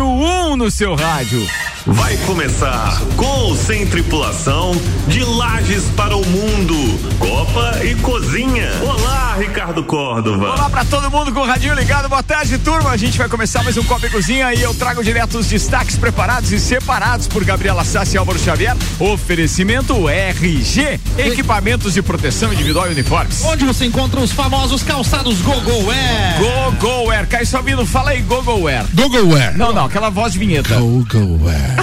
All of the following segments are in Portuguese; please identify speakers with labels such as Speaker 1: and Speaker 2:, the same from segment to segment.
Speaker 1: um no seu rádio.
Speaker 2: Vai começar com ou sem tripulação de Lages para o Mundo, Copa e Cozinha. Olá, Ricardo Córdova.
Speaker 1: Olá pra todo mundo com o radinho ligado. Boa tarde, turma. A gente vai começar mais um Copa e Cozinha e eu trago direto os destaques preparados e separados por Gabriela Sassi e Álvaro Xavier. Oferecimento RG, equipamentos de proteção individual e uniformes.
Speaker 3: Onde você encontra os famosos calçados Gogol Air.
Speaker 1: Google Air. Cai Salvino, fala aí Google Air.
Speaker 4: Googleware.
Speaker 1: Não, não, aquela voz de vinheta.
Speaker 4: Googleware.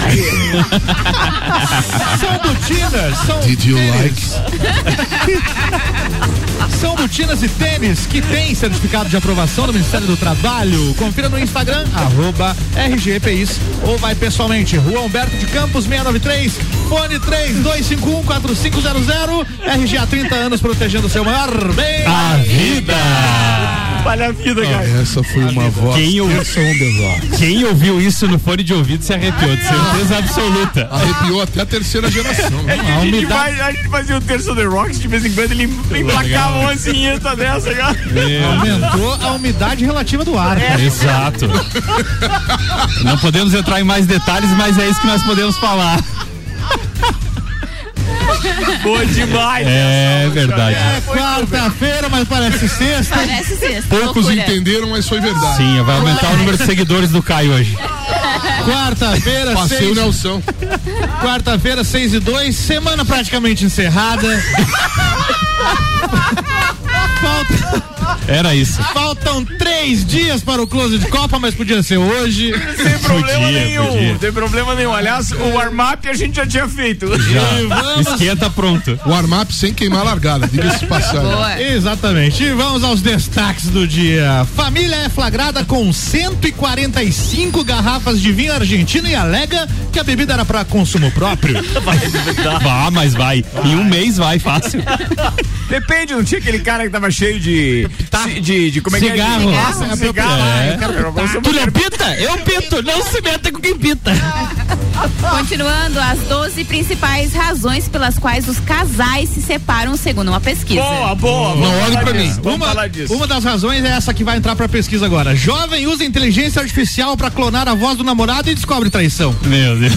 Speaker 3: São botinas, são
Speaker 4: Did you like?
Speaker 3: tênis. São botinas e tênis que tem certificado de aprovação do Ministério do Trabalho. Confira no Instagram, arroba RGPIs, ou vai pessoalmente, Rua Humberto de Campos, 693, fone 32514500, RG há 30 anos protegendo o seu maior bem.
Speaker 1: Vale a vida, cara.
Speaker 4: Essa foi uma voz.
Speaker 5: Quem ouviu-
Speaker 4: Essa é um desastre.
Speaker 5: Quem ouviu isso no fone de ouvido se arrepiou, de certeza absoluta.
Speaker 4: Arrepiou até a terceira geração.
Speaker 1: É que a, gente
Speaker 3: umidade-
Speaker 1: faz, a gente fazia o terço do The Rocks de vez em quando, ele emplacava uma vinheta dessa, cara.
Speaker 3: Aumentou a umidade relativa do ar.
Speaker 1: É.
Speaker 3: cara.
Speaker 5: Exato. Não podemos entrar em mais detalhes, mas é isso que nós podemos falar.
Speaker 1: Boa demais.
Speaker 5: É verdade.
Speaker 3: É quarta-feira, mas parece sexta.
Speaker 6: Parece sexta.
Speaker 4: Poucos
Speaker 6: loucura.
Speaker 4: entenderam, mas foi verdade.
Speaker 5: Sim, vai aumentar o número de seguidores do Caio hoje.
Speaker 3: Quarta-feira,
Speaker 4: Passei o
Speaker 3: seis
Speaker 4: Nelson.
Speaker 3: Quarta-feira, 6 e 2, semana praticamente encerrada. Falta-
Speaker 5: Era isso.
Speaker 3: faltam três dias para o close de Copa, mas podia ser hoje.
Speaker 1: Sem problema
Speaker 5: Podia,
Speaker 1: nenhum.
Speaker 5: podia.
Speaker 1: Tem problema nenhum. Aliás, o warm-up a gente já tinha feito.
Speaker 3: E vamos-
Speaker 5: Esquenta pronto.
Speaker 4: O armap sem queimar a largada, diga-se de passagem.
Speaker 6: Boa.
Speaker 3: Exatamente. E vamos aos destaques do dia. Família é flagrada com 145 garrafas de vinho argentino e alega que a bebida era para consumo próprio.
Speaker 5: Vá, mas vai. Em um mês vai, fácil.
Speaker 1: Depende, não tinha aquele cara que tava cheio de. ci- de, de como é
Speaker 3: Cigarro.
Speaker 1: que é? Nossa,
Speaker 3: É,
Speaker 1: cigarro.
Speaker 5: é.
Speaker 1: Ai, cara, eu gosto muito.
Speaker 5: pita? Eu pito. Não se meta com quem pita.
Speaker 6: Continuando, as 12 principais razões pelas quais os casais se separam, segundo uma pesquisa.
Speaker 1: Boa, boa. vamos
Speaker 4: Não olhe
Speaker 1: falar
Speaker 4: pra
Speaker 1: disso,
Speaker 4: mim.
Speaker 1: Vamos
Speaker 3: Uma,
Speaker 1: falar disso.
Speaker 3: uma das razões é essa que vai entrar pra pesquisa agora. Jovem usa inteligência artificial pra clonar a voz do namorado e descobre traição.
Speaker 5: Meu Deus.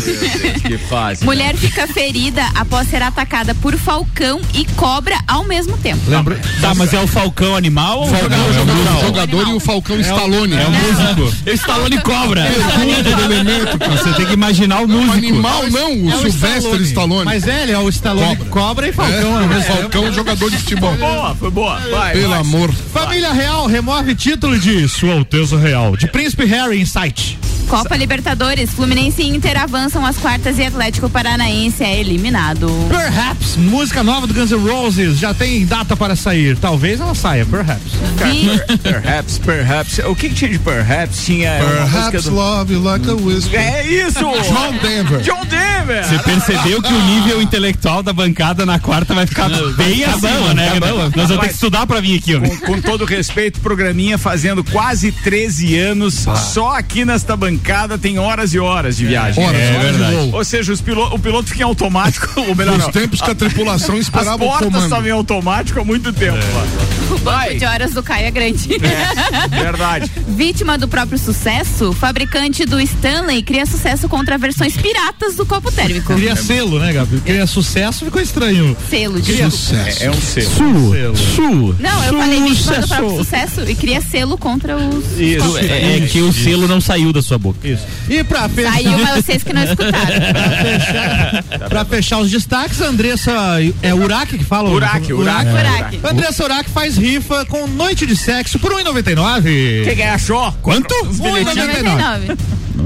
Speaker 1: Que fácil.
Speaker 6: Mulher fica ferida após ser atacada por falcão e cobra ao mesmo tempo.
Speaker 3: Lembra?
Speaker 5: Tá, mas é o Falcão animal? ou
Speaker 4: é O
Speaker 5: jogador?
Speaker 4: jogador, o jogador e o Falcão Stallone. É
Speaker 5: É o músico. Eu estalou de cobra.
Speaker 4: Pergunta do elemento.
Speaker 5: Você tem que imaginar o músico.
Speaker 4: O Um
Speaker 3: É
Speaker 4: animal não, o Sylvester Stallone.
Speaker 3: Mas é, ele é o Stallone
Speaker 4: Cobra.
Speaker 3: cobra, e falcão. né?
Speaker 5: né?
Speaker 4: É, Falcão, jogador de futebol.
Speaker 1: Boa, foi boa. Vai.
Speaker 4: Pelo
Speaker 1: vai.
Speaker 4: amor.
Speaker 3: Família Real remove título de Sua Alteza Real, de Príncipe Harry em site.
Speaker 6: Copa Libertadores, Fluminense e Inter avançam às quartas e Atlético Paranaense é eliminado.
Speaker 3: Perhaps, música nova do Guns N' Roses, já tem data para sair. Talvez ela saia, perhaps.
Speaker 6: Vi-
Speaker 1: Perhaps, perhaps. O que, que tinha de perhaps? Tinha. uma música
Speaker 4: Perhaps
Speaker 1: do-
Speaker 4: love you like a whisper.
Speaker 1: É isso!
Speaker 4: John Denver.
Speaker 1: John Denver!
Speaker 5: Você percebeu que o nível intelectual da bancada na quarta vai ficar bem acima, né? Nós vamos ter que estudar pra vir aqui, ó.
Speaker 1: Com, com todo respeito, programinha fazendo quase 13 anos. Só aqui nesta bancada tem horas e horas de viagem.
Speaker 4: Horas,
Speaker 5: É
Speaker 4: horas de
Speaker 5: verdade.
Speaker 4: voo.
Speaker 1: Ou seja, os pilo- o piloto fica em automático, ou melhor,
Speaker 4: Nos
Speaker 1: não,
Speaker 4: tempos que a tripulação
Speaker 1: as
Speaker 4: esperava o
Speaker 1: portas estavam
Speaker 4: comando. É.
Speaker 1: em automático há muito tempo. lá.
Speaker 6: o banco
Speaker 1: Vai.
Speaker 6: de horas do Caio é grande.
Speaker 1: É, Verdade.
Speaker 6: Vítima do próprio sucesso, fabricante do Stanley cria sucesso contra versões piratas do copo térmico.
Speaker 3: Queria selo, né, Gabi? Queria sucesso, ficou estranho.
Speaker 6: Selo de
Speaker 4: Sucesso.
Speaker 1: É um selo.
Speaker 5: Su,
Speaker 3: Selo.
Speaker 5: su.
Speaker 6: Não, eu falei vítima do próprio sucesso e cria selo contra os.
Speaker 1: Isso.
Speaker 5: É, que o selo não saiu da sua boca. Isso.
Speaker 3: E pra fechar.
Speaker 6: Saiu, mas vocês que não escutaram.
Speaker 3: Pra fechar os destaques, Andressa. É Uraque que fala?
Speaker 1: Uraque, Uraque.
Speaker 6: Buraque.
Speaker 3: Andressa Uraque faz rifa com noite de sexo por
Speaker 1: Quem
Speaker 3: R$1,99.
Speaker 1: que achou?
Speaker 5: Quanto?
Speaker 1: Os
Speaker 6: Um
Speaker 1: bilhetinhos.
Speaker 6: 99.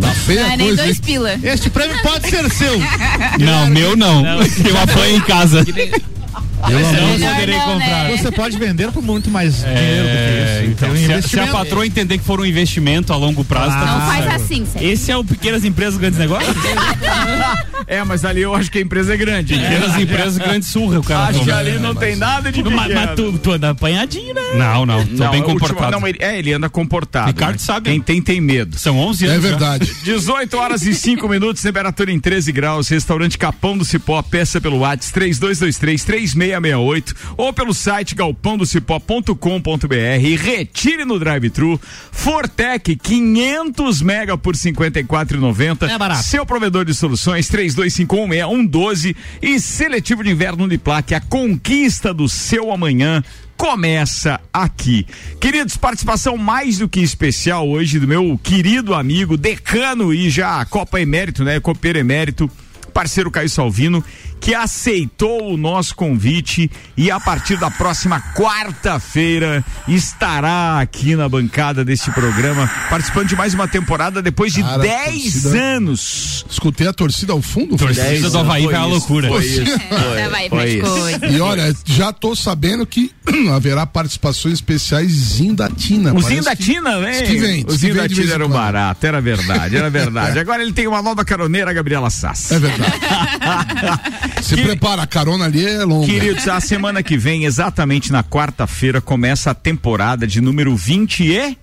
Speaker 4: Tá feia
Speaker 6: Não
Speaker 4: a
Speaker 6: é nem
Speaker 4: coisa, hein?
Speaker 6: dois pila.
Speaker 3: Este prêmio pode ser seu.
Speaker 5: Não, meu não. Eu apanho em casa.
Speaker 7: é
Speaker 6: Melhor
Speaker 5: não poderei comprar.
Speaker 6: Né?
Speaker 3: Você pode vender por muito mais dinheiro
Speaker 5: É,
Speaker 3: do que isso.
Speaker 5: então,
Speaker 3: Tem
Speaker 5: se, a,
Speaker 3: um
Speaker 5: se a
Speaker 3: investimento.
Speaker 5: patroa entender que for um investimento a longo prazo,
Speaker 6: Não
Speaker 5: tá
Speaker 6: faz assim, sério.
Speaker 5: Esse é o Pequenas Empresas Grandes Negócios?
Speaker 1: É, mas ali eu acho que a empresa é grande.
Speaker 5: Pequenas Empresas Grandes Surra, o cara.
Speaker 1: Acho que
Speaker 5: toma.
Speaker 1: ali não tem nada de
Speaker 5: Não, Mas, mas
Speaker 1: pequeno.
Speaker 5: tu, tu anda apanhadinho, né? Não, não. Tô
Speaker 1: Não,
Speaker 5: bem
Speaker 1: a última-
Speaker 5: comportado.
Speaker 1: não, ele, é, ele anda comportado.
Speaker 5: Ricardo
Speaker 1: né?
Speaker 5: sabe.
Speaker 1: Quem tem, tem medo.
Speaker 5: São 11 anos. já.
Speaker 4: É verdade.
Speaker 1: 18 horas e 5 minutos, temperatura em 13 graus, restaurante Capão do Cipó, peça pelo WhatsApp 3223 668 ou pelo site galpãodocipó.com.br e retire no drive-thru. Fortec 500 mega por 54,90.
Speaker 3: É barato.
Speaker 1: Seu provedor de soluções 32516112 e seletivo de inverno Uniplac, a conquista do seu amanhã. Começa aqui. Queridos, participação mais do que especial hoje do meu querido amigo, decano e já Copa Emérito, né? Copeiro Emérito, parceiro Caio Salvino, que aceitou o nosso convite e a partir da próxima quarta-feira estará aqui na bancada deste programa, participando de mais uma temporada depois de
Speaker 4: Cara,
Speaker 1: 10
Speaker 4: torcida-
Speaker 1: anos.
Speaker 4: Escutei a torcida ao fundo. foi?
Speaker 5: Torcida do Havaí vai à loucura.
Speaker 6: É, vai pra coisa.
Speaker 4: E olha, já tô sabendo que haverá participações especiais Zinho da Tina.
Speaker 1: O
Speaker 4: Parece
Speaker 1: Zinho da
Speaker 4: que-
Speaker 1: Tina, né?
Speaker 4: diz que vende,
Speaker 1: O
Speaker 4: diz que
Speaker 1: Zinho da
Speaker 4: vende de vez
Speaker 1: Tina
Speaker 4: em
Speaker 1: era um
Speaker 4: quando.
Speaker 1: barato, era verdade, era verdade. Agora ele tem uma nova caroneira, Gabriela Sass.
Speaker 4: É verdade. Se
Speaker 1: Que-
Speaker 4: prepara, a carona ali é longa.
Speaker 1: Queridos, a semana que vem, exatamente na quarta-feira, começa a temporada de número 20 e.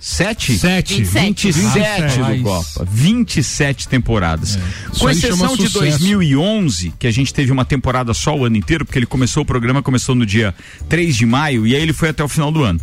Speaker 1: Sete?
Speaker 3: Sete.
Speaker 6: 27.
Speaker 1: 27
Speaker 5: Rapaz.
Speaker 1: do Copa. 27 temporadas.
Speaker 4: É. Isso
Speaker 1: Com
Speaker 4: aí chama
Speaker 1: exceção de
Speaker 4: sucesso.
Speaker 1: 2011, que a gente teve uma temporada só o ano inteiro, porque ele começou o programa, começou no dia 3 de maio, e aí ele foi até o final do ano.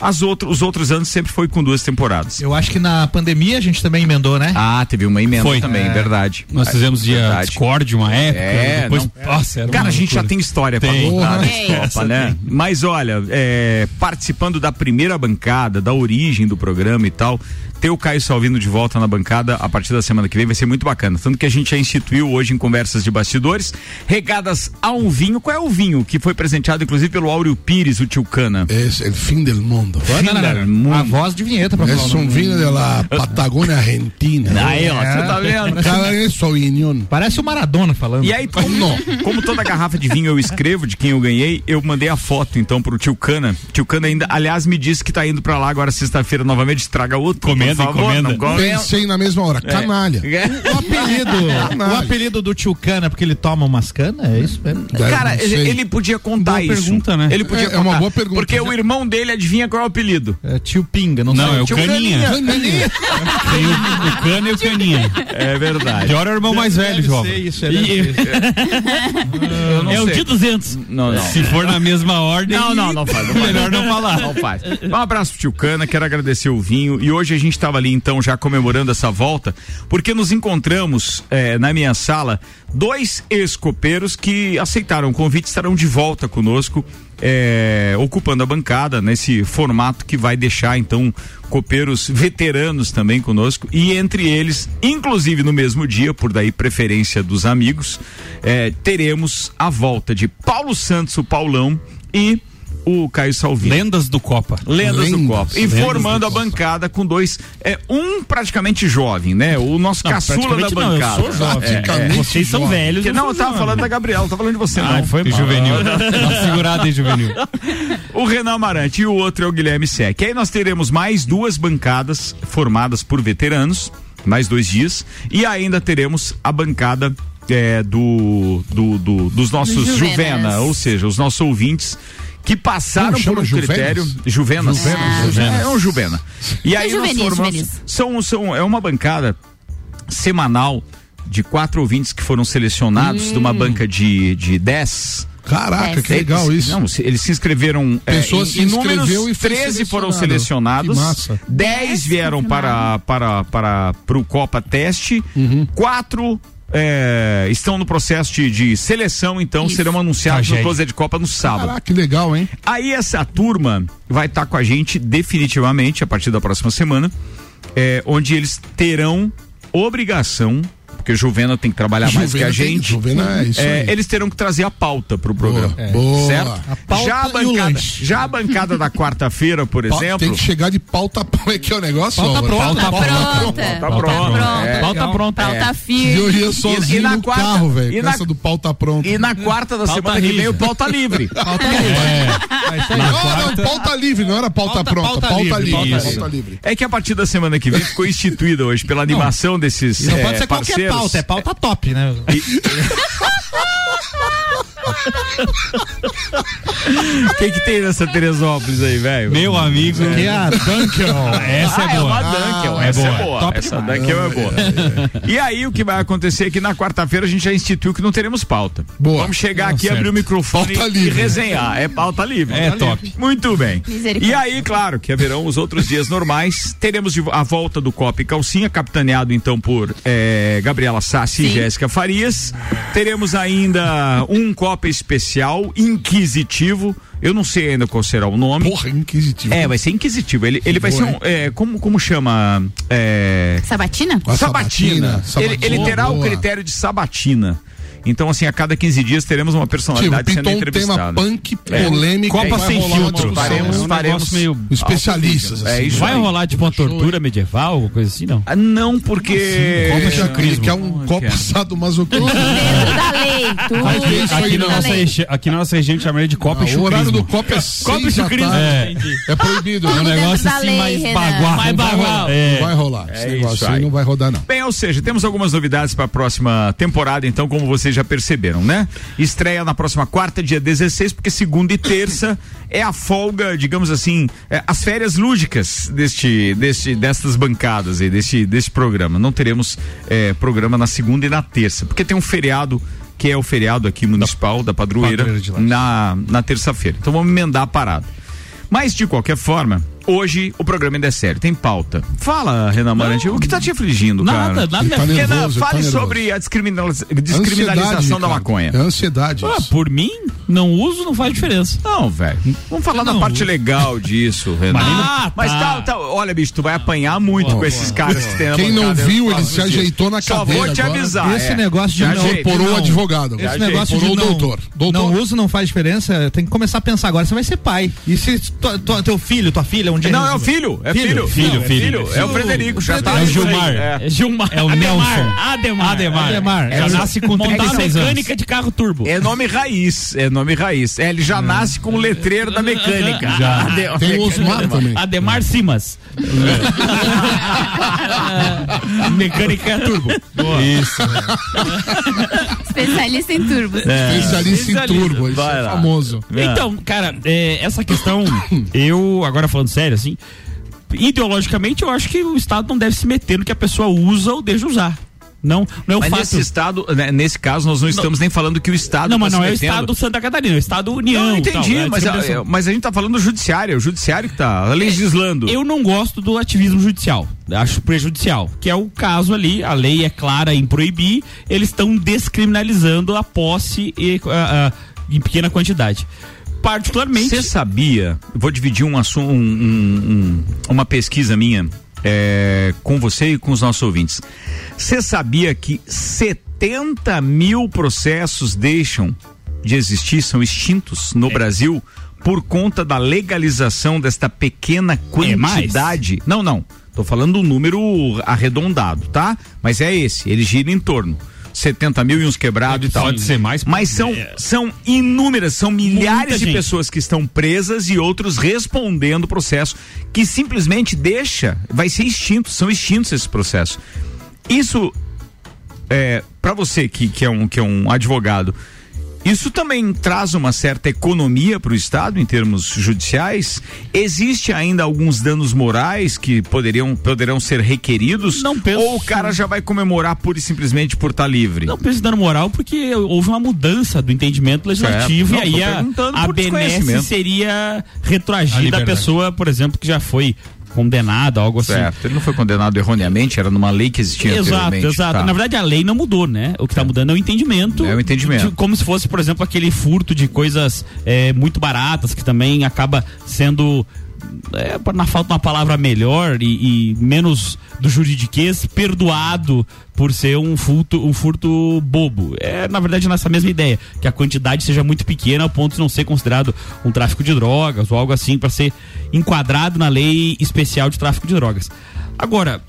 Speaker 1: As outro, os outros anos sempre foi com duas temporadas.
Speaker 3: Eu acho que na pandemia a gente também emendou, né?
Speaker 1: Ah, teve uma emenda
Speaker 5: Foi.
Speaker 1: também,
Speaker 5: É.
Speaker 1: verdade.
Speaker 5: Nós fizemos dia
Speaker 1: Verdade.
Speaker 5: Discord uma época.
Speaker 1: É,
Speaker 5: depois,
Speaker 1: não.
Speaker 5: Nossa, era
Speaker 1: Cara,
Speaker 5: uma
Speaker 1: a gente já
Speaker 5: loucura.
Speaker 1: tem história pra
Speaker 5: Tem. Ah, é
Speaker 1: contar
Speaker 4: Porra.
Speaker 1: nessa
Speaker 6: Tem.
Speaker 1: Copa, né? Mas olha, é, participando da primeira bancada, da origem do programa e tal, ter o Caio Salvino de volta na bancada a partir da semana que vem vai ser muito bacana. Tanto que a gente já instituiu hoje em conversas de bastidores, regadas a um vinho. Qual é o vinho que foi presenteado, inclusive, pelo Áureo Pires, o Tilcana?
Speaker 4: Esse É o fim do mundo.
Speaker 1: Fim da mundo.
Speaker 3: A voz de vinheta pra
Speaker 4: É
Speaker 3: falar. o
Speaker 4: um
Speaker 3: nome.
Speaker 4: vinho de la Patagônia Argentina.
Speaker 1: Aí, ó, você tá vendo?
Speaker 4: Cara, é só o Union.
Speaker 3: Parece o Maradona falando.
Speaker 1: E aí, como, como toda garrafa de vinho eu escrevo de quem eu ganhei, eu mandei a foto então pro tio Cana. Tio Cana ainda, aliás, me disse que tá indo pra lá agora sexta-feira novamente, traga outro.
Speaker 5: Encomenda,
Speaker 1: por favor,
Speaker 5: encomenda.
Speaker 1: Não
Speaker 3: É
Speaker 1: come.
Speaker 4: Pensei na mesma hora. Canalha.
Speaker 1: É.
Speaker 3: O apelido, um o apelido do tio Cana é porque ele toma umas canas? É isso mesmo?
Speaker 4: Daí eu
Speaker 1: Cara,
Speaker 4: não
Speaker 1: ele,
Speaker 4: sei.
Speaker 1: ele podia contar
Speaker 5: Boa
Speaker 1: isso.
Speaker 5: pergunta, né?
Speaker 1: Ele podia
Speaker 4: É, é
Speaker 1: contar.
Speaker 4: uma boa pergunta.
Speaker 1: Porque o irmão dele adivinha qual é o apelido.
Speaker 3: É tio Pinga, não,
Speaker 5: Não,
Speaker 3: sei.
Speaker 5: é o
Speaker 3: Tio
Speaker 5: Caninha.
Speaker 4: Caninha.
Speaker 5: Tem o, o Cana e o Caninha.
Speaker 1: É verdade.
Speaker 5: Pior é o irmão mais velho,
Speaker 3: Deve
Speaker 5: João.
Speaker 3: ser isso, é
Speaker 5: E-
Speaker 1: Eu não
Speaker 5: É o
Speaker 1: sei.
Speaker 5: de 200.
Speaker 1: Não, não.
Speaker 5: Se for na mesma ordem.
Speaker 1: Não, não, não faz, não faz.
Speaker 5: Melhor não falar.
Speaker 1: Não faz. Um abraço pro tio Cana, quero agradecer o vinho. E hoje a gente estava ali, então, já comemorando essa volta, porque nos encontramos eh, na minha sala dois ex-copeiros que aceitaram o convite, estarão de volta conosco. eh, ocupando a bancada nesse formato que vai deixar então copeiros veteranos também conosco e entre eles, inclusive no mesmo dia, por daí preferência dos amigos, eh, teremos a volta de Paulo Santos, o Paulão e o Caio Salvini.
Speaker 5: Lendas do Copa.
Speaker 1: Lendas do
Speaker 4: Lendas.
Speaker 1: Copa. E
Speaker 4: Lendas
Speaker 1: formando a bancada com dois. É, um praticamente jovem, né? O nosso caçula da
Speaker 5: praticamente não, eu
Speaker 1: bancada.
Speaker 5: sou jovem.
Speaker 1: É, é.
Speaker 4: Praticamente
Speaker 5: Vocês são
Speaker 4: jovem.
Speaker 5: velhos.
Speaker 1: Porque-
Speaker 5: eu
Speaker 1: Não,
Speaker 5: sou
Speaker 1: eu tava
Speaker 5: jovem.
Speaker 1: falando da Gabriela, não tava falando de você, não.
Speaker 5: Ai, foi mal. Juvenil. Dá segurada aí, juvenil.
Speaker 1: O Renan Amarante e o outro é o Guilherme Sec. Aí nós teremos mais duas bancadas formadas por veteranos, mais dois dias, e ainda teremos a bancada é, do, do- do- dos nossos
Speaker 6: Dos Juvenas.
Speaker 1: Juvena, ou seja, os nossos ouvintes que passaram
Speaker 4: Como chama
Speaker 1: por um
Speaker 4: Juvenas?
Speaker 1: critério Juvenas.
Speaker 4: Juvenas.
Speaker 1: É, é um Juvena. E aí nós
Speaker 6: juvenis,
Speaker 1: formamos,
Speaker 6: juvenis.
Speaker 1: são, são, é uma bancada semanal de quatro ouvintes que foram selecionados de uma banca de, de dez.
Speaker 4: Caraca, que
Speaker 6: Hum. É,
Speaker 4: legal
Speaker 1: Eles-
Speaker 4: isso.
Speaker 1: Não, se- eles se inscreveram. é,
Speaker 4: Pessoas
Speaker 1: em-
Speaker 4: se
Speaker 1: em números,
Speaker 4: inscreveu assim, e foi
Speaker 1: 13 foram
Speaker 4: selecionado.
Speaker 1: selecionados.
Speaker 4: Que massa.
Speaker 1: 10 vieram para,
Speaker 6: confirmaram.
Speaker 1: para, para, para o Copa Teste.
Speaker 4: Uhum.
Speaker 1: 4 é, estão no processo de, de seleção, então
Speaker 6: Isso.
Speaker 1: serão anunciados no
Speaker 5: Tragédia.
Speaker 1: Closet de Copa no sábado.
Speaker 4: Tá, Caraca, que legal, hein?
Speaker 1: Aí essa turma vai estar com a gente definitivamente a partir da próxima semana, é, onde eles terão obrigação, porque o Juvena tem que trabalhar mais que a
Speaker 4: Juvena tem-
Speaker 1: gente.
Speaker 4: Juvena é isso
Speaker 1: É,
Speaker 4: aí.
Speaker 1: eles terão que trazer a pauta pro programa.
Speaker 4: Boa, boa.
Speaker 1: É. Certo?
Speaker 4: A
Speaker 3: pauta
Speaker 1: já, a
Speaker 3: e o
Speaker 1: bancada,
Speaker 3: lanche.
Speaker 1: já a bancada da quarta-feira, por
Speaker 4: Pau- Tem
Speaker 1: exemplo.
Speaker 4: que chegar de pauta pronta. É que é o negócio,
Speaker 3: Pauta
Speaker 4: Álvaro.
Speaker 3: pronta.
Speaker 6: Tá pronta.
Speaker 1: Tá pronta. É.
Speaker 5: Pauta pronta.
Speaker 6: Pauta
Speaker 4: então, E eu
Speaker 6: firme.
Speaker 4: ia sozinho
Speaker 1: e na
Speaker 4: no
Speaker 1: quarta-
Speaker 4: carro, velho.
Speaker 1: e
Speaker 4: com
Speaker 1: na-
Speaker 4: Essa do pauta pronta.
Speaker 1: E na quarta da
Speaker 5: Pauta
Speaker 1: semana que vem,
Speaker 5: rija.
Speaker 1: o pauta livre.
Speaker 3: Pauta livre. É isso aí.
Speaker 4: Não, não, pauta livre, não era pauta,
Speaker 3: Pauta-
Speaker 4: pronta.
Speaker 3: pauta
Speaker 4: Pauta,
Speaker 3: livre,
Speaker 4: livre.
Speaker 5: pauta
Speaker 4: Pauta livre.
Speaker 1: É que a partir da semana que vem ficou instituída hoje pela animação desses. eh,
Speaker 3: Não é
Speaker 4: é
Speaker 3: pode ser qualquer
Speaker 1: parceiros.
Speaker 3: pauta, é pauta top, né?
Speaker 1: O que, que tem nessa Teresópolis aí, velho?
Speaker 5: Meu amigo.
Speaker 3: Que é a Dunkel.
Speaker 5: Essa é
Speaker 1: né? Ah, é
Speaker 5: boa.
Speaker 1: uma Dunkel,
Speaker 5: é
Speaker 1: essa
Speaker 5: boa.
Speaker 1: é boa.
Speaker 5: Top
Speaker 1: essa Dunkel é boa. E aí, o que vai acontecer é que na quarta-feira a gente já instituiu que não teremos pauta.
Speaker 4: Boa.
Speaker 1: Vamos chegar
Speaker 5: Não,
Speaker 1: aqui,
Speaker 5: certo.
Speaker 1: abrir o microfone
Speaker 4: Pauta
Speaker 1: e
Speaker 4: livre.
Speaker 1: resenhar. É pauta livre.
Speaker 5: É
Speaker 1: Pauta
Speaker 5: top.
Speaker 1: livre. Muito bem.
Speaker 6: Misericórdia.
Speaker 1: E aí, claro, que haverão os outros dias normais. Teremos de- a volta do Copa e Calcinha, capitaneado então por eh, Gabriela Sassi e Jéssica Farias. Teremos ainda um Copa especial, inquisitivo. Eu não sei ainda qual será o nome.
Speaker 4: Porra, inquisitivo.
Speaker 1: É, vai ser inquisitivo. Ele, ele vai
Speaker 4: boa,
Speaker 1: ser um. é, como, como chama? É,
Speaker 6: Sabatina?
Speaker 4: A
Speaker 1: sabatina.
Speaker 4: sabatina,
Speaker 1: Ele, ele
Speaker 4: boa,
Speaker 1: terá o
Speaker 4: boa.
Speaker 1: critério de sabatina. Então, assim, a cada 15 dias teremos uma
Speaker 4: Tipo,
Speaker 1: personalidade sendo
Speaker 4: pintou um tema
Speaker 1: entrevistada.
Speaker 4: punk,
Speaker 1: É.
Speaker 4: polêmico.
Speaker 5: Copa
Speaker 4: vai
Speaker 5: sem
Speaker 4: rolar uma
Speaker 5: filtro.
Speaker 4: discussão.
Speaker 1: Faremos-
Speaker 5: É um
Speaker 1: faremos-
Speaker 5: negócio meio-
Speaker 4: Especialistas.
Speaker 1: É
Speaker 4: assim.
Speaker 1: isso
Speaker 5: Vai
Speaker 1: aí.
Speaker 5: rolar tipo uma tortura medieval, alguma coisa assim, não? assim?
Speaker 1: Ah, Não, porque.
Speaker 4: Ele quer- Ele
Speaker 5: chancrismo.
Speaker 4: quer um copo assado masoquista.
Speaker 6: Dentro da lei. Tudo
Speaker 4: Aqui-
Speaker 6: dentro
Speaker 5: Aqui na,
Speaker 6: da
Speaker 5: nossa,
Speaker 6: lei.
Speaker 5: regi- aqui na nossa região a gente chamaria de copa e
Speaker 4: Ah, o horário do
Speaker 5: chucrismo.
Speaker 4: copo é
Speaker 5: Copa e
Speaker 4: seis da
Speaker 5: chucrismo.
Speaker 4: tarde.
Speaker 5: É.
Speaker 4: É proibido.
Speaker 5: É um
Speaker 4: né?
Speaker 6: dentro
Speaker 5: negócio
Speaker 6: da
Speaker 5: assim
Speaker 6: lei,
Speaker 5: mais
Speaker 6: Renan.
Speaker 5: bagual.
Speaker 7: Mais bagual.
Speaker 5: É.
Speaker 4: Vai rolar.
Speaker 1: É
Speaker 4: Esse negócio
Speaker 1: isso
Speaker 4: aí
Speaker 1: aí.
Speaker 4: não vai rodar, não.
Speaker 1: Bem, ou seja, temos algumas novidades para a próxima temporada, então, como vocês já perceberam, né? Estreia na próxima quarta, dia 16, porque segunda e terça é a folga, digamos assim, é, as férias lúdicas deste, deste, destas bancadas aí, deste, deste programa. Não teremos é, programa na segunda e na terça, porque tem um feriado que é o feriado aqui municipal da Padroeira,
Speaker 4: Padroeira de Lages.
Speaker 1: na, na terça-feira. Então vamos emendar a parada. Mas, de qualquer forma, hoje o programa ainda é sério, tem pauta. Fala, Renan Amarante, o que tá te afligindo, cara?
Speaker 7: Nada, nada me
Speaker 4: Ele tá
Speaker 7: afeta.
Speaker 4: nervoso,
Speaker 1: Renan,
Speaker 4: ele tá
Speaker 1: fale
Speaker 4: nervoso.
Speaker 1: sobre a descriminaliza-
Speaker 4: Ansiedade,
Speaker 1: descriminalização da
Speaker 4: cara.
Speaker 1: maconha.
Speaker 4: É ansiedade.
Speaker 7: Ah,
Speaker 4: isso.
Speaker 7: por mim, não uso, não faz diferença.
Speaker 1: Não, velho. Vamos falar da
Speaker 7: Não.
Speaker 1: parte legal disso, Renan.
Speaker 7: Ah,
Speaker 1: Mas
Speaker 7: tá.
Speaker 1: tá, tá. Olha, bicho, tu vai apanhar muito com esses caras que tem na
Speaker 4: Quem não
Speaker 1: bancada,
Speaker 4: viu,
Speaker 1: eu
Speaker 4: ele
Speaker 1: falo
Speaker 4: se
Speaker 1: disso.
Speaker 4: ajeitou na
Speaker 1: Só
Speaker 4: cadeira
Speaker 1: vou te
Speaker 4: agora.
Speaker 1: avisar.
Speaker 3: Esse
Speaker 1: é.
Speaker 3: negócio de
Speaker 1: Já
Speaker 3: não-
Speaker 1: ajeita.
Speaker 4: Porou o
Speaker 3: Não.
Speaker 4: um advogado.
Speaker 3: Esse
Speaker 1: Já
Speaker 3: negócio de
Speaker 4: Porou o
Speaker 3: não,
Speaker 4: doutor. Doutor.
Speaker 3: não uso, não faz diferença, tem que começar a pensar agora. Você vai ser pai. E se tua- tua- teu filho, tua filha, um dia.
Speaker 1: Não, é o
Speaker 3: resolver?
Speaker 1: filho. É
Speaker 5: Filho,
Speaker 1: filho.
Speaker 5: filho,
Speaker 1: Não, é
Speaker 5: filho.
Speaker 1: É o Frederico, já tá.
Speaker 5: É o
Speaker 1: isso aí.
Speaker 5: Gilmar.
Speaker 1: É.
Speaker 7: É Gilmar.
Speaker 5: É o
Speaker 7: Ademar,
Speaker 5: Nelson.
Speaker 7: Ademar.
Speaker 5: Ademar.
Speaker 3: Ademar.
Speaker 5: Já
Speaker 3: É,
Speaker 5: nasce com
Speaker 7: Montar a
Speaker 5: 36 anos.
Speaker 7: mecânica de carro turbo.
Speaker 1: É nome raiz, é nome raiz. É, ele já nasce com o letreiro da mecânica.
Speaker 5: Já.
Speaker 1: De-
Speaker 4: Tem o Osmar também.
Speaker 7: Ademar Simas. mecânica turbo.
Speaker 5: Isso.
Speaker 1: né?
Speaker 6: Especialista em turbos.
Speaker 1: É.
Speaker 4: Especialista em
Speaker 7: Especialista.
Speaker 4: turbo. Isso
Speaker 1: Vai
Speaker 4: é
Speaker 1: lá.
Speaker 4: famoso.
Speaker 7: Então, cara, é, essa questão, eu, agora falando sério, assim, ideologicamente eu acho que o Estado não deve se meter no que a pessoa usa ou deixa usar. Não, não é o
Speaker 1: Mas
Speaker 7: fato.
Speaker 1: nesse estado, né, nesse caso, nós não estamos nem falando que o Estado.
Speaker 7: Não, mas
Speaker 1: tá
Speaker 7: não
Speaker 1: se
Speaker 7: é o
Speaker 1: metendo.
Speaker 7: Estado Santa Catarina, é o Estado União.
Speaker 1: Não, eu
Speaker 7: e tal,
Speaker 1: entendi,
Speaker 7: né?
Speaker 1: mas, a,
Speaker 7: Descriminalização.
Speaker 1: mas a gente tá falando do judiciário, é o judiciário que tá legislando.
Speaker 7: É, Eu não gosto do ativismo judicial. Acho prejudicial. Que é o caso ali, a lei é clara em proibir, eles estão descriminalizando a posse e, ah, ah, em pequena quantidade. Particularmente.
Speaker 1: Você sabia? Vou dividir um assunto, um- um- um- uma pesquisa minha é, com você e com os nossos ouvintes. Você sabia que 70 mil processos deixam de existir, são extintos no
Speaker 5: É.
Speaker 1: Brasil por conta da legalização desta pequena
Speaker 7: É mais?
Speaker 1: quantidade? não, não. Tô falando um número arredondado, tá? Mas é esse. Ele gira em torno. 70 mil e uns quebrados e tal.
Speaker 5: Pode ser é. mais,
Speaker 1: Mas são, são inúmeras, são milhares de
Speaker 7: gente.
Speaker 1: pessoas que estão presas e outros respondendo o processo que simplesmente deixa, vai ser extinto, são extintos esse processo. Isso é para você que, que é um que é um advogado. Isso também traz uma certa economia para o Estado em termos judiciais. Existe ainda alguns danos morais que poderiam poderão ser requeridos.
Speaker 7: Não penso-
Speaker 1: Ou o cara já vai comemorar pura e simplesmente por estar livre.
Speaker 7: Não penso em dano moral porque houve uma mudança do entendimento legislativo
Speaker 1: Certo. Não,
Speaker 7: e aí
Speaker 1: É, tô perguntando
Speaker 7: a, a
Speaker 1: por
Speaker 7: benesse
Speaker 1: desconhecimento.
Speaker 7: seria
Speaker 5: A
Speaker 7: retroagida à
Speaker 5: liberdade.
Speaker 7: pessoa, por exemplo, que já foi condenada, algo assim.
Speaker 1: Certo, ele não foi condenado erroneamente, era numa lei que existia
Speaker 7: Exato,
Speaker 1: anteriormente.
Speaker 7: exato.
Speaker 1: Tá.
Speaker 7: Na verdade, a lei não mudou, né? O que está mudando é o entendimento.
Speaker 1: É o entendimento.
Speaker 7: de- como se fosse, por exemplo, aquele furto de coisas é, muito baratas, que também acaba sendo. é, na falta de uma palavra melhor e, e menos do juridiquês, perdoado por ser um furto, um furto bobo. É, na verdade, nessa mesma ideia, que a quantidade seja muito pequena ao ponto de não ser considerado um tráfico de drogas ou algo assim, para ser enquadrado na lei especial de tráfico de drogas. Agora,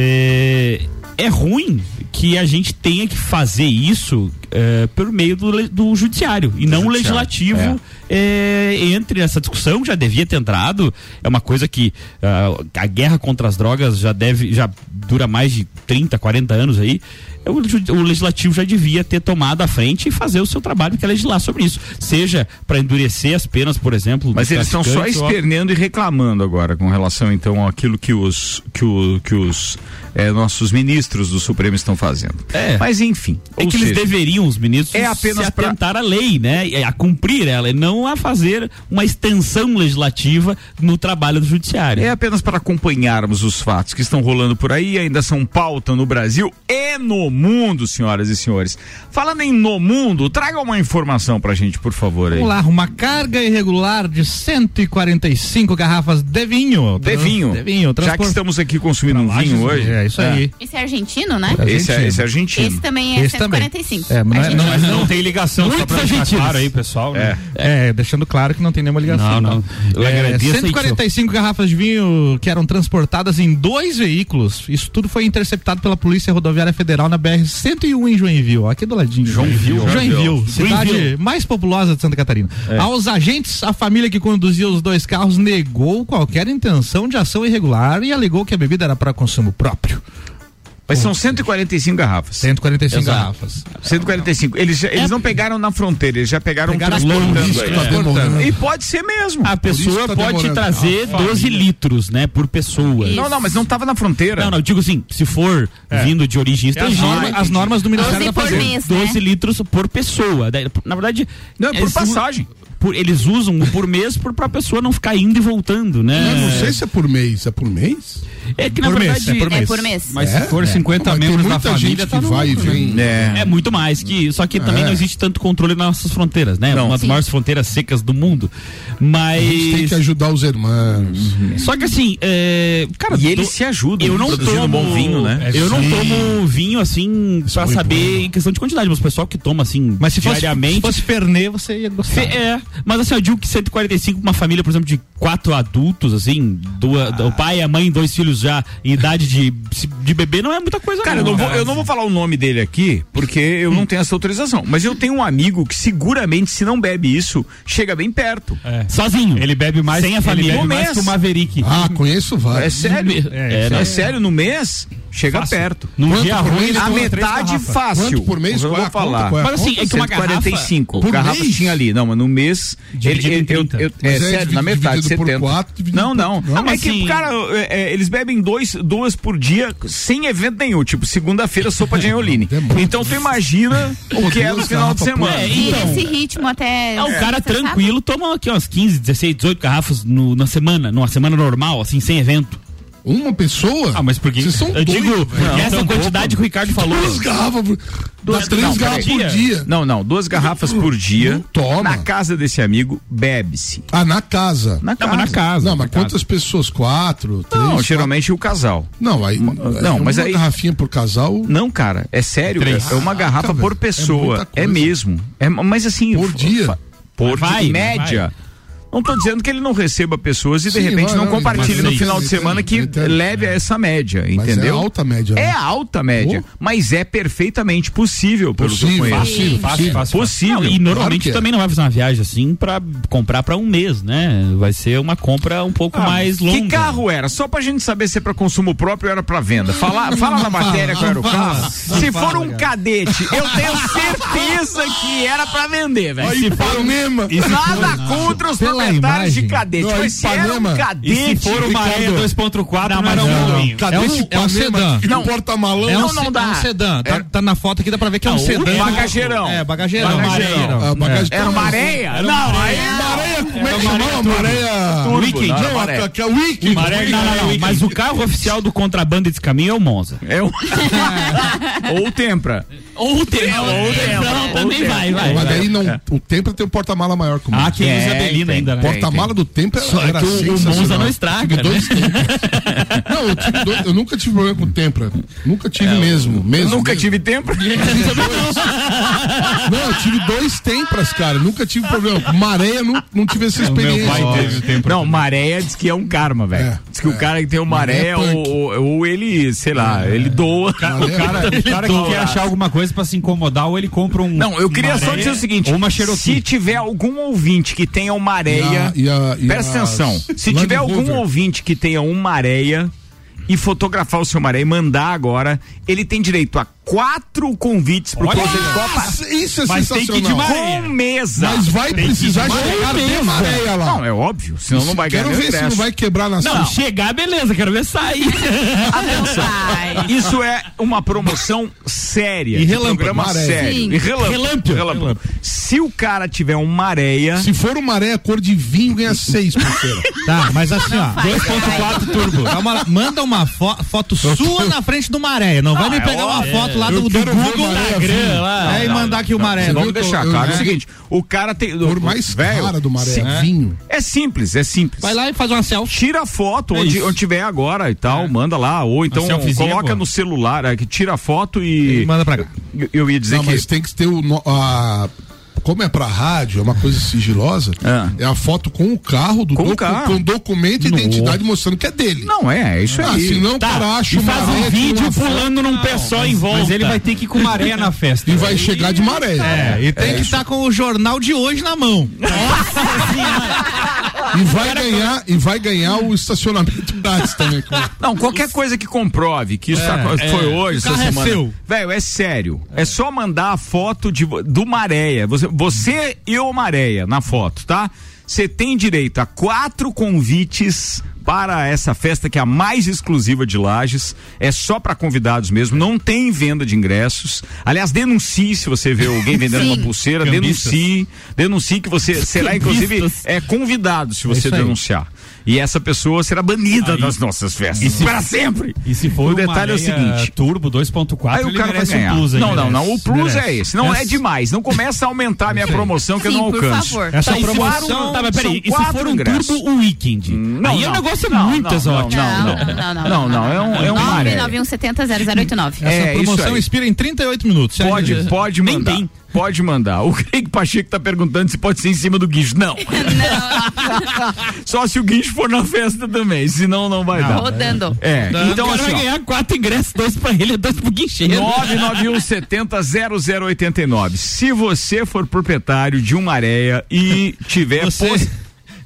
Speaker 7: é, é ruim que a gente tenha que fazer isso é, por meio do, le- do judiciário e não o
Speaker 1: judiciário,
Speaker 7: legislativo
Speaker 1: é.
Speaker 7: é, entre essa discussão, já devia ter entrado. É uma coisa que ah, a guerra contra as drogas já deve, já dura mais de 30, 40 anos aí. É, O, ju- o legislativo já devia ter tomado a frente e fazer o seu trabalho, que é legislar sobre isso. Seja para endurecer as penas, por exemplo.
Speaker 1: Mas
Speaker 7: dos
Speaker 1: eles estão só
Speaker 7: traficantes ou-
Speaker 1: esperneando e reclamando agora com relação então àquilo que os que, o, que os eh, nossos ministros do Supremo estão fazendo.
Speaker 7: É.
Speaker 1: Mas enfim,
Speaker 7: É
Speaker 1: ou
Speaker 7: que eles
Speaker 1: seja,
Speaker 7: deveriam, os ministros,
Speaker 1: É apenas
Speaker 7: se
Speaker 1: pra-
Speaker 7: atentar à lei, né? E A cumprir ela, e não a fazer uma extensão legislativa no trabalho do judiciário.
Speaker 1: é apenas para acompanharmos os fatos que estão rolando por aí, ainda são pauta no Brasil e no mundo, senhoras e senhores. Falando em no mundo, traga uma informação pra gente, por favor aí.
Speaker 3: Vamos lá, uma carga irregular de 145 garrafas de vinho.
Speaker 1: De vinho.
Speaker 3: De vinho,
Speaker 1: Já que
Speaker 3: transpor-
Speaker 1: estamos aqui consumindo um vinho hoje.
Speaker 3: É, isso aí.
Speaker 6: Esse é argentino, né?
Speaker 1: Esse é, esse é argentino.
Speaker 6: Esse também é
Speaker 3: Esse também.
Speaker 6: 145.
Speaker 3: É, mas não
Speaker 6: Argentino.
Speaker 3: é- não é-
Speaker 5: Mas não tem ligação, só
Speaker 7: Muitos
Speaker 5: pra deixar
Speaker 7: argentinos.
Speaker 5: claro aí, pessoal. né?
Speaker 1: É.
Speaker 3: É, deixando claro que não tem nenhuma ligação.
Speaker 7: Não, não. Eu
Speaker 3: É,
Speaker 7: agradeço,
Speaker 3: 145 garrafas de vinho que eram transportadas em dois veículos. Isso tudo foi interceptado pela Polícia Rodoviária Federal na BR-101 em Joinville, ó, aqui do ladinho. Joinville. Joinville, cidade mais populosa de Santa Catarina. Aos agentes, a família que conduzia os dois carros negou qualquer intenção de ação irregular e alegou que a bebida era para consumo próprio.
Speaker 1: Mas são 145 garrafas.
Speaker 3: 145
Speaker 7: Exato.
Speaker 3: garrafas.
Speaker 1: 145. Eles, já- eles não pegaram na fronteira, eles já pegaram,
Speaker 3: Pegaram
Speaker 1: transportando
Speaker 4: longe,
Speaker 1: aí. É.
Speaker 4: tá demorando.
Speaker 1: E pode ser mesmo.
Speaker 7: A
Speaker 4: isso
Speaker 7: pessoa
Speaker 4: tá
Speaker 7: pode
Speaker 4: demorando.
Speaker 7: trazer
Speaker 1: Ah,
Speaker 7: 12 litros, né? Por pessoa.
Speaker 6: Isso.
Speaker 1: Não, não, mas não tava na fronteira.
Speaker 7: Não, não, eu digo assim, se for
Speaker 4: É.
Speaker 7: vindo de origem
Speaker 3: As,
Speaker 7: estrangeira,
Speaker 3: norma- as normas do Ministério
Speaker 6: 12
Speaker 3: da
Speaker 6: por
Speaker 3: Fazenda.
Speaker 6: mês, né?
Speaker 7: 12 litros por pessoa. Daí, Na verdade,
Speaker 1: Não, é por
Speaker 7: eles-
Speaker 1: passagem.
Speaker 7: por- eles usam por mês por, pra pessoa não ficar indo e voltando, né?
Speaker 4: Eu não sei se é por mês. É por mês?
Speaker 7: É que na
Speaker 3: Por mês,
Speaker 7: verdade.
Speaker 3: é por
Speaker 6: É por mês.
Speaker 5: Mas se for
Speaker 4: É?
Speaker 5: 50
Speaker 4: Mas
Speaker 5: membros
Speaker 4: tem
Speaker 5: da
Speaker 4: muita
Speaker 5: família,
Speaker 4: gente
Speaker 5: tá
Speaker 4: que
Speaker 5: no
Speaker 4: vai e
Speaker 5: lucro, né?
Speaker 4: vem.
Speaker 1: É.
Speaker 7: É muito mais que. Só que também
Speaker 4: É.
Speaker 7: não existe tanto controle nas nossas fronteiras, né?
Speaker 1: Não.
Speaker 7: Uma das
Speaker 6: Sim.
Speaker 7: maiores fronteiras secas do mundo.
Speaker 4: A gente tem
Speaker 7: Mas.
Speaker 4: que ajudar os irmãos.
Speaker 7: Só que assim, é, cara,
Speaker 1: E eles
Speaker 7: do-
Speaker 1: se ajudam
Speaker 7: eu não
Speaker 1: produzindo
Speaker 7: tomo,
Speaker 1: bom vinho, né?
Speaker 7: Eu não tomo vinho assim pra
Speaker 4: foi
Speaker 7: saber em questão de quantidade, mas o pessoal que toma assim
Speaker 3: Mas se fosse, se
Speaker 7: diariamente.
Speaker 3: fosse Fernet, você ia
Speaker 7: Fe-
Speaker 3: gostar.
Speaker 7: É, mas assim, eu digo que 145 pra uma família, por exemplo, de quatro adultos, assim, duas,
Speaker 1: Ah.
Speaker 7: o pai, a mãe, dois filhos já, em idade de, de bebê, não é muita coisa
Speaker 1: Cara, eu não, vou, eu não vou falar o nome dele aqui, porque eu não tenho essa autorização. Mas eu tenho um amigo que seguramente, se não bebe isso, chega bem perto.
Speaker 5: É.
Speaker 7: Sozinho.
Speaker 5: Ele bebe mais,
Speaker 7: Sem a
Speaker 5: ele
Speaker 7: família.
Speaker 5: bebe
Speaker 1: No
Speaker 5: mais
Speaker 1: mês.
Speaker 5: que o Maverick.
Speaker 4: Ah, conheço
Speaker 1: É
Speaker 4: vários.
Speaker 1: sério.
Speaker 5: É,
Speaker 1: É,
Speaker 5: isso aí.
Speaker 1: sério, no mês, chega perto.
Speaker 5: Num
Speaker 4: Quanto
Speaker 5: dia
Speaker 4: por
Speaker 5: ruim,
Speaker 4: mês?
Speaker 5: ele
Speaker 1: A
Speaker 4: toma
Speaker 5: toma três
Speaker 1: metade
Speaker 5: garrafas.
Speaker 1: fácil.
Speaker 4: Quanto por mês?
Speaker 1: Eu
Speaker 4: Qual
Speaker 1: vou
Speaker 4: é a conta?
Speaker 1: falar.
Speaker 4: Qual é a
Speaker 7: Mas assim,
Speaker 4: conta?
Speaker 7: é que uma garrafa.
Speaker 1: 145.
Speaker 4: Por
Speaker 1: garrafa
Speaker 4: mês?
Speaker 1: tinha ali. Não, mas no mês. Ele,
Speaker 5: Dividido em
Speaker 1: ele- eu-
Speaker 5: 30.
Speaker 1: eu- é,
Speaker 4: Mas é
Speaker 1: sério,
Speaker 4: dividido-
Speaker 1: na metade,
Speaker 4: dividido por
Speaker 1: 70.
Speaker 4: quatro, dividido
Speaker 1: não,
Speaker 4: por-
Speaker 1: não.
Speaker 4: Não,
Speaker 1: Ah, mas
Speaker 7: mas
Speaker 1: é que,
Speaker 7: assim-
Speaker 1: cara, é, é, eles bebem dois, duas por dia, sem evento nenhum. Tipo, segunda-feira, sopa de anholine.
Speaker 4: Demora.
Speaker 1: Então, tu imagina o que é no
Speaker 4: Duas
Speaker 1: final de
Speaker 4: garrafas por
Speaker 1: semana.
Speaker 7: É,
Speaker 6: E
Speaker 7: então.
Speaker 6: esse ritmo até.
Speaker 7: É, o
Speaker 6: processado.
Speaker 7: cara tranquilo toma aqui umas 15, 16, 18 garrafas no- na semana, numa semana normal, assim, sem evento.
Speaker 4: Uma pessoa?
Speaker 5: Ah, mas por quê?
Speaker 4: Vocês são
Speaker 7: Eu
Speaker 4: doidos,
Speaker 7: digo,
Speaker 4: velho.
Speaker 7: porque essa
Speaker 5: Não,
Speaker 7: quantidade que o Ricardo falou.
Speaker 4: Tipo, Duas garrafas por... Dá três
Speaker 1: não,
Speaker 4: garrafas por
Speaker 7: peraí.
Speaker 4: dia.
Speaker 1: Não, não. Duas garrafas por dia.
Speaker 4: Não toma.
Speaker 1: Na casa desse amigo, bebe-se.
Speaker 4: Ah, na casa.
Speaker 1: Na
Speaker 7: Não,
Speaker 1: casa.
Speaker 7: mas na casa.
Speaker 4: Não, mas
Speaker 7: na casa.
Speaker 4: quantas pessoas? Quatro, três?
Speaker 1: Não,
Speaker 4: quatro?
Speaker 1: geralmente o casal.
Speaker 4: Não, aí,
Speaker 1: não,
Speaker 4: aí
Speaker 1: mas
Speaker 4: uma
Speaker 1: aí-
Speaker 4: garrafinha por casal...
Speaker 1: Não, cara, é sério. É, é uma garrafa
Speaker 4: velho,
Speaker 1: por
Speaker 4: é
Speaker 1: pessoa.
Speaker 4: muita
Speaker 1: É,
Speaker 4: coisa.
Speaker 1: mesmo. É, mas assim.
Speaker 4: Por
Speaker 1: fa-
Speaker 4: dia?
Speaker 1: fa- Por
Speaker 7: Vai,
Speaker 1: dia, média.
Speaker 7: vai.
Speaker 1: Não tô dizendo que ele não receba pessoas e de
Speaker 4: Sim,
Speaker 1: repente
Speaker 4: vai,
Speaker 1: não
Speaker 4: não,
Speaker 1: compartilhe
Speaker 4: mas
Speaker 1: no
Speaker 4: sim,
Speaker 1: final de
Speaker 4: entendo,
Speaker 1: semana que
Speaker 4: entendo.
Speaker 1: leve a essa média,
Speaker 4: É. Mas
Speaker 1: entendeu?
Speaker 4: é alta média. né?
Speaker 1: É alta média, mas é perfeitamente possível, pelo que eu
Speaker 4: Possível,
Speaker 1: conheço.
Speaker 5: Fácil,
Speaker 4: possível, possível.
Speaker 5: fácil. fácil.
Speaker 7: Não,
Speaker 1: Possível.
Speaker 7: e normalmente
Speaker 4: que é.
Speaker 7: também não vai fazer uma viagem assim pra comprar pra um mês, né? Vai ser uma compra um pouco mais longa.
Speaker 1: Ah, Que carro era? Só pra gente saber se é pra consumo próprio ou era pra venda. Fala, fala na matéria qual era o carro. Se for um cadete, eu tenho certeza que era pra vender, velho. um-
Speaker 4: Aí, Ipanema.
Speaker 1: Nada contra os
Speaker 3: Pela
Speaker 1: proprietários de
Speaker 3: imagem.
Speaker 1: cadete.
Speaker 4: Não,
Speaker 1: Mas se era um
Speaker 4: Ipanema.
Speaker 1: cadete.
Speaker 7: E se for uma Aia 2.4, não,
Speaker 5: mas
Speaker 7: era
Speaker 5: não,
Speaker 7: um
Speaker 5: não.
Speaker 7: vinho.
Speaker 4: Cadê
Speaker 3: É um-
Speaker 4: esse
Speaker 3: é um
Speaker 4: Ipanema
Speaker 3: sedã.
Speaker 4: que
Speaker 1: Não.
Speaker 4: Porta malão.
Speaker 3: É um,
Speaker 1: Não,
Speaker 3: se-
Speaker 1: não dá.
Speaker 3: é um sedã. Tá,
Speaker 1: Era-
Speaker 3: tá na foto aqui, dá pra ver que é um
Speaker 7: Ah, o
Speaker 3: sedã.
Speaker 1: bagageirão.
Speaker 3: É, bagageirão.
Speaker 7: Bagageirão.
Speaker 4: Ah, bagagem
Speaker 1: Era uma areia? é.
Speaker 3: um
Speaker 1: não, aí.
Speaker 4: Maréia, como é que chamava? Maréia.
Speaker 7: Weekend.
Speaker 1: é Não,
Speaker 4: Não,
Speaker 1: Maréia.
Speaker 4: a- que é Wiki.
Speaker 7: Maré- não, não, não, mas o carro oficial do contrabando desse caminho é o Monza.
Speaker 1: É um... Ou tempra.
Speaker 7: Ou o Terrão,
Speaker 1: ou o Terrão.
Speaker 7: Não, também vai, vai.
Speaker 4: Mas daí não. O Tempra tem um porta-mala maior que o
Speaker 7: Ah,
Speaker 4: meu.
Speaker 7: que é,
Speaker 1: É,
Speaker 7: Isabelina
Speaker 1: tem,
Speaker 7: ainda, né?
Speaker 1: tem.
Speaker 4: Porta-mala do Tempra
Speaker 7: Só
Speaker 4: era
Speaker 7: que o- o
Speaker 4: sensacional.
Speaker 7: Monza não estraga,
Speaker 4: Tive
Speaker 7: né?
Speaker 4: dois Tempras. Não, eu, tive dois- eu nunca tive problema com o Tempra. Nunca tive
Speaker 1: É,
Speaker 4: mesmo,
Speaker 1: Eu
Speaker 4: mesmo.
Speaker 1: nunca
Speaker 4: mesmo.
Speaker 1: tive tempra.
Speaker 4: Não, eu tive dois Tempras, cara. Nunca tive problema. Com Maréia, não, não tive essa experiência.
Speaker 5: tempo.
Speaker 1: Não, maréia diz que é um karma, velho.
Speaker 4: É,
Speaker 1: diz que o cara que tem o maré,
Speaker 4: Maré é
Speaker 1: ou,
Speaker 4: punk.
Speaker 1: ou- ou ele, sei lá, ele doa.
Speaker 4: Maréia-
Speaker 5: O cara que quer achar alguma coisa vezes pra se incomodar ou ele compra um.
Speaker 1: Não, eu queria
Speaker 5: uma
Speaker 1: só
Speaker 5: areia
Speaker 1: dizer o seguinte:
Speaker 5: Ou uma
Speaker 1: se
Speaker 5: Cherokee.
Speaker 1: tiver algum ouvinte que tenha uma areia.
Speaker 4: E a- e a- e
Speaker 1: presta
Speaker 4: as
Speaker 1: atenção. Se
Speaker 4: Land
Speaker 1: tiver algum
Speaker 4: Rover.
Speaker 1: ouvinte que tenha uma areia e fotografar o seu maré e mandar agora, ele tem direito a quatro convites pro
Speaker 5: Olha!
Speaker 1: Close de Copa
Speaker 4: Nossa, Isso é
Speaker 5: Mas tem que ir de
Speaker 4: sensacional.
Speaker 5: maré.
Speaker 1: com mesa.
Speaker 4: Mas vai precisar chegar de maréia lá.
Speaker 1: Não, é óbvio, senão não vai ganhar
Speaker 4: Quero
Speaker 1: o
Speaker 4: ver se não
Speaker 1: ingresso.
Speaker 4: vai quebrar na
Speaker 7: Não, chegar, beleza, quero ver sair.
Speaker 6: Ah,
Speaker 1: Atenção.
Speaker 6: Vai.
Speaker 1: Isso é uma promoção séria.
Speaker 3: E
Speaker 1: de
Speaker 3: relâmpago,
Speaker 1: programa
Speaker 4: maré.
Speaker 1: sério.
Speaker 6: Sim.
Speaker 1: E relâmpago,
Speaker 5: Relâmpago.
Speaker 1: relâmpago. Se o cara tiver um uma areia.
Speaker 4: Se
Speaker 3: um
Speaker 4: for uma areia cor de vinho, ganha seis, parceiro.
Speaker 3: Tá, mas assim, ó.
Speaker 6: faz,
Speaker 3: 2.4 turbo. Calma lá, manda uma fo- foto sua na frente do maré. Não vai me
Speaker 1: é
Speaker 3: pegar uma
Speaker 1: óbvio.
Speaker 3: foto lá
Speaker 4: Eu
Speaker 3: do, do
Speaker 4: quero ver
Speaker 3: Google
Speaker 4: o Maré
Speaker 3: Instagram
Speaker 1: assim.
Speaker 4: vindo.
Speaker 3: lá, é, e mandar aqui o maré.
Speaker 1: Vamos
Speaker 4: viu,
Speaker 1: deixar
Speaker 4: tô-
Speaker 1: claro É
Speaker 4: eu-
Speaker 1: o seguinte: o cara tem.
Speaker 4: Por mais
Speaker 1: velho,
Speaker 4: cara do maré.
Speaker 1: se-
Speaker 4: é Vinho.
Speaker 1: É simples, é simples.
Speaker 3: né? Vai lá e faz uma selfie. É.
Speaker 1: Tira a foto
Speaker 5: É
Speaker 1: onde,
Speaker 5: isso.
Speaker 1: onde tiver agora e tal, manda lá. Ou então
Speaker 5: selfiezinha,
Speaker 1: coloca
Speaker 5: pô.
Speaker 1: no celular, é, que tira a foto e.
Speaker 3: E manda pra cá.
Speaker 1: Eu, eu ia dizer
Speaker 4: Não,
Speaker 1: que.
Speaker 4: mas tem que ter o. no- a- Como é pra rádio, é uma coisa sigilosa,
Speaker 1: Ah.
Speaker 4: é a foto com o carro, do
Speaker 1: Com o
Speaker 4: docu-
Speaker 1: carro.
Speaker 4: com documento e identidade mostrando que é dele.
Speaker 1: Não, é, é isso
Speaker 4: Ah,
Speaker 1: aí.
Speaker 4: senão o cara
Speaker 7: Tá,
Speaker 4: acha
Speaker 7: e
Speaker 4: uma
Speaker 7: faz um
Speaker 4: areia, tira
Speaker 7: vídeo
Speaker 4: uma foto
Speaker 7: pulando num pé só em volta.
Speaker 5: Mas ele vai ter que ir com uma areia na festa.
Speaker 4: E vai chegar de maré.
Speaker 3: É, e tem que estar com o jornal de hoje na mão.
Speaker 4: E vai ganhar, e vai ganhar o estacionamento grátis também. cara.
Speaker 1: Não, qualquer coisa que comprove que
Speaker 7: É,
Speaker 1: isso tá- foi hoje, essa
Speaker 3: carro é
Speaker 1: semana.
Speaker 3: seu.
Speaker 1: Velho, é sério. É. só mandar a foto de, vo- do Maréia. Você, você e o Maréia na foto, tá? Você tem direito a quatro convites para essa festa que é a mais exclusiva de Lages. É só para convidados mesmo. Não tem venda de ingressos. Aliás, denuncie se você vê alguém vendendo
Speaker 6: Sim.
Speaker 1: uma pulseira.
Speaker 5: Cambistas.
Speaker 1: Denuncie. Denuncie que você será, inclusive,
Speaker 7: Cambistas.
Speaker 1: é convidado se você
Speaker 3: isso aí.
Speaker 1: denunciar. E essa pessoa será banida das nossas festas.
Speaker 5: E se-
Speaker 1: para sempre!
Speaker 5: E se for
Speaker 1: o detalhe é o
Speaker 5: uma areia
Speaker 1: seguinte.
Speaker 5: Turbo 2.4,
Speaker 1: Aí o
Speaker 5: ele
Speaker 1: cara vai
Speaker 5: merece um
Speaker 1: ganhar.
Speaker 5: plus aí,
Speaker 1: não,
Speaker 7: né?
Speaker 1: não,
Speaker 5: merece.
Speaker 1: não. O plus
Speaker 5: Merece.
Speaker 1: é esse. Não é
Speaker 5: Essa-
Speaker 1: demais. Não começa a aumentar a minha promoção que eu
Speaker 6: Sim,
Speaker 1: não
Speaker 6: por
Speaker 1: alcanço.
Speaker 6: favor.
Speaker 3: Essa
Speaker 1: Tá, e se
Speaker 3: promoção.
Speaker 1: for um-
Speaker 7: Tá, mas
Speaker 1: são
Speaker 7: peraí, e se
Speaker 1: quatro
Speaker 7: for um
Speaker 1: ingressos. Hum,
Speaker 7: turbo um weekend?
Speaker 1: Não,
Speaker 7: aí
Speaker 1: não.
Speaker 7: o negócio é
Speaker 1: Não,
Speaker 7: muitas
Speaker 1: não,
Speaker 7: horas.
Speaker 1: Não, não. Não, não, é um- é um maré.
Speaker 6: 991700089.
Speaker 1: É,
Speaker 3: Essa
Speaker 1: isso
Speaker 3: promoção
Speaker 1: aí.
Speaker 3: expira em 38 minutos.
Speaker 1: Pode,
Speaker 3: Aí,
Speaker 1: pode
Speaker 3: nem
Speaker 1: mandar.
Speaker 3: tem.
Speaker 1: Pode mandar. O Greg Pacheco tá perguntando se pode ser em cima do guincho. Não. Só se o guincho for na festa também. Senão não vai dar.
Speaker 6: Rodando.
Speaker 1: É,
Speaker 7: Então, o
Speaker 1: então
Speaker 7: cara
Speaker 1: assim,
Speaker 7: vai
Speaker 1: ó,
Speaker 7: ganhar quatro ingressos, dois pra ele e dois pro guincheiro.
Speaker 1: 991700089. Se você for proprietário de uma areia e tiver
Speaker 3: Você,
Speaker 1: possi-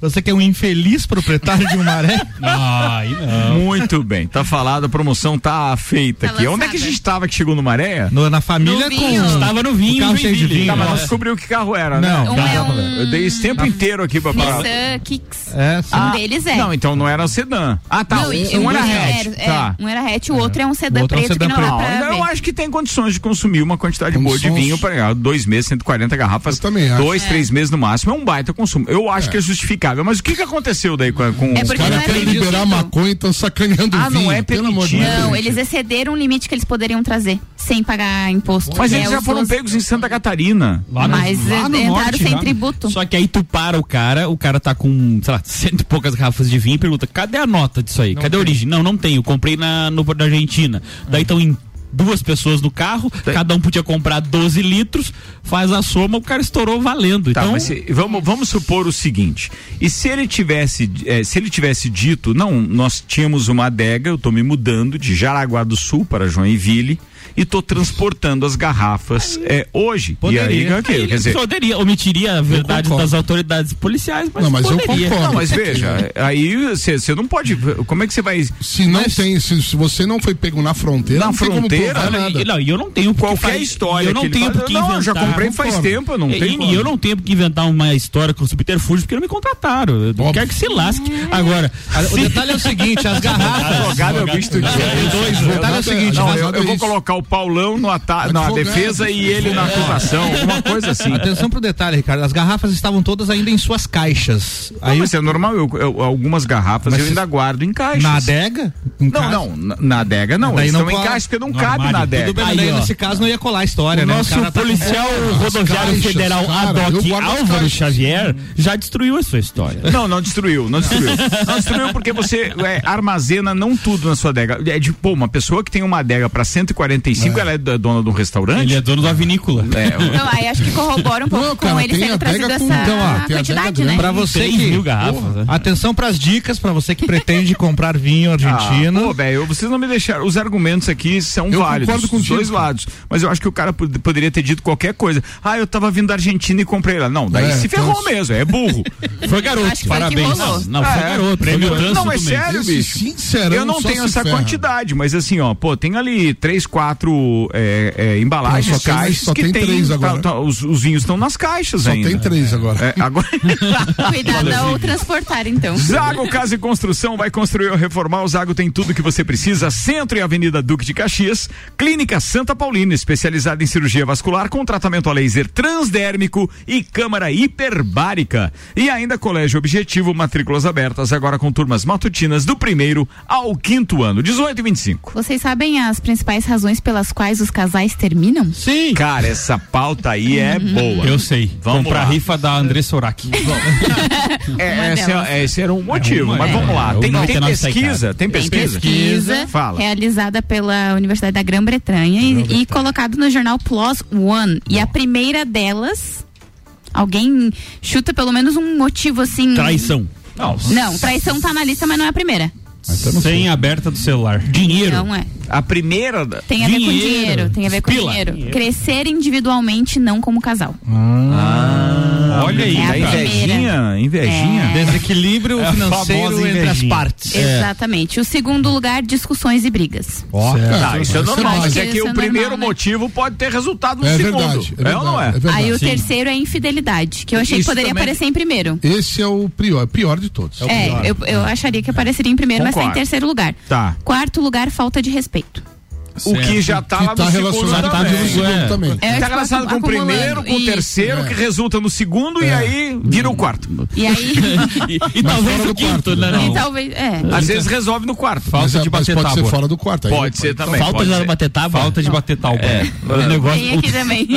Speaker 3: você que é um infeliz proprietário de um maré,
Speaker 5: Ai, não.
Speaker 1: Muito bem, tá falado, a promoção tá feita
Speaker 6: Tá
Speaker 1: aqui. Onde é
Speaker 6: lançada.
Speaker 1: que a gente tava que chegou no Maré?
Speaker 3: no- na família
Speaker 6: No
Speaker 3: com.
Speaker 6: vinho.
Speaker 7: Estava no vinho,
Speaker 3: O carro
Speaker 7: em
Speaker 3: cheio de
Speaker 7: Joinville.
Speaker 3: vinho.
Speaker 1: Tá, mas
Speaker 3: é.
Speaker 1: nós descobrimos que carro era, né?
Speaker 3: Não.
Speaker 6: Um é um
Speaker 1: Eu dei esse tempo inteiro aqui pra falar.
Speaker 6: Nissan Kicks.
Speaker 3: É, sim.
Speaker 6: Um deles é.
Speaker 1: Não, então não era sedã. Ah, tá.
Speaker 6: Não,
Speaker 1: um,
Speaker 6: e-
Speaker 1: um era
Speaker 6: é,
Speaker 1: hatch.
Speaker 6: é,
Speaker 1: tá.
Speaker 6: Um era hatch, o outro é um sedã
Speaker 3: O outro é um
Speaker 6: preto
Speaker 3: sedã
Speaker 6: que não dá
Speaker 1: Não,
Speaker 6: pra
Speaker 1: eu
Speaker 6: ver.
Speaker 1: acho que tem condições de consumir uma quantidade
Speaker 3: Um
Speaker 1: boa de
Speaker 4: Condições.
Speaker 1: vinho para dois meses, 140 garrafas.
Speaker 4: Eu também acho.
Speaker 1: Dois, três meses no máximo. É um baita consumo. Eu acho que é justificável. Mas o que, que aconteceu daí com, com
Speaker 6: É
Speaker 1: os
Speaker 6: porque
Speaker 4: Os
Speaker 1: caras?
Speaker 6: não
Speaker 4: caras
Speaker 6: é
Speaker 4: querem
Speaker 6: permitido.
Speaker 4: liberar maconha, então sacaneando
Speaker 1: Ah,
Speaker 4: o vinho.
Speaker 1: não é
Speaker 4: pelo amor de
Speaker 1: permitido.
Speaker 4: Deus.
Speaker 6: Não,
Speaker 4: gente.
Speaker 6: eles excederam o limite que eles poderiam trazer, sem pagar imposto.
Speaker 1: Mas
Speaker 6: É,
Speaker 1: eles já
Speaker 6: os
Speaker 1: foram
Speaker 6: doze.
Speaker 1: pegos em Santa Catarina.
Speaker 5: Lá no-
Speaker 6: Mas
Speaker 5: lá no
Speaker 6: entraram
Speaker 5: norte,
Speaker 6: sem
Speaker 5: lá no-
Speaker 6: tributo.
Speaker 7: Só que aí tu para o cara, o cara tá com, sei lá, cento e poucas garrafas de vinho e pergunta: cadê a nota disso aí? cadê a origem? Não, não tenho. Comprei na, no, na Argentina.
Speaker 1: Ah.
Speaker 7: Daí estão em duas pessoas no carro, cada um podia comprar 12 litros, faz a soma, o cara estourou valendo.
Speaker 1: Tá,
Speaker 7: então,
Speaker 1: mas se- vamos, vamos supor o seguinte. E se ele tivesse, eh, se ele tivesse dito, não, nós tínhamos uma adega, eu tô me mudando de Jaraguá do Sul para Joinville e tô transportando as garrafas eh, hoje. E aí,
Speaker 3: Poderia.
Speaker 1: ok, quer dizer,
Speaker 7: poderia, omitiria a verdade
Speaker 4: concordo.
Speaker 7: das autoridades policiais, mas,
Speaker 4: Não, mas eu
Speaker 7: poderia.
Speaker 4: concordo.
Speaker 1: não, mas veja, aí você você não pode, como é que você vai
Speaker 4: Se não tem, se, se você não foi pego na fronteira,
Speaker 1: Na
Speaker 4: não tem
Speaker 1: fronteira,
Speaker 4: como provar
Speaker 7: Olha,
Speaker 4: nada.
Speaker 7: e- Não, e eu não tenho por que
Speaker 1: qualquer
Speaker 7: fa-
Speaker 1: história
Speaker 7: Eu não
Speaker 1: que ele
Speaker 7: tenho
Speaker 1: fala,
Speaker 7: por que
Speaker 1: não,
Speaker 7: inventar. É,
Speaker 1: eu já comprei faz
Speaker 4: concordo.
Speaker 1: tempo, não
Speaker 7: E-
Speaker 1: tem
Speaker 7: e, eu não tenho que inventar uma história com subterfúgio porque não me contrataram. Eu
Speaker 4: Óbvio.
Speaker 7: quero que se lasque. Agora,
Speaker 3: O detalhe é o seguinte: as garrafas.
Speaker 1: Advogado é o bicho do dia.
Speaker 3: O detalhe é o seguinte:
Speaker 1: Não,
Speaker 4: mas
Speaker 1: eu,
Speaker 4: nada
Speaker 1: eu vou
Speaker 4: isso.
Speaker 1: colocar o Paulão no ata na
Speaker 4: Advogado.
Speaker 1: defesa e ele na acusação, alguma coisa assim.
Speaker 3: Atenção pro detalhe, Ricardo. As garrafas estavam todas ainda em suas caixas.
Speaker 1: Não,
Speaker 3: Aí
Speaker 1: mas é normal, eu, eu- algumas garrafas
Speaker 3: Mas
Speaker 1: eu
Speaker 3: se-
Speaker 1: ainda guardo em caixas.
Speaker 3: na adega? em
Speaker 1: Não,
Speaker 3: casa-
Speaker 1: não, na, na adega não.
Speaker 3: Daí
Speaker 1: Eles
Speaker 3: não
Speaker 1: estão em
Speaker 3: cola.
Speaker 1: caixa porque não
Speaker 5: No
Speaker 1: cabe na
Speaker 5: armário.
Speaker 1: adega.
Speaker 3: Tudo bem,
Speaker 7: Aí,
Speaker 3: daí,
Speaker 7: ó.
Speaker 3: nesse caso não ia colar a história, né? O
Speaker 7: nosso
Speaker 3: cara tá com-
Speaker 7: policial rodoviário
Speaker 3: é
Speaker 4: caixas,
Speaker 7: federal
Speaker 4: cara,
Speaker 7: Adoc
Speaker 4: eu guardo as
Speaker 7: Álvaro
Speaker 4: caixas.
Speaker 7: Xavier já destruiu a sua história.
Speaker 1: Não, não destruiu, não destruiu. não destruiu porque você é, armazena não tudo na sua adega. É de, pô, uma pessoa que tem uma adega para 145 45, ela é da- dona de um restaurante? É,
Speaker 5: Ele é dono da vinícola.
Speaker 6: Então, aí acho que corrobora um pouco
Speaker 4: Não,
Speaker 6: com
Speaker 4: cara,
Speaker 6: ele
Speaker 4: tem
Speaker 6: sendo
Speaker 4: a
Speaker 6: trazido
Speaker 4: adega
Speaker 6: essa
Speaker 4: com- então, ó, tem a
Speaker 6: quantidade,
Speaker 4: adega,
Speaker 6: né?
Speaker 4: né?
Speaker 3: Pra você
Speaker 5: Três
Speaker 3: que.
Speaker 5: mil garrafas. né?
Speaker 3: Atenção pras dicas, pra você que pretende comprar vinho
Speaker 1: Ah,
Speaker 3: argentino.
Speaker 1: pô, velho, vocês não me deixaram. Os argumentos aqui são
Speaker 4: Eu
Speaker 1: válidos.
Speaker 4: concordo
Speaker 1: dos
Speaker 4: contigo,
Speaker 1: dois
Speaker 4: cara.
Speaker 1: lados. Mas eu acho que o cara pod- poderia ter dito qualquer coisa. Ah, eu tava vindo da Argentina e comprei lá. Não, daí
Speaker 4: É,
Speaker 1: se ferrou
Speaker 4: então-
Speaker 1: mesmo. É burro.
Speaker 5: Foi garoto,
Speaker 6: Acho que foi que
Speaker 5: parabéns.
Speaker 6: rolou.
Speaker 5: Não, não, foi
Speaker 1: É,
Speaker 5: garoto.
Speaker 7: prêmio
Speaker 5: foi garoto.
Speaker 7: Dança
Speaker 1: não, é
Speaker 7: do mês.
Speaker 1: sério,
Speaker 4: Esse
Speaker 1: bicho.
Speaker 4: sincerão
Speaker 1: Eu não
Speaker 4: só
Speaker 1: tenho
Speaker 4: se
Speaker 1: essa
Speaker 4: ferra.
Speaker 1: quantidade, mas assim, ó, pô, tem ali três, quatro é, é,
Speaker 4: Não,
Speaker 1: embalagens,
Speaker 4: só tem-
Speaker 1: caixas.
Speaker 4: só
Speaker 1: que
Speaker 4: tem três agora.
Speaker 1: tá- tá- os, os vinhos estão nas caixas
Speaker 4: Só
Speaker 1: ainda.
Speaker 4: tem três agora.
Speaker 1: É, agora.
Speaker 6: Cuidado ao transportar, então.
Speaker 1: Zago Casa e Construção vai construir ou reformar. O Zago tem tudo que você precisa. Centro e Avenida Duque de Caxias. Clínica Santa Paulina, especializada em cirurgia vascular com tratamento a laser transdérmico e câmara hiperbárica. E ainda Colégio Objetivo, matrículas abertas, agora com turmas matutinas do primeiro ao quinto ano, 18 e 25.
Speaker 6: Vocês sabem as principais razões pelas quais os casais terminam?
Speaker 5: Sim.
Speaker 1: Cara, essa pauta aí é
Speaker 6: Uhum.
Speaker 1: boa.
Speaker 5: Eu sei.
Speaker 1: Vamos
Speaker 5: Vamos pra
Speaker 1: lá.
Speaker 5: rifa da André Sorak.
Speaker 1: É, essa-
Speaker 6: delas.
Speaker 1: esse era um motivo,
Speaker 5: uma,
Speaker 1: mas
Speaker 5: é,
Speaker 1: vamos lá.
Speaker 5: é,
Speaker 1: Tem,
Speaker 5: uma
Speaker 1: tem
Speaker 5: que não sai
Speaker 1: pesquisa?
Speaker 5: caro.
Speaker 1: Tem pesquisa?
Speaker 6: pesquisa É
Speaker 1: Fala.
Speaker 6: realizada pela Universidade da Grã-Bretanha e, e colocado no jornal PLOS ONE. E a primeira delas, alguém chuta pelo menos um motivo assim.
Speaker 5: Traição.
Speaker 1: Não,
Speaker 6: Não, traição tá na lista, mas não é a primeira.
Speaker 5: Sem aberta do celular. Dinheiro.
Speaker 6: Não é.
Speaker 1: a primeira. da-
Speaker 6: Tem a ver com
Speaker 5: Dinheiro.
Speaker 6: dinheiro. Tem a ver com
Speaker 5: Pila.
Speaker 6: dinheiro. Crescer individualmente, não como casal.
Speaker 4: Hum.
Speaker 5: Olha aí,
Speaker 6: É
Speaker 1: Da
Speaker 6: a
Speaker 5: cara.
Speaker 6: primeira.
Speaker 1: invejinha, invejinha.
Speaker 3: Desequilíbrio
Speaker 5: É a
Speaker 3: financeiro
Speaker 5: famosa
Speaker 3: entre as
Speaker 5: invejinha.
Speaker 4: É.
Speaker 3: partes.
Speaker 1: É.
Speaker 6: Exatamente. O segundo lugar, discussões e brigas.
Speaker 4: Certo.
Speaker 1: Tá, isso é normal,
Speaker 6: acho
Speaker 1: mas
Speaker 6: que
Speaker 1: é que
Speaker 6: isso
Speaker 1: o
Speaker 6: é
Speaker 1: primeiro
Speaker 6: normal, né?
Speaker 1: motivo pode ter resultado no
Speaker 4: É
Speaker 1: segundo.
Speaker 4: verdade.
Speaker 1: é ou não é?
Speaker 4: verdade,
Speaker 6: Aí o
Speaker 4: sim.
Speaker 6: terceiro é infidelidade, que eu achei
Speaker 1: Isso
Speaker 6: que poderia
Speaker 1: também.
Speaker 6: aparecer em primeiro.
Speaker 4: Esse é o pior, pior de todos.
Speaker 6: É, eu, eu acharia que apareceria em primeiro, mas tá em
Speaker 1: Concordo.
Speaker 6: terceiro lugar.
Speaker 1: Tá.
Speaker 6: Quarto lugar, falta de respeito.
Speaker 1: O que já tá lá
Speaker 4: que
Speaker 1: no
Speaker 4: tá
Speaker 1: segundo
Speaker 4: relacionado com
Speaker 1: também.
Speaker 4: o segundo
Speaker 5: É.
Speaker 4: também.
Speaker 6: É,
Speaker 1: Tá
Speaker 6: tipo,
Speaker 1: relacionado com o
Speaker 6: acumulando.
Speaker 1: primeiro, com o
Speaker 6: Isso.
Speaker 1: terceiro,
Speaker 4: É.
Speaker 1: que resulta no segundo e aí vira o quarto.
Speaker 6: E aí,
Speaker 5: E, e talvez
Speaker 4: fora
Speaker 5: o
Speaker 4: do
Speaker 5: quinto,
Speaker 4: quarto,
Speaker 5: né?
Speaker 4: né?
Speaker 5: não?
Speaker 6: e talvez, é.
Speaker 1: Às vezes resolve no quarto.
Speaker 4: Mas,
Speaker 5: Falta
Speaker 4: é,
Speaker 5: de
Speaker 4: mas
Speaker 5: bater
Speaker 4: pode ser
Speaker 5: tábua.
Speaker 4: fora do quarto. aí
Speaker 1: Pode ser também.
Speaker 7: Falta
Speaker 1: pode
Speaker 7: de
Speaker 1: ser.
Speaker 7: bater tábua.
Speaker 5: Falta de bater tal.
Speaker 7: O negócio.
Speaker 6: Tem aqui também.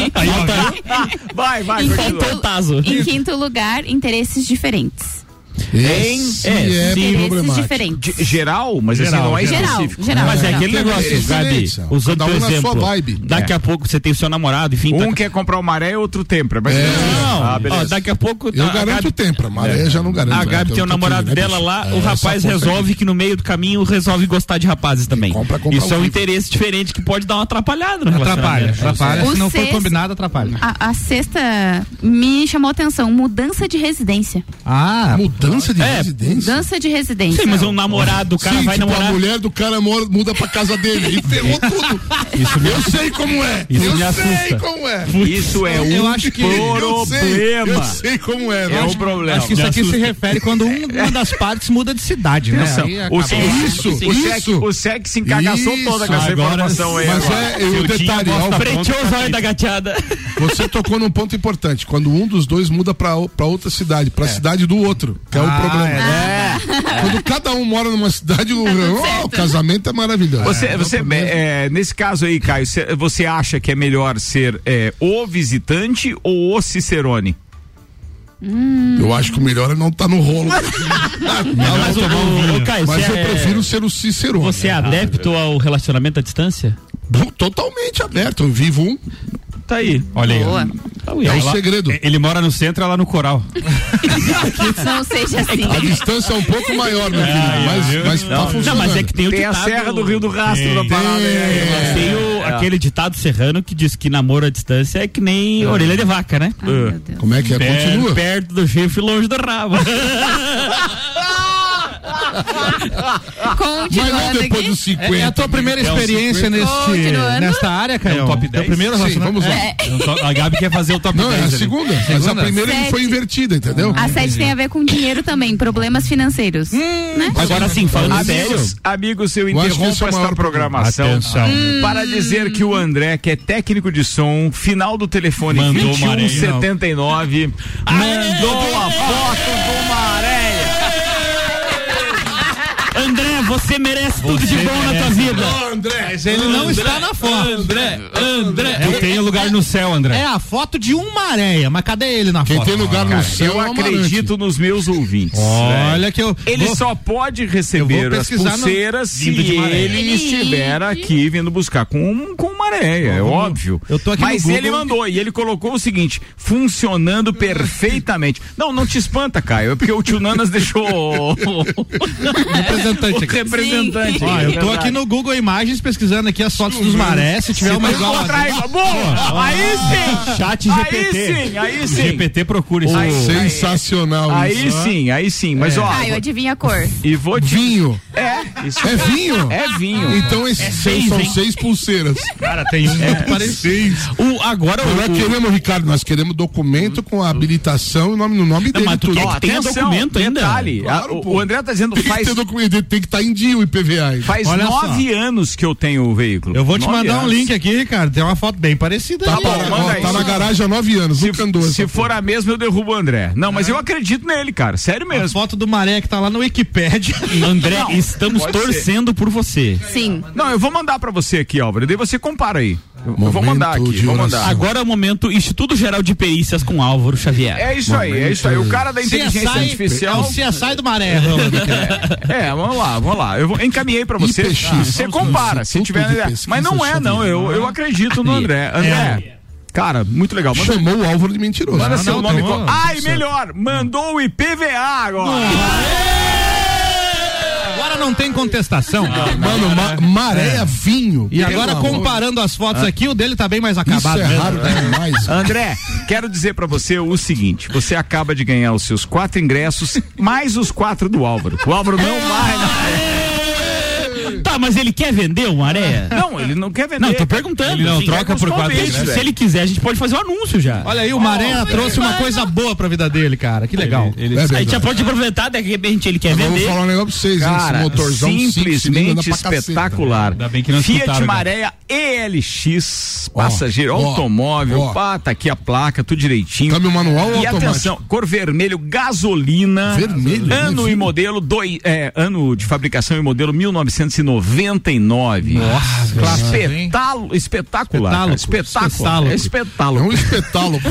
Speaker 1: Vai, vai,
Speaker 6: Em
Speaker 1: continua.
Speaker 7: tazo.
Speaker 6: quinto, em quinto lugar, interesses diferentes.
Speaker 4: Esse é,
Speaker 6: interesses
Speaker 4: problemático.
Speaker 6: diferentes.
Speaker 1: De- Geral, mas assim
Speaker 5: Geral,
Speaker 1: não é
Speaker 6: Geral,
Speaker 1: específico.
Speaker 6: geral.
Speaker 7: Mas é
Speaker 6: geral.
Speaker 7: aquele negócio,
Speaker 4: Diferente,
Speaker 7: Gabi.
Speaker 4: Sal.
Speaker 7: Usando
Speaker 4: Cada
Speaker 7: por
Speaker 4: um na
Speaker 7: exemplo.
Speaker 4: sua vibe.
Speaker 7: Daqui a pouco você tem o seu namorado, enfim.
Speaker 1: É. Um
Speaker 7: tá-
Speaker 1: quer comprar uma maré, outro tempra. Mas
Speaker 4: É.
Speaker 7: Não,
Speaker 1: Ah,
Speaker 7: ó,
Speaker 1: beleza.
Speaker 7: daqui a pouco. tá
Speaker 4: Eu
Speaker 7: a
Speaker 4: garanto o
Speaker 7: Gabi- É.
Speaker 4: tempo, mas eu já não garanto. né? Então
Speaker 7: A Gabi tem o namorado dela lá,
Speaker 4: É,
Speaker 7: o rapaz resolve que no meio do caminho resolve gostar de rapazes também.
Speaker 4: compra- compra
Speaker 7: Isso é
Speaker 4: um
Speaker 7: um
Speaker 4: livro.
Speaker 7: interesse diferente que pode dar uma atrapalhada no
Speaker 3: Atrapalha,
Speaker 7: relacionamento. É,
Speaker 3: atrapalha.
Speaker 6: O
Speaker 3: Se não for
Speaker 6: sexto-
Speaker 3: combinado, atrapalha.
Speaker 6: A, a sexta me chamou a atenção, mudança de residência.
Speaker 3: Ah,
Speaker 4: Mudança de
Speaker 7: É,
Speaker 4: residência?
Speaker 6: Mudança de residência.
Speaker 7: Sim, mas um namorado, o cara
Speaker 4: Sim,
Speaker 7: vai
Speaker 4: tipo, a
Speaker 7: namorar.
Speaker 4: mulher do cara mora- muda pra casa dele e ferrou tudo. eu sei como é.
Speaker 5: Isso
Speaker 4: eu
Speaker 5: me
Speaker 4: sei
Speaker 5: assusta.
Speaker 4: como é.
Speaker 1: Isso é um
Speaker 3: eu acho que.
Speaker 4: Eu sei, eu
Speaker 1: problema.
Speaker 4: sei como é.
Speaker 1: É
Speaker 4: não.
Speaker 1: um problema.
Speaker 3: Acho que isso aqui se refere quando um- uma das partes muda de cidade, né?
Speaker 1: Atenção.
Speaker 3: Aí
Speaker 1: O
Speaker 3: acabou.
Speaker 1: sexo,
Speaker 4: Isso,
Speaker 1: o sexo,
Speaker 4: isso.
Speaker 1: o sexo se encagaçou
Speaker 4: Isso.
Speaker 1: toda com essa
Speaker 5: Agora
Speaker 1: informação aí.
Speaker 4: Mas
Speaker 1: agora.
Speaker 4: é, eu
Speaker 5: Seu tio
Speaker 4: detalhe,
Speaker 5: gosta
Speaker 4: Alfa,
Speaker 7: Frenteou os olhos da gateada.
Speaker 4: você tocou num ponto importante. Quando um dos dois muda pra, o- pra outra cidade, pra cidade do outro, que é o problema. Quando cada um mora numa cidade, o,
Speaker 6: Tá tudo
Speaker 4: oh,
Speaker 6: certo.
Speaker 4: o casamento é maravilhoso.
Speaker 1: Você,
Speaker 4: É,
Speaker 1: você,
Speaker 4: não tem problema.
Speaker 1: é, nesse caso aí, Caio, cê- você acha que é melhor ser é, o visitante ou o Cicerone?
Speaker 4: Eu acho que o melhor é não estar no rolo.
Speaker 7: Mas, o,
Speaker 1: um
Speaker 7: o, Caio,
Speaker 4: Mas
Speaker 7: você
Speaker 4: eu
Speaker 7: é-
Speaker 4: prefiro ser o né? Cicero.
Speaker 7: Você é adepto ao relacionamento à distância?
Speaker 4: Totalmente aberto. Eu vivo um.
Speaker 7: Tá aí. Tá
Speaker 5: Olha aí. ó.
Speaker 6: Boa.
Speaker 4: É
Speaker 5: Ela-
Speaker 4: um segredo.
Speaker 5: Ele mora no centro, ela no coral.
Speaker 6: Não seja assim.
Speaker 7: tá
Speaker 4: A distância é um pouco maior, meu filho. mas, mas tá funcionando.
Speaker 7: é, Não, mas é que tem o
Speaker 1: Tem a
Speaker 7: ditado-
Speaker 1: Serra do Rio do Rastro né? da parada. aí, É. aí,
Speaker 7: Mas
Speaker 1: aí.
Speaker 7: tem o- aquele ditado serrano que diz que namoro à distância é que nem orelha de vaca, né?
Speaker 6: Ai, meu Deus.
Speaker 4: Como é que é?
Speaker 7: Per-
Speaker 4: Continua.
Speaker 7: perto do chifre, longe do rabo.
Speaker 4: Mas não
Speaker 6: Continuando
Speaker 4: depois
Speaker 6: aqui.
Speaker 4: dos 50.
Speaker 3: É a tua primeira experiência neste,
Speaker 6: Continuando.
Speaker 3: nesta área, Caio?
Speaker 5: É um top 10?
Speaker 3: né? Teu primeiro
Speaker 4: Sim,
Speaker 3: relacionamento?
Speaker 4: vamos lá.
Speaker 6: É,
Speaker 5: É o to- A Gabi quer fazer o top
Speaker 4: Não, é
Speaker 5: 10
Speaker 4: a
Speaker 5: ali.
Speaker 4: segunda. Mas a
Speaker 3: Segunda?
Speaker 4: primeira ele foi
Speaker 6: Sete.
Speaker 4: invertida, entendeu?
Speaker 6: a sete tem a ver com dinheiro também, problemas financeiros.
Speaker 1: Hum.
Speaker 6: né?
Speaker 7: Agora sim, assim, falando sério.
Speaker 1: Amigos, amigos, eu
Speaker 4: Eu acho
Speaker 1: interrompo
Speaker 4: que esse é Hum. o
Speaker 1: esta
Speaker 4: maior
Speaker 1: programação
Speaker 5: Atenção.
Speaker 1: para dizer que o André, que é técnico de som, final do telefone
Speaker 5: Mandou uma areia.
Speaker 1: 2179, mandou a foto do Maré.
Speaker 7: André, você merece tudo de bom na tua vida.
Speaker 4: André,
Speaker 3: Mas ele não está na foto.
Speaker 7: André, André.
Speaker 3: É o
Speaker 5: Tem lugar no céu, André.
Speaker 3: É a foto de uma areia, mas cadê ele na
Speaker 4: Quem
Speaker 3: foto? Ah,
Speaker 4: tem lugar no
Speaker 1: Cara,
Speaker 4: céu
Speaker 1: eu
Speaker 4: é o Amarante.
Speaker 1: acredito nos meus ouvintes.
Speaker 3: Olha que eu.
Speaker 1: Ele
Speaker 3: vou-
Speaker 1: só pode
Speaker 3: Eu
Speaker 1: receber
Speaker 3: vou
Speaker 1: as
Speaker 3: pesquisar no-
Speaker 1: pulseiras se
Speaker 5: Vindo de maré.
Speaker 1: ele
Speaker 6: Ele-
Speaker 1: estiver aqui vindo buscar com, com maré, é óbvio.
Speaker 3: eu tô aqui
Speaker 1: Mas
Speaker 3: no Google.
Speaker 1: ele mandou e ele colocou o seguinte: funcionando perfeitamente. Não, não te espanta, Caio, é porque o tio Nanas deixou o
Speaker 3: representante é aqui.
Speaker 1: representante.
Speaker 3: Ó, eu tô aqui no Google Imagens pesquisando aqui as fotos dos marés. Se tiver uma
Speaker 1: Mas
Speaker 3: igual. a-
Speaker 1: encontrar igual- Boa! Aí sim!
Speaker 5: Chat
Speaker 1: Aí sim,
Speaker 5: GPT.
Speaker 1: aí sim.
Speaker 5: GPT procura isso
Speaker 1: Aí-
Speaker 5: aí.
Speaker 4: Sensacional
Speaker 1: Aí
Speaker 4: isso.
Speaker 1: sim, aí sim.
Speaker 7: assim, é.
Speaker 3: É.
Speaker 1: Mas ó,
Speaker 6: Caio, é adivinha Ah, a cor?
Speaker 1: e vou te.
Speaker 4: Vinho.
Speaker 1: É, isso
Speaker 4: É vinho?
Speaker 1: é vinho.
Speaker 6: um.
Speaker 4: Então esses seis, são seis pulseiras.
Speaker 5: Cara, tem
Speaker 3: É.
Speaker 4: É.
Speaker 5: um muito parecido. O, agora o.
Speaker 4: Nós não queremos, Ricardo, nós queremos documento com a habilitação e o nome, no nome dele.
Speaker 5: mas tu
Speaker 4: tudo.
Speaker 5: quer que tenha documento ainda?
Speaker 1: Detalhe,
Speaker 4: Claro,
Speaker 1: a- o-
Speaker 4: pô.
Speaker 1: o André tá dizendo
Speaker 4: Tem que
Speaker 1: faz
Speaker 4: ter documento, tem que estar em dia o IPVA. aí.
Speaker 1: Faz
Speaker 3: Olha
Speaker 1: nove anos que eu tenho o veículo.
Speaker 3: Eu vou te
Speaker 1: Nove
Speaker 3: mandar um
Speaker 1: anos.
Speaker 3: link aqui, Ricardo. Tem uma foto bem parecida
Speaker 4: Tá,
Speaker 3: aí.
Speaker 1: bom,
Speaker 4: parado,
Speaker 1: manda
Speaker 4: ó,
Speaker 1: aí.
Speaker 4: tá na garagem há nove anos, nunca andou.
Speaker 1: Se, se
Speaker 4: essa
Speaker 1: for a mesma, eu derrubo o André. Não, mas eu acredito nele, cara. Sério
Speaker 3: É. A
Speaker 1: mesmo.
Speaker 3: foto do maré que tá lá no Wikipédia.
Speaker 5: André,
Speaker 1: Não,
Speaker 5: estamos
Speaker 1: pode
Speaker 5: torcendo por você.
Speaker 6: Sim.
Speaker 1: Não, eu vou mandar pra você aqui, Álvaro. Daí você compara aí. Eu eu vou
Speaker 4: Momento
Speaker 1: mandar aqui,
Speaker 4: de
Speaker 1: vou
Speaker 4: oração.
Speaker 1: mandar.
Speaker 5: Agora é o momento Instituto Geral de Perícias com Álvaro Xavier.
Speaker 1: É isso aí, é isso aí. O cara da inteligência
Speaker 3: É o
Speaker 1: artificial.
Speaker 3: CSI do maré, Rolando.
Speaker 1: É, vamos lá, vamos lá. Eu vou- encaminhei pra você.
Speaker 4: IPX,
Speaker 1: Ah, Você compara, se
Speaker 4: Instituto
Speaker 1: tiver.
Speaker 4: de Pesquisa
Speaker 1: Mas não é,
Speaker 4: né?
Speaker 1: não. Eu, eu acredito no André.
Speaker 3: É.
Speaker 1: André, cara, muito legal.
Speaker 4: porra.
Speaker 1: Manda
Speaker 4: É. Chamou o Álvaro de mentiroso.
Speaker 1: Manda seu
Speaker 3: não, tá
Speaker 1: nome.
Speaker 3: tem
Speaker 1: co-
Speaker 3: uma-
Speaker 1: Ai, melhor! Mandou o IPVA agora!
Speaker 3: Agora não tem contestação.
Speaker 4: Mano,
Speaker 3: Ah,
Speaker 4: ma- maré, vinho.
Speaker 3: É. E agora, comparando as fotos aqui, o dele tá bem mais
Speaker 4: Ah. Isso
Speaker 3: acabado.
Speaker 4: é
Speaker 3: mesmo.
Speaker 4: raro demais.
Speaker 1: André, quero dizer pra você o seguinte: você acaba de ganhar os seus quatro ingressos, mais os quatro do Álvaro. O Álvaro não vai. na-
Speaker 5: Tá, mas ele quer vender o Maré?
Speaker 1: Ah. Não, ele não quer vender.
Speaker 5: Não, tô perguntando.
Speaker 1: Ele não troca por quatro né? ingressos,
Speaker 5: Se
Speaker 1: velho.
Speaker 5: ele quiser, a gente pode fazer o anúncio já.
Speaker 3: Olha aí, o Maré trouxe uma coisa boa pra vida dele, cara. Que legal.
Speaker 5: a
Speaker 4: É verdade.
Speaker 5: gente já pode aproveitar, de repente ele quer
Speaker 4: Mas eu vou
Speaker 5: vender.
Speaker 4: falar um negócio pra vocês, hein? Esse
Speaker 1: Cara,
Speaker 4: motorzão cinco cilindros
Speaker 1: simplesmente
Speaker 4: anda pra caceta.
Speaker 1: espetacular.
Speaker 5: Ainda bem que não
Speaker 1: Fiat
Speaker 5: escutaram, cara.
Speaker 1: Maréia ELX, passageiro,
Speaker 4: ó,
Speaker 1: automóvel,
Speaker 4: ó.
Speaker 1: pá, tá aqui a placa, tudo direitinho.
Speaker 4: Câmbio manual ou
Speaker 1: E
Speaker 4: automático?
Speaker 1: atenção, cor vermelho, gasolina.
Speaker 4: Vermelho,
Speaker 1: Ano
Speaker 4: né,
Speaker 1: e
Speaker 4: filho?
Speaker 1: modelo, dois, é, ano de fabricação e modelo 1999. Nossa,
Speaker 4: Ah,
Speaker 1: espetáculo, espetacular. cara. Espetáculo.
Speaker 3: Espetáculo.
Speaker 1: É
Speaker 4: É
Speaker 1: espetáculo.
Speaker 4: um espetáculo. pô.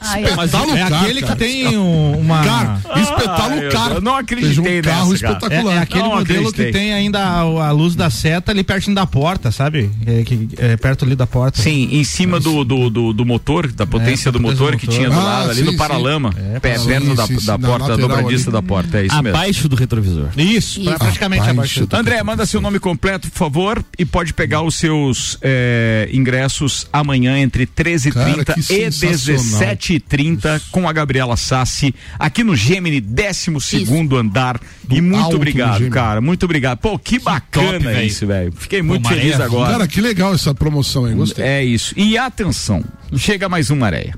Speaker 6: Ai,
Speaker 4: espetáculo
Speaker 3: É
Speaker 4: caro,
Speaker 3: aquele que
Speaker 4: cara.
Speaker 3: tem um- uma.
Speaker 4: Cara,
Speaker 1: Ah,
Speaker 4: espetáculo
Speaker 1: eu-
Speaker 4: caro.
Speaker 1: eu não acreditei
Speaker 4: Seja um carro
Speaker 1: nessa, cara.
Speaker 3: É,
Speaker 4: espetacular.
Speaker 3: é aquele
Speaker 1: Não
Speaker 3: modelo
Speaker 1: acreditei.
Speaker 3: que tem ainda a, a luz da seta ali pertinho da porta, sabe? É, que, é perto ali da porta.
Speaker 1: Sim, em cima do, do, do, do motor, da potência
Speaker 4: tá
Speaker 1: do
Speaker 3: É, potência do
Speaker 1: motor que
Speaker 3: motor.
Speaker 1: tinha do
Speaker 4: Ah,
Speaker 1: lado ali
Speaker 4: sim,
Speaker 1: no
Speaker 4: sim.
Speaker 1: paralama.
Speaker 4: É,
Speaker 1: pé,
Speaker 4: sim,
Speaker 1: perto da,
Speaker 4: sim, sim,
Speaker 1: da
Speaker 4: na
Speaker 1: porta, da
Speaker 4: lateral
Speaker 1: dobradiça
Speaker 4: ali.
Speaker 1: da porta, é isso mesmo.
Speaker 5: Abaixo do retrovisor.
Speaker 3: Isso, pra- praticamente
Speaker 4: Rapaz,
Speaker 3: abaixo.
Speaker 4: isso
Speaker 3: do-
Speaker 4: tá-
Speaker 1: André, manda seu nome completo, por favor, e pode pegar os seus eh, ingressos amanhã entre 13h30
Speaker 4: Cara, que
Speaker 1: e
Speaker 4: sensacional.
Speaker 1: 17h30 com a Gabriela Sassi aqui no Gemini, 12 andar. E
Speaker 4: alto
Speaker 1: muito
Speaker 4: do
Speaker 1: obrigado,
Speaker 4: Gemini.
Speaker 1: cara, muito obrigado. Pô, que bacana
Speaker 5: top, velho.
Speaker 1: isso, velho. Fiquei muito
Speaker 5: Maré,
Speaker 4: é
Speaker 1: feliz agora.
Speaker 4: Cara, que legal essa promoção aí. Gostei.
Speaker 1: é isso. E atenção, chega mais um uma areia.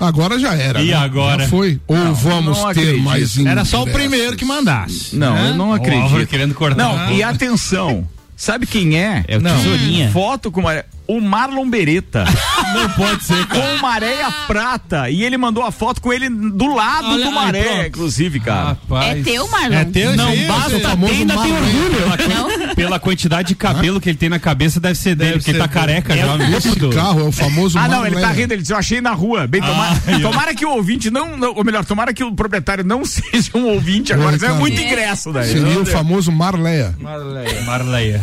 Speaker 4: Agora já era.
Speaker 5: E
Speaker 4: né?
Speaker 5: agora?
Speaker 4: Já foi. Ou vamos
Speaker 1: não
Speaker 4: ter
Speaker 1: acredito.
Speaker 4: mais um
Speaker 3: Era só o
Speaker 4: ingressos.
Speaker 3: primeiro que mandasse.
Speaker 1: Não,
Speaker 3: né?
Speaker 1: eu não acredito.
Speaker 5: Álvaro querendo cortar.
Speaker 1: Não, e atenção, sabe quem é?
Speaker 5: É o
Speaker 3: Não.
Speaker 5: tesourinha.
Speaker 1: Foto com uma... o Marlon Beretta.
Speaker 5: Não pode ser.
Speaker 1: com uma areia prata. E ele mandou a foto com ele do lado
Speaker 5: Olha
Speaker 1: do
Speaker 5: aí,
Speaker 1: maré,
Speaker 5: pronto.
Speaker 1: inclusive, cara.
Speaker 6: É teu, Marlon?
Speaker 3: É teu,
Speaker 5: Não
Speaker 3: esse aí,
Speaker 5: basta,
Speaker 3: esse
Speaker 7: tá
Speaker 3: aí.
Speaker 5: tem, ainda tem
Speaker 4: Marlon.
Speaker 5: orgulho. Pela, pela quantidade de cabelo que ele tem na cabeça, deve ser dele, porque
Speaker 3: ser
Speaker 5: ele tá
Speaker 3: dele. É
Speaker 5: careca já. né?
Speaker 4: Esse
Speaker 5: Mudou.
Speaker 4: carro é o famoso
Speaker 1: Ah, não,
Speaker 4: Marlon
Speaker 1: ele tá
Speaker 4: Lero.
Speaker 1: rindo, ele disse, eu achei na rua. Bem,
Speaker 5: Ah,
Speaker 1: tomara, tomara que o ouvinte não, não- Ou melhor, tomara que o proprietário não seja um ouvinte agora.
Speaker 4: É,
Speaker 1: Isso é
Speaker 4: cara.
Speaker 1: muito ingresso daí.
Speaker 4: Seria o famoso Marleia.
Speaker 5: Marleia.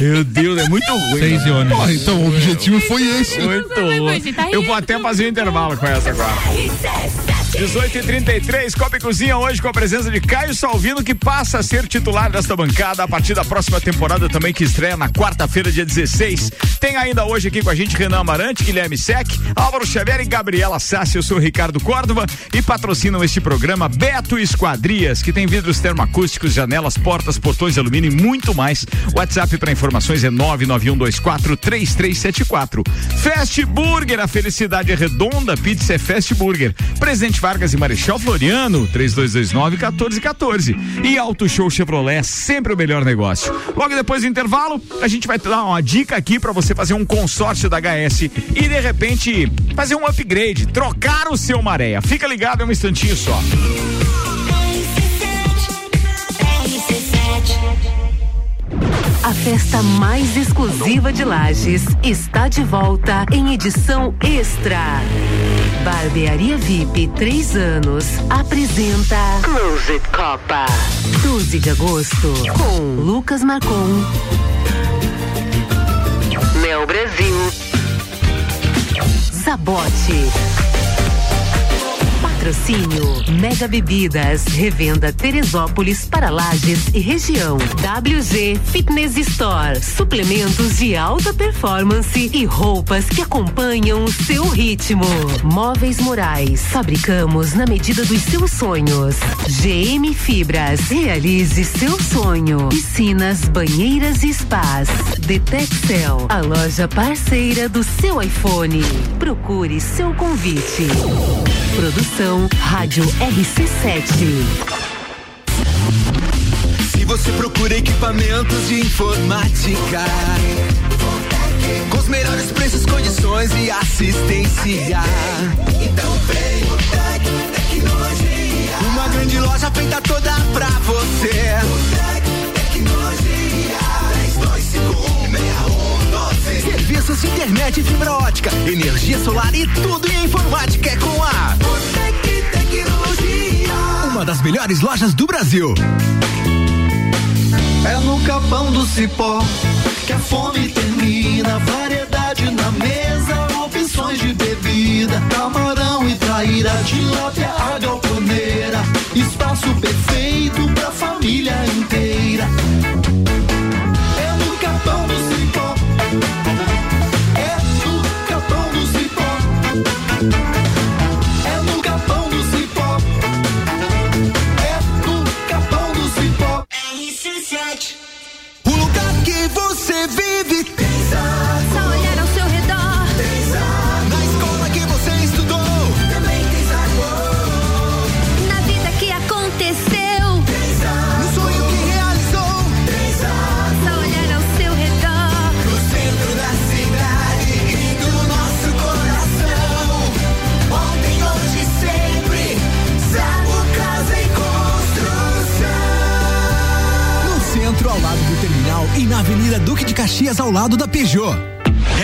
Speaker 1: Meu Deus, é muito ruim.
Speaker 5: Seis e ônibus.
Speaker 4: Porra, então o objetivo foi esse.
Speaker 1: Muito
Speaker 6: Vai, vai, vai, tá
Speaker 1: ruim. Eu vou
Speaker 6: rindo.
Speaker 1: até fazer um intervalo com essa agora. 18h33, Copa e Cozinha hoje com a presença de Caio Salvino, que passa a ser titular desta bancada a partir da próxima temporada também, que estreia na quarta-feira, dia 16. Tem ainda hoje aqui com a gente Renan Amarante, Guilherme Sec, Álvaro Xavier e Gabriela Sassi. Eu sou o Ricardo Córdova e patrocinam este programa Beto Esquadrias, que tem vidros termoacústicos, janelas, portas, portões de alumínio e muito mais. WhatsApp para informações é 991243374. Fast Burger, a felicidade é redonda, pizza é Fast Burger. Presidente Vargas e Marechal Floriano, 3229-1414. E Auto Show Chevrolet, sempre o melhor negócio. Logo depois do intervalo, a gente vai dar uma dica aqui para você fazer um consórcio da HS e de repente fazer um upgrade, trocar o seu maréia. Fica ligado, é um instantinho só.
Speaker 8: RC7, RC7. A festa mais exclusiva de Lages está de volta em edição extra. Barbearia VIP, três anos, apresenta Close It Copa. 12 de agosto, com Lucas Marcon, Mel Brasil, Zabote. Patrocínio Mega Bebidas, revenda Teresópolis para Lages e região. WG Fitness Store, suplementos de alta performance e roupas que acompanham o seu ritmo. Móveis Morais, fabricamos na medida dos seus sonhos. GM Fibras, realize seu sonho. Piscinas, banheiras e spas. Detexcel, a loja parceira do seu iPhone. Procure seu convite. Produção Rádio RC7.
Speaker 9: Se você procura equipamentos de informática, com os melhores preços, condições e assistência, então vem o Tec Tecnologia. Uma grande loja feita toda pra você. Tec um, Tecnologia. Serviços de internet, fibra ótica, energia solar e tudo em informática é com a Tec Tecnologia. Uma das melhores lojas do Brasil. É no capão do cipó que a fome termina. Variedade na mesa, opções de bebida, camarão e traíra, tilápia, a galponeira. Espaço perfeito pra família inteira. É no capão do cipó. É no capão do cipó. É no capão do cipó. É no capão do cipó. O lugar que você vive. Pensa.
Speaker 10: Só olhar ao seu redor.
Speaker 9: Na escola que você estudou. Também tem
Speaker 10: Na vida que aconteceu.
Speaker 9: No sonho que realizou.
Speaker 10: Só olhar ao seu redor.
Speaker 9: No centro da cidade e do nosso coração. Ontem, hoje, sempre. Zago Casa em Construção. No centro, ao lado do terminal e na Avenida Duque de Caxias, ao lado da Peugeot.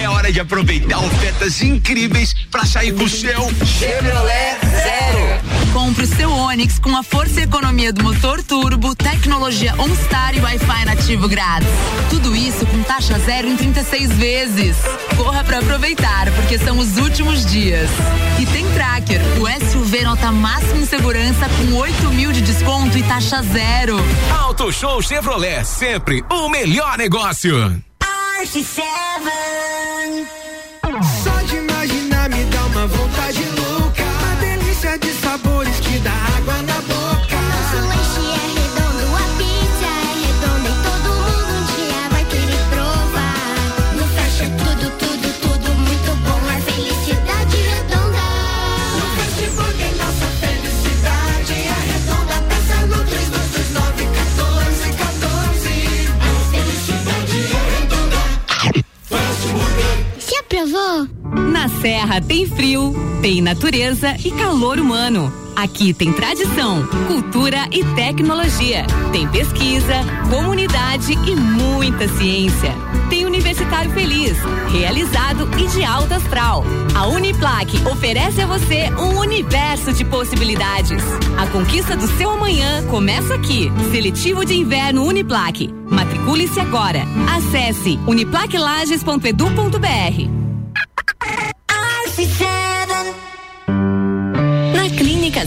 Speaker 9: É hora de aproveitar ofertas incríveis para sair com o seu
Speaker 8: Chevrolet Zero. Compre o seu Onix com a força e economia do motor turbo, tecnologia OnStar e Wi-Fi nativo grátis. Tudo isso com taxa zero em 36 vezes. Corra para aproveitar, porque são os últimos dias. E tem Tracker, o SUV nota máxima em segurança com 8 mil de desconto e taxa zero.
Speaker 11: Auto Show Chevrolet, sempre o melhor negócio.
Speaker 9: Só de imaginar me dá uma vontade louca. Uma delícia de sabores que dá água na boca.
Speaker 10: Nosso lanche é redondo, a pizza é redonda e todo mundo um dia vai querer provar. No fecha tudo, tudo, tudo muito bom, a felicidade redonda.
Speaker 9: No Fast Burger, nossa felicidade é redonda. Peça no 3229 1414. A felicidade é redonda. Fast Burger.
Speaker 10: Se aprovou?
Speaker 8: Na Serra tem frio, tem natureza e calor humano. Aqui tem tradição, cultura e tecnologia. Tem pesquisa, comunidade e muita ciência. Tem Universitário Feliz, realizado e de alta astral. A Uniplaque oferece a você um universo de possibilidades. A conquista do seu amanhã começa aqui. Seletivo de Inverno Uniplaque. Matricule-se agora. Acesse uniplaquelages.edu.br. Na Clínica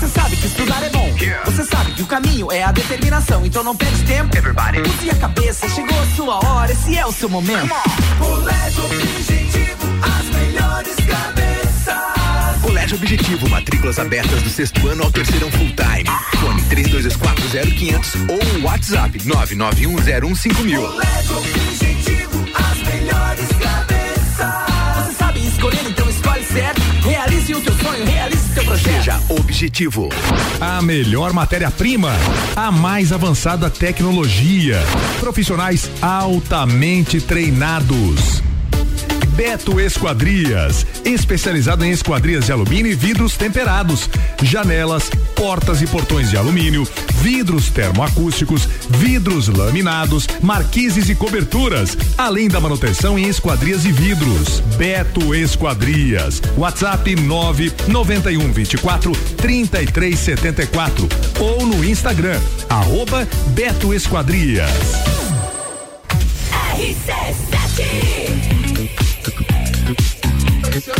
Speaker 9: Você sabe que estudar é bom. Você sabe que o caminho é a determinação. Então não perde tempo. Everybody. Use a cabeça, chegou a sua hora. Esse é o seu momento. Colégio Objetivo, as melhores cabeças.
Speaker 11: Colégio Objetivo, matrículas abertas do sexto ano ao terceirão full time. Fone um. 32240500 ou WhatsApp 991015000.
Speaker 9: Colégio Objetivo, as melhores
Speaker 12: então certo. Realize o teu sonho, realize o teu projeto.
Speaker 11: Seja objetivo.
Speaker 13: A melhor matéria-prima, a mais avançada tecnologia, profissionais altamente treinados. Beto Esquadrias, especializado em esquadrias de alumínio e vidros temperados, janelas, portas e portões de alumínio, vidros termoacústicos, vidros laminados, marquises e coberturas, além da manutenção em esquadrias e vidros. Beto Esquadrias, WhatsApp 991 24 3374 ou no Instagram, arroba Beto Esquadrias.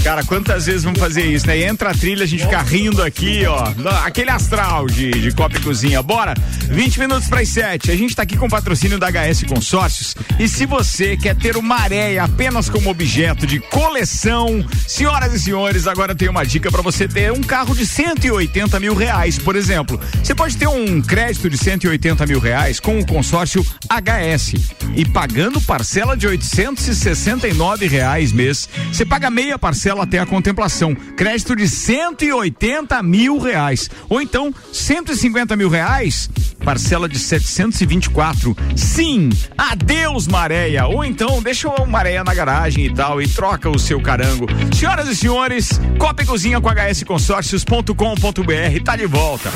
Speaker 1: Cara, quantas vezes vamos fazer isso, né? Entra a trilha, a gente fica rindo aqui, ó. Aquele astral de, de Copa e Cozinha. Bora! 20 minutos para as 7. A gente tá aqui com o patrocínio da HS Consórcios. E se você quer ter uma areia apenas como objeto de coleção, senhoras e senhores, agora tem uma dica para você ter um carro de 180 mil reais, por exemplo. Você pode ter um crédito de 180 mil reais com o consórcio HS e pagando parcela de 869 reais mês. Você paga meia parcela até a contemplação. Crédito de 180 mil reais. Ou então, 150 mil reais, parcela de 724. Sim, adeus Maréia. Ou então, deixa o Maréia na garagem e tal e troca o seu carango. Senhoras e senhores, Copa e Cozinha com hsconsórcios.com.br tá de volta.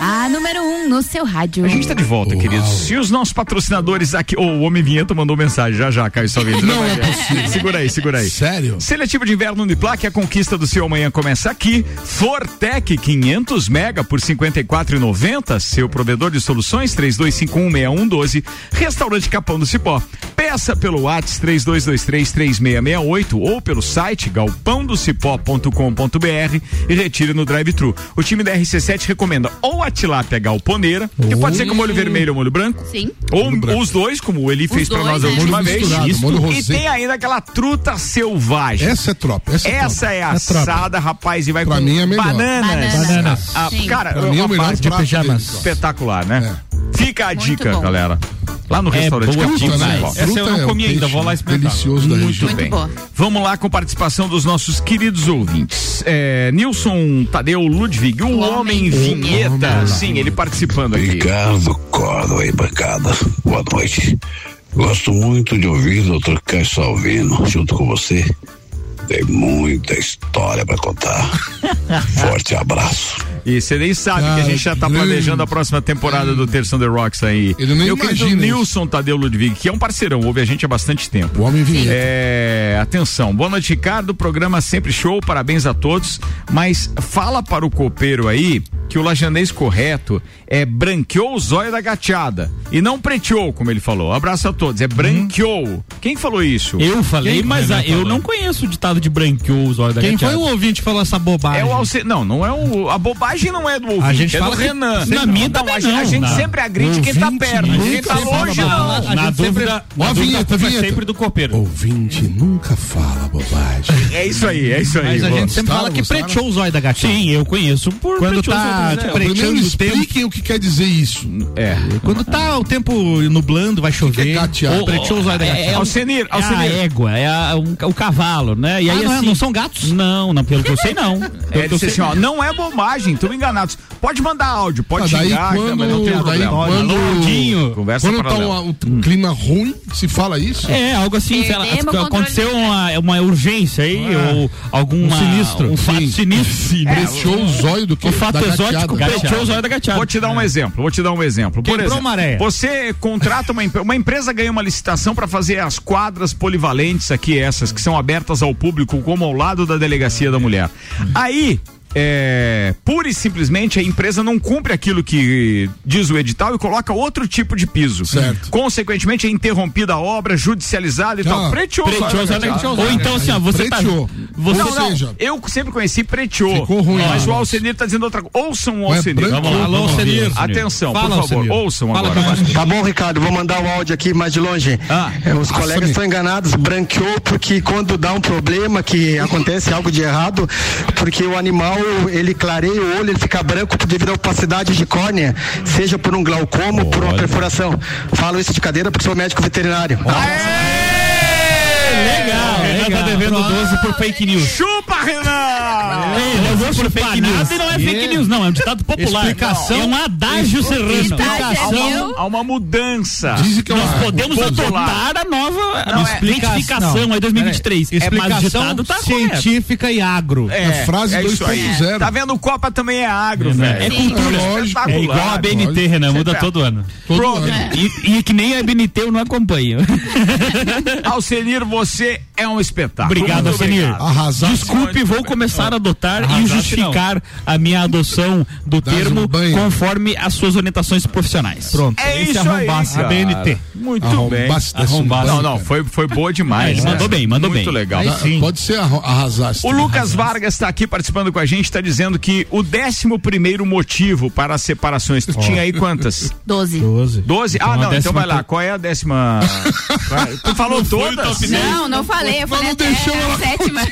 Speaker 6: A número 1 um no seu rádio.
Speaker 1: A gente tá de volta, queridos. Se os nossos patrocinadores aqui. Ô, o Homem Vinheta mandou mensagem já já, Caio Salveiro.
Speaker 4: Não é possível.
Speaker 1: Segura aí, segura aí.
Speaker 4: Sério?
Speaker 1: Seletivo de inverno Uniplac, a conquista do seu amanhã começa aqui. Fortec 500 mega por 54,90. Seu provedor de soluções 32516112. Restaurante Capão do Cipó. Peça pelo WhatsApp 32233668 ou pelo site galpãodocipó.com.br e retire no drive-thru. O time da RC7 recomenda ou a tilápia galponeira, que pode ser com molho vermelho ou molho branco.
Speaker 6: Sim.
Speaker 1: Ou os dois, como o Eli fez pra
Speaker 6: dois,
Speaker 1: nós a
Speaker 6: né?
Speaker 1: última
Speaker 4: Molho
Speaker 1: vez.
Speaker 4: misturado, molho
Speaker 1: e
Speaker 4: rosé.
Speaker 1: tem ainda aquela truta selvagem.
Speaker 4: Essa é tropa. Essa é, tropa.
Speaker 1: Essa é
Speaker 3: tropa.
Speaker 1: assada, rapaz, e vai
Speaker 4: Pra
Speaker 1: com
Speaker 4: mim é melhor.
Speaker 1: bananas.
Speaker 3: Bananas.
Speaker 1: Ah,
Speaker 6: Sim.
Speaker 1: cara,
Speaker 4: Pra mim é
Speaker 1: uma
Speaker 4: o melhor
Speaker 1: parte
Speaker 4: prato
Speaker 3: pijamas.
Speaker 4: deles, É. ó.
Speaker 1: espetacular, né? Fica a
Speaker 6: Muito
Speaker 1: dica,
Speaker 6: bom.
Speaker 1: galera. Lá no restaurante
Speaker 7: É boa
Speaker 1: Capão do
Speaker 7: demais.
Speaker 1: Cipó.
Speaker 7: Essa eu não
Speaker 4: Fruta é
Speaker 7: comi
Speaker 4: um
Speaker 7: ainda,
Speaker 4: peixe
Speaker 7: vou lá experimentar.
Speaker 4: Delicioso da região.
Speaker 1: Muito
Speaker 6: Muito
Speaker 1: bem.
Speaker 6: boa.
Speaker 1: Vamos lá com participação dos nossos queridos ouvintes. É, Nilson Tadeu Ludwig, o, homem,
Speaker 4: Um
Speaker 1: vinheta. Sim, ele participando aqui.
Speaker 11: Ricardo Cordo aí, bancada. Boa noite. Gosto muito de ouvir o Dr. Caio Salvino junto com você. Tem muita história pra contar. Forte abraço.
Speaker 1: E você nem sabe que a
Speaker 4: Cara,
Speaker 1: gente já tá
Speaker 4: grande.
Speaker 1: planejando a próxima temporada do Terça on the Rocks aí.
Speaker 4: Ele nem
Speaker 1: Meu querido
Speaker 4: imagina isso.
Speaker 1: Nilson Tadeu Ludwig, que é um parceirão, ouve a gente há bastante tempo.
Speaker 4: O homem vinheta.
Speaker 1: É, atenção, boa noite, Ricardo. Programa sempre show, parabéns a todos. Mas fala para o copeiro aí que o lajanês correto é branqueou o zóio da gateada. E não preteou, como ele falou. Abraço a
Speaker 4: Hum.
Speaker 1: todos. É branqueou. Quem falou isso?
Speaker 7: Eu falei,
Speaker 3: Quem-
Speaker 7: mas
Speaker 3: Renan
Speaker 7: ah, eu
Speaker 3: falou.
Speaker 7: não conheço o ditado de branqueou os olhos da
Speaker 3: Quem foi
Speaker 7: gateada.
Speaker 3: o ouvinte que falou essa bobagem?
Speaker 1: É o Alce... Não, não é o. A bobagem não é do ouvinte,
Speaker 3: A gente
Speaker 1: é
Speaker 3: fala
Speaker 1: do
Speaker 3: que-
Speaker 1: Renan.
Speaker 7: Na minha
Speaker 1: não,
Speaker 7: também
Speaker 1: a gente, a
Speaker 7: não,
Speaker 1: gente
Speaker 7: não.
Speaker 1: sempre agride quem tá
Speaker 4: Ouvinte
Speaker 1: perto. Quem
Speaker 4: nunca
Speaker 1: tá
Speaker 4: fala
Speaker 1: longe, não.
Speaker 3: A
Speaker 7: Na
Speaker 3: gente sempre-
Speaker 7: dúvida,
Speaker 4: Ó,
Speaker 7: na
Speaker 4: a
Speaker 7: dúvida a
Speaker 4: vinheta,
Speaker 7: culpa é
Speaker 4: vinheta.
Speaker 7: sempre do copeiro.
Speaker 4: Ouvinte nunca fala bobagem. Tá?
Speaker 1: É isso aí, é isso aí.
Speaker 3: Mas a
Speaker 1: Boa.
Speaker 3: gente sempre
Speaker 4: Gostaram,
Speaker 3: fala que
Speaker 4: gostaram?
Speaker 3: preteou o zóio da gatinha.
Speaker 7: Sim, eu conheço por
Speaker 3: Quando
Speaker 7: preteou os
Speaker 3: tá
Speaker 7: olhos da
Speaker 1: né?
Speaker 3: tipo,
Speaker 7: gateada.
Speaker 4: Primeiro
Speaker 3: preteando o tempo.
Speaker 4: expliquem o que quer dizer isso.
Speaker 1: É.
Speaker 3: Quando tá o tempo nublando, vai chover.
Speaker 4: gateado?
Speaker 3: Ou- Preteou o zóio da gatinha.
Speaker 7: É um-
Speaker 1: Alcenir,
Speaker 7: É a
Speaker 1: Alcenir.
Speaker 7: égua, é a- um- o cavalo, né? E
Speaker 3: Ah,
Speaker 7: aí
Speaker 3: não, é-
Speaker 7: assim,
Speaker 3: não são gatos?
Speaker 7: Não, não, pelo que eu sei, não.
Speaker 1: É,
Speaker 7: Pelo
Speaker 1: ele
Speaker 7: que eu
Speaker 1: disse
Speaker 7: sei,
Speaker 1: assim, ó,
Speaker 7: não.
Speaker 1: não é bobagem, estão enganados. Pode mandar áudio, pode
Speaker 4: Ah, daí
Speaker 1: xingar,
Speaker 4: quando-
Speaker 1: mas não tem
Speaker 4: daí
Speaker 1: problema.
Speaker 4: quando-
Speaker 1: Alô, Aldinho, Conversa
Speaker 4: Quando tá
Speaker 1: paralela. Hum.
Speaker 4: um, um clima ruim, se fala isso?
Speaker 7: É, algo assim, sei lá,
Speaker 6: Perdemos o controle
Speaker 7: aconteceu
Speaker 6: do
Speaker 7: uma, uma urgência aí, ou alguma,
Speaker 4: um sinistro.
Speaker 7: um fato
Speaker 4: Sim.
Speaker 7: sinistro.
Speaker 4: Deixou o zóio do que
Speaker 7: Um fato
Speaker 4: da
Speaker 7: exótico,
Speaker 4: gateada. É.
Speaker 7: preteou os olhos da gateada.
Speaker 1: Vou te dar um exemplo, vou te dar um exemplo. Por
Speaker 3: Quebrou
Speaker 1: exemplo,
Speaker 3: maré.
Speaker 1: você contrata uma, empre- uma empresa ganha uma licitação para fazer as quadras polivalentes aqui essas que são abertas ao público como ao lado da delegacia da mulher. Aí é, pura e simplesmente a empresa não cumpre aquilo que diz o edital e coloca outro tipo de piso. Certo. Consequentemente é interrompida a obra, judicializada e
Speaker 7: Ah,
Speaker 1: tal. Preteou.
Speaker 7: preteou,
Speaker 1: sabe?
Speaker 7: preteou. Ou então, assim, ó, você tá-
Speaker 1: Preteou.
Speaker 7: você-
Speaker 1: não, não, eu sempre conheci preteou.
Speaker 7: Ficou ruim,
Speaker 1: Mas
Speaker 7: né?
Speaker 1: o Alcenir tá dizendo outra coisa. Ouçam o
Speaker 7: Ué,
Speaker 1: Alcenir.
Speaker 7: é branco, Vamos lá, alô, vamos Alcenir. ouvir.
Speaker 1: Atenção,
Speaker 7: Fala,
Speaker 1: por favor.
Speaker 7: Alcenir.
Speaker 1: Ouçam
Speaker 7: Fala
Speaker 1: agora.
Speaker 7: com
Speaker 14: Tá bom, Ricardo, vou mandar o áudio aqui mais de longe.
Speaker 7: Ah,
Speaker 14: É, os
Speaker 1: Assumi.
Speaker 14: colegas estão enganados, branqueou porque quando dá um problema, que acontece algo de errado, porque o animal, ele clareia o olho, ele fica branco devido à opacidade de córnea, seja por um glaucoma ou por uma perfuração. Falo isso de cadeira porque sou médico veterinário.
Speaker 7: Legal, Renan tá devendo 12 por fake news.
Speaker 1: Chupa, Renan!
Speaker 7: É, 12 por
Speaker 1: né?
Speaker 7: fake news. e não é fake news, não. É um ditado popular.
Speaker 1: Explicação-
Speaker 7: É um adágio serrano.
Speaker 1: Explicação a uma mudança.
Speaker 7: Dizem que é uma- popular. Não, é- identificação, aí 2023.
Speaker 3: Peraí,
Speaker 7: É mais
Speaker 3: Explicação
Speaker 7: digitado, tá correto.
Speaker 3: científica e agro.
Speaker 1: É,
Speaker 3: a frase
Speaker 1: é isso aí.
Speaker 3: 2.0.
Speaker 1: Tá vendo? Copa também é agro,
Speaker 7: É,
Speaker 1: velho.
Speaker 7: é cultura.
Speaker 1: Espetacular.
Speaker 7: É igual a BNT,
Speaker 1: Lógico.
Speaker 7: Renan,
Speaker 1: Você
Speaker 7: muda
Speaker 1: tá- É.
Speaker 7: todo ano.
Speaker 1: Pronto.
Speaker 7: E, e que nem a BNT eu não acompanho.
Speaker 1: Alcenir, você é um espetáculo.
Speaker 7: Obrigado,
Speaker 1: Muito
Speaker 7: Alcenir.
Speaker 1: obrigado.
Speaker 7: Desculpe, vou começar a adotar e
Speaker 1: Arrasaste,
Speaker 7: justificar a minha adoção do
Speaker 4: um
Speaker 7: termo conforme as suas orientações profissionais. Pronto.
Speaker 1: É isso aí, cara. Muito bem. Não, não, foi, foi boa demais.
Speaker 7: Ah, ele
Speaker 1: né?
Speaker 7: mandou bem, mandou
Speaker 1: Muito
Speaker 7: bem.
Speaker 1: legal.
Speaker 7: Aí sim.
Speaker 1: Pode ser arrasaste. O Lucas Vargas está aqui participando com a gente, está dizendo que o 11 primeiro motivo para as separações, tu tinha aí quantas?
Speaker 6: Doze.
Speaker 3: Doze.
Speaker 1: Doze?
Speaker 6: Então,
Speaker 1: Ah,
Speaker 6: a
Speaker 1: não, então
Speaker 6: décima
Speaker 1: vai lá,
Speaker 6: tu-
Speaker 1: qual é a décima? Qual é? tu falou todas?
Speaker 6: Não, não falei. Eu falei até a sétima.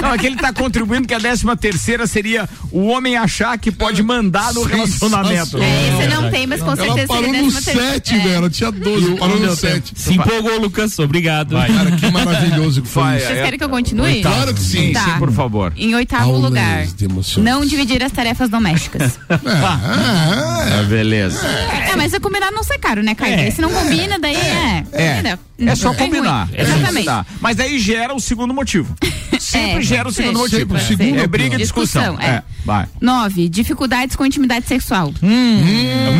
Speaker 1: Não, é que ele tá contribuindo que a décima terceira seria o homem achar que pode mandar no relacionamento.
Speaker 6: É, esse não tem, mas com
Speaker 4: Ela
Speaker 6: certeza
Speaker 4: parou
Speaker 6: seria
Speaker 4: no
Speaker 6: décima terceira.
Speaker 4: sete,
Speaker 6: É.
Speaker 4: velho. Ela tinha 12, parou no 7.
Speaker 7: Se empolgou, Lucas. Obrigado.
Speaker 4: Cara, que maravilhoso que foi
Speaker 1: Vai,
Speaker 4: isso.
Speaker 6: Vocês querem que eu continue?
Speaker 4: Claro que sim.
Speaker 6: Tá.
Speaker 4: Sim, por
Speaker 1: favor.
Speaker 6: Em oitavo
Speaker 4: Aulas
Speaker 6: lugar,
Speaker 4: de emoções.
Speaker 6: não dividir as tarefas domésticas.
Speaker 1: Ah, beleza.
Speaker 6: É, mas se combinar não ser caro, né, Caio? Se não combina, daí é.
Speaker 1: É,
Speaker 6: Entendeu?
Speaker 1: é só
Speaker 6: ruim.
Speaker 1: combinar. É só
Speaker 6: Exatamente.
Speaker 1: combinar. Mas daí gera o segundo motivo. Sempre
Speaker 6: É,
Speaker 1: gera o segundo
Speaker 6: sempre,
Speaker 1: motivo.
Speaker 6: sempre. Segundo
Speaker 1: é briga e discussão.
Speaker 6: Discussão, é.
Speaker 1: vai.
Speaker 6: 9. Dificuldades com intimidade sexual.
Speaker 1: Hum.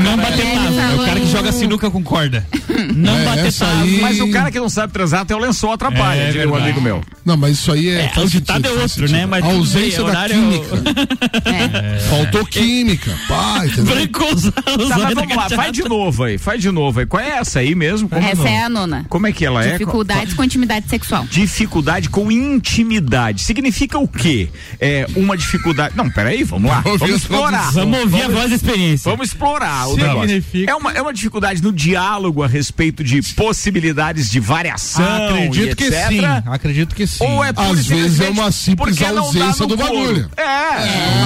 Speaker 7: Não bater nada. É o cara que joga sinuca com corda. Não bater nada.
Speaker 1: É, Mas o cara que não sabe transar até o lençol atrapalha,
Speaker 7: É
Speaker 1: diria um
Speaker 7: verdade.
Speaker 1: amigo meu.
Speaker 4: Não, mas isso aí é.
Speaker 7: É,
Speaker 4: faz
Speaker 7: o ditado
Speaker 4: sentido,
Speaker 7: é
Speaker 4: faz
Speaker 7: outro,
Speaker 4: sentido.
Speaker 7: né? Mas
Speaker 4: a
Speaker 7: tudo
Speaker 4: ausência
Speaker 7: bem,
Speaker 4: da
Speaker 7: horário é o-
Speaker 4: química.
Speaker 7: É.
Speaker 4: Faltou química. Pá, entendeu?
Speaker 7: Brancos.
Speaker 1: Tá, mas vamos lá, faz de novo aí, faz de novo aí. Qual é essa aí mesmo? Como
Speaker 6: Essa
Speaker 1: não?
Speaker 6: é a nona.
Speaker 1: Como é que ela é?
Speaker 6: Dificuldades com intimidade sexual.
Speaker 1: Dificuldade com intimidade. Significa o quê? É uma dificuldade. Não, peraí, vamos lá.
Speaker 7: Vamos
Speaker 1: Vamos,
Speaker 7: ouvir a
Speaker 1: explorar.
Speaker 7: tradução. Vamos ouvir a voz da experiência.
Speaker 1: Vamos explorar o
Speaker 7: Significa-
Speaker 1: negócio. É uma, é uma dificuldade no diálogo a respeito de possibilidades de variação. e
Speaker 3: Ah, Acredito que
Speaker 1: etc.
Speaker 3: sim. Acredito que sim.
Speaker 1: Ou é pura e
Speaker 3: Às vezes é
Speaker 1: simplesmente
Speaker 3: uma simples
Speaker 1: porque não dá
Speaker 3: ausência
Speaker 1: no
Speaker 3: do
Speaker 1: couro.
Speaker 3: bagulho.
Speaker 1: É.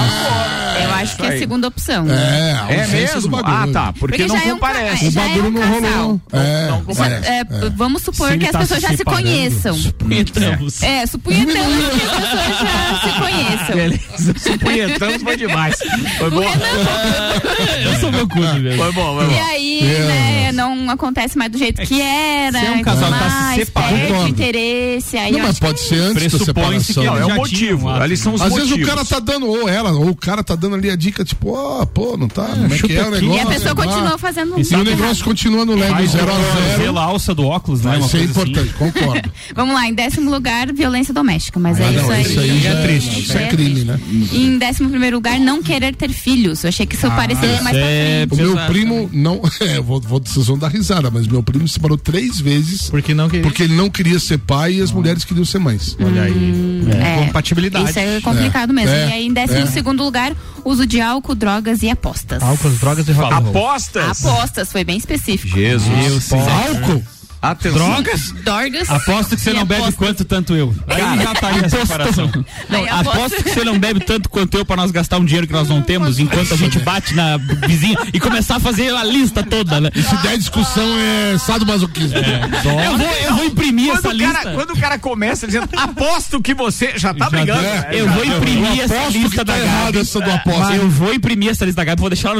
Speaker 6: Eu acho que é a segunda opção. né?
Speaker 1: É, é mesmo? Ah, tá. Porque, não
Speaker 6: já é um ca-
Speaker 1: comparece.
Speaker 6: já é um casal.
Speaker 4: É,
Speaker 6: Só- é, Vamos supor
Speaker 1: Se
Speaker 6: que as
Speaker 1: tá
Speaker 6: pessoas
Speaker 1: se
Speaker 6: já se
Speaker 1: separando,
Speaker 6: conheçam.
Speaker 1: supunhamos.
Speaker 6: É, supunhetamos que as pessoas já se conheçam.
Speaker 1: Beleza, supunhetamos foi demais. Foi bom.
Speaker 7: Eu sou meu cu, né? velho.
Speaker 1: Foi bom, foi bom.
Speaker 6: E aí,
Speaker 4: É.
Speaker 6: né, não acontece mais do jeito que era.
Speaker 1: se é um
Speaker 6: e
Speaker 1: casal
Speaker 6: tudo
Speaker 1: que tá se
Speaker 6: mais,
Speaker 1: separando.
Speaker 6: Perde o interesse. Aí
Speaker 4: Não,
Speaker 6: eu
Speaker 4: mas
Speaker 6: acho que
Speaker 4: pode
Speaker 6: é
Speaker 4: ser
Speaker 6: isso.
Speaker 4: antes da separação.
Speaker 1: não, é o motivo. Ali são os
Speaker 4: Às vezes
Speaker 1: motivos.
Speaker 4: o cara tá dando, ou ela, ou o cara tá dando ali a dica, tipo, ó, pô, não tá, como é que é o negócio?
Speaker 6: E a pessoa
Speaker 4: pá.
Speaker 6: continua fazendo
Speaker 4: E o negócio continua no leve,
Speaker 7: Faz
Speaker 4: 0
Speaker 7: o
Speaker 4: a 0
Speaker 7: tornozelo, a alça do óculos, né?
Speaker 4: Vai
Speaker 7: Uma
Speaker 4: ser
Speaker 7: coisa assim.
Speaker 4: importante, concordo.
Speaker 6: Vamos lá, em décimo lugar, violência doméstica. Mas é isso aí.
Speaker 4: Ah, é triste. Isso é crime, né?
Speaker 6: Em décimo primeiro lugar, não querer ter filhos. Eu achei
Speaker 4: Ah,
Speaker 6: que isso
Speaker 4: é
Speaker 6: pareceria mais pra frente.
Speaker 4: o meu primo não. É, eu vou, vou, vocês vão dar risada, mas meu primo se separou três vezes. Porque não queria. Porque ele não queria ser pai e as mulheres queriam ser mães. Olha aí.
Speaker 6: É, Isso é complicado mesmo.
Speaker 4: É,
Speaker 6: E aí, em décimo
Speaker 4: é.
Speaker 6: segundo lugar, uso de álcool, drogas e apostas.
Speaker 3: Álcool, drogas e rock and roll.
Speaker 1: Apostas?
Speaker 6: Apostas, foi bem específico.
Speaker 1: Jesus.
Speaker 3: Álcool?
Speaker 1: Atenção.
Speaker 7: Drogas?
Speaker 6: Drogas.
Speaker 7: Aposto que você
Speaker 6: e
Speaker 7: não bebe
Speaker 6: apostas.
Speaker 7: quanto tanto eu.
Speaker 6: Cara,
Speaker 7: Aí já tá aí a
Speaker 6: aposto.
Speaker 7: separação.
Speaker 6: Não,
Speaker 7: Não, aposto
Speaker 6: aposto.
Speaker 7: que você não bebe tanto quanto eu pra nós gastar um dinheiro que nós não temos enquanto a gente bate na vizinha e começar a fazer a lista toda, né?
Speaker 4: Se der discussão é sadomasoquismo.
Speaker 7: Eu vou, eu vou imprimir
Speaker 1: Quando
Speaker 7: essa
Speaker 1: o
Speaker 7: lista.
Speaker 1: cara- quando o cara começa dizendo, aposto que você já tá brigando.
Speaker 7: é.
Speaker 1: né?
Speaker 7: Eu
Speaker 1: Já
Speaker 7: vou
Speaker 1: deu.
Speaker 7: imprimir
Speaker 1: Eu
Speaker 7: essa
Speaker 1: aposto
Speaker 7: lista
Speaker 1: que tá
Speaker 7: da
Speaker 1: errado
Speaker 7: Gabi.
Speaker 1: essa do
Speaker 7: É.
Speaker 1: aposto.
Speaker 7: Eu vou imprimir essa lista da Gabi, vou deixar lá no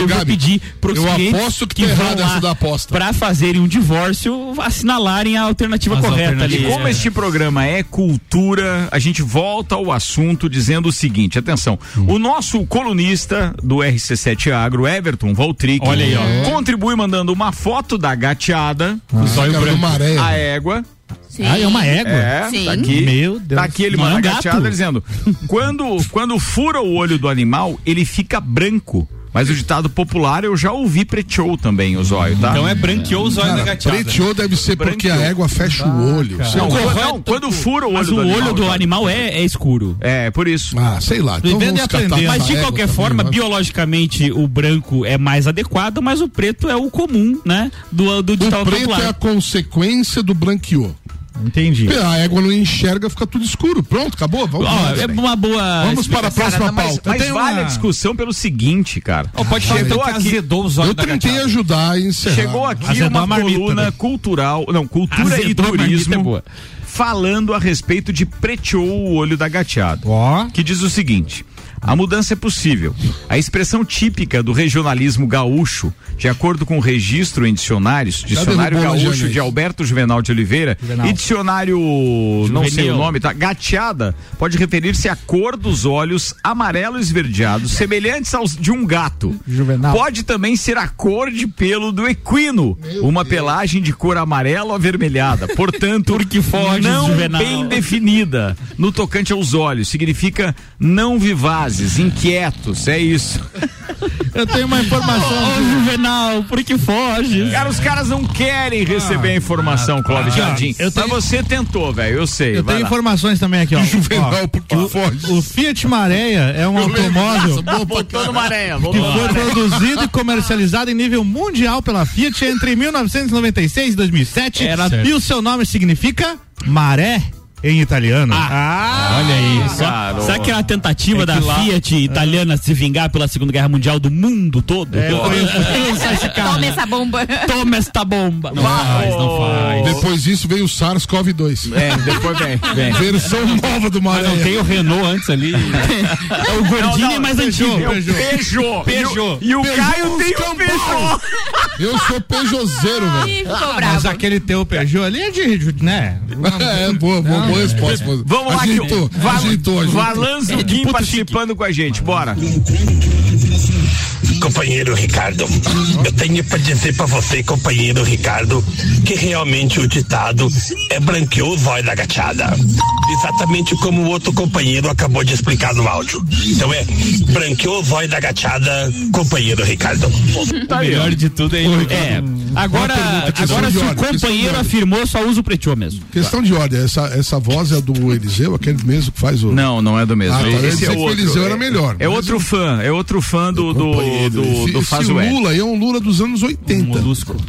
Speaker 4: Ô,
Speaker 7: eu vou
Speaker 4: Gabi,
Speaker 7: pedir pros
Speaker 4: eu
Speaker 7: clientes
Speaker 4: aposto que tá
Speaker 7: vão
Speaker 4: errado
Speaker 7: lá
Speaker 4: essa da aposta.
Speaker 7: Pra fazerem um divórcio, assinalarem a alternativa correta ali. tipo
Speaker 1: E como este programa é cultura, a gente volta ao assunto dizendo o seguinte: atenção, o nosso colunista do RC7 Agro, Everton Valtric,
Speaker 4: É.
Speaker 7: Olha aí, ó.
Speaker 1: contribui mandando uma foto da gateada,
Speaker 7: zóio
Speaker 1: Cara,
Speaker 7: branco.
Speaker 1: do maré. a égua.
Speaker 6: Sim.
Speaker 3: Ah, é uma égua?
Speaker 1: É,
Speaker 3: Sim.
Speaker 1: tá aqui.
Speaker 3: Meu Deus.
Speaker 1: Tá aqui ele
Speaker 3: Não é um
Speaker 1: manda
Speaker 3: gato.
Speaker 1: gateada dizendo: quando, quando fura o olho do animal, ele fica branco. Mas o ditado popular eu já ouvi preteou também o zóio, tá?
Speaker 4: Então é branqueou o zóio da gateada. preteou deve ser porque a égua fecha
Speaker 7: Tá.
Speaker 4: o olho.
Speaker 1: Não,
Speaker 4: Sei lá.
Speaker 1: quando- não, quando fura o olho
Speaker 4: É Mas
Speaker 1: do
Speaker 4: o
Speaker 1: animal.
Speaker 4: olho do
Speaker 7: animal é, escuro.
Speaker 1: É, por isso.
Speaker 4: Ah, sei lá. então
Speaker 7: Vivendo e
Speaker 4: vamos catar
Speaker 7: aprendendo.
Speaker 4: essa
Speaker 7: Mas de
Speaker 4: égua
Speaker 7: qualquer
Speaker 4: também,
Speaker 7: forma,
Speaker 4: vai.
Speaker 7: biologicamente, o branco é mais adequado, mas o preto é o comum, né? Do, do
Speaker 4: O
Speaker 7: ditado
Speaker 4: preto é a
Speaker 7: popular.
Speaker 4: consequência do branqueou.
Speaker 3: Entendi.
Speaker 4: A égua não enxerga, fica tudo escuro. Pronto, acabou. Vamos,
Speaker 7: Ó,
Speaker 4: embora.
Speaker 7: é uma boa
Speaker 4: Vamos para a
Speaker 7: explicação.
Speaker 4: próxima
Speaker 7: Cara, mas-
Speaker 4: pauta.
Speaker 7: mas
Speaker 4: Tem
Speaker 7: vale
Speaker 4: uma-
Speaker 7: a discussão.
Speaker 1: discussão pelo seguinte, cara.
Speaker 4: pode falar então que azedou os olhos
Speaker 1: Eu
Speaker 4: da
Speaker 1: tentei
Speaker 4: gateada.
Speaker 1: ajudar e encerrar. Chegou
Speaker 4: Chegou
Speaker 1: aqui
Speaker 4: aqui
Speaker 1: uma
Speaker 4: uma
Speaker 1: coluna
Speaker 4: coluna
Speaker 1: cultural, não, cultura
Speaker 7: e
Speaker 1: e turismo
Speaker 4: é
Speaker 7: turismo
Speaker 1: falando a respeito de preteou o olho da gateada. Que diz o seguinte: a mudança é possível. A expressão típica do regionalismo gaúcho, de acordo com o registro em dicionários, Dicionário
Speaker 4: derrubou a
Speaker 1: Gaúcho
Speaker 4: Jane
Speaker 1: de
Speaker 4: aí.
Speaker 1: Alberto Juvenal de Oliveira,
Speaker 4: Juvenal.
Speaker 1: e dicionário, não sei o
Speaker 4: Juvenil.
Speaker 1: nome, tá? Gateada pode referir-se à cor dos olhos amarelo esverdeado, semelhantes aos de um gato.
Speaker 3: Juvenal.
Speaker 1: Pode também ser a cor de pelo do equino, uma pelagem de cor amarelo ou avermelhada. Portanto,
Speaker 7: foges,
Speaker 1: não
Speaker 7: Juvenal.
Speaker 1: bem definida no tocante aos olhos. Significa não vivazes, inquietos, é isso.
Speaker 3: Eu tenho uma informação.
Speaker 1: Ô,
Speaker 7: Juvenal, por que foge?
Speaker 1: Cara, os caras não querem receber a informação, Clóvis
Speaker 3: ah,
Speaker 1: Jardim.
Speaker 3: eu tenho-
Speaker 1: Mas você tentou, velho, eu sei.
Speaker 3: Eu
Speaker 1: vai
Speaker 3: tenho
Speaker 1: lá.
Speaker 3: informações também aqui, ó.
Speaker 1: Juvenal,
Speaker 3: Ó,
Speaker 1: porque
Speaker 3: o, o Fiat Maréia é um automóvel
Speaker 1: Botando maré,
Speaker 3: que
Speaker 1: vamos
Speaker 3: foi
Speaker 1: lá.
Speaker 3: produzido e comercializado em nível mundial pela Fiat entre 1996 e 2007.
Speaker 7: Era-
Speaker 3: E o seu nome significa Maré em italiano.
Speaker 7: Ah. Olha
Speaker 1: Ah,
Speaker 7: aí. só-
Speaker 3: garoto.
Speaker 7: Será que era uma tentativa
Speaker 3: É
Speaker 7: da
Speaker 3: que lá-
Speaker 7: Fiat italiana se vingar pela Segunda Guerra Mundial do mundo todo?
Speaker 3: É, foi
Speaker 6: Toma essa bomba.
Speaker 7: Toma esta bomba.
Speaker 4: Não faz, não faz. Depois disso veio o SARS-CoV-2.
Speaker 1: É, depois vem. vem.
Speaker 4: Versão nova do Maré.
Speaker 5: Mas não tem o Renault antes ali.
Speaker 7: É o
Speaker 4: Gordini
Speaker 5: é mais antigo.
Speaker 1: Peugeot.
Speaker 5: Peugeot.
Speaker 1: E o Caio tem
Speaker 4: um Peugeot. Eu sou Peugeotzeiro, velho.
Speaker 3: Mas aquele teu Peugeot ali é de, né?
Speaker 4: É, boa, boa, boa resposta.
Speaker 1: Vamos lá,
Speaker 4: Agitou,
Speaker 1: que o Val-
Speaker 4: agitou, agitou.
Speaker 1: Valanzo
Speaker 4: É de
Speaker 1: Guim
Speaker 4: puto
Speaker 1: participando com a gente, bora.
Speaker 15: Companheiro Ricardo, eu tenho para dizer para você, companheiro Ricardo, que realmente o ditado é branqueou o zóio da gachada. Exatamente como o outro companheiro acabou de explicar no áudio. Então é branqueou o zóio da gachada, companheiro Ricardo.
Speaker 7: o melhor de tudo é. É. Agora, agora se o companheiro afirmou, só usa o pretio mesmo.
Speaker 4: Questão de ordem, essa, essa voz é do Eliseu, aquele mesmo que faz o.
Speaker 1: Não, não é do mesmo.
Speaker 4: Ah, tá, eu ia
Speaker 1: Esse
Speaker 4: dizer
Speaker 1: é
Speaker 4: que o
Speaker 1: outro.
Speaker 4: Eliseu era melhor.
Speaker 1: É outro fã, é outro fã do do do,
Speaker 4: Esse-
Speaker 1: do
Speaker 4: esse
Speaker 1: Faz o L.
Speaker 4: Lula aí é um Lula dos anos 80.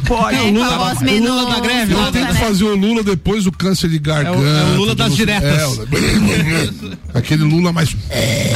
Speaker 1: Pode.
Speaker 4: o Lula, o Lula da greve. Eu tento fazer o Lula depois do câncer de garganta.
Speaker 3: é o Lula das
Speaker 4: do-
Speaker 3: diretas.
Speaker 4: é, o- aquele Lula mais.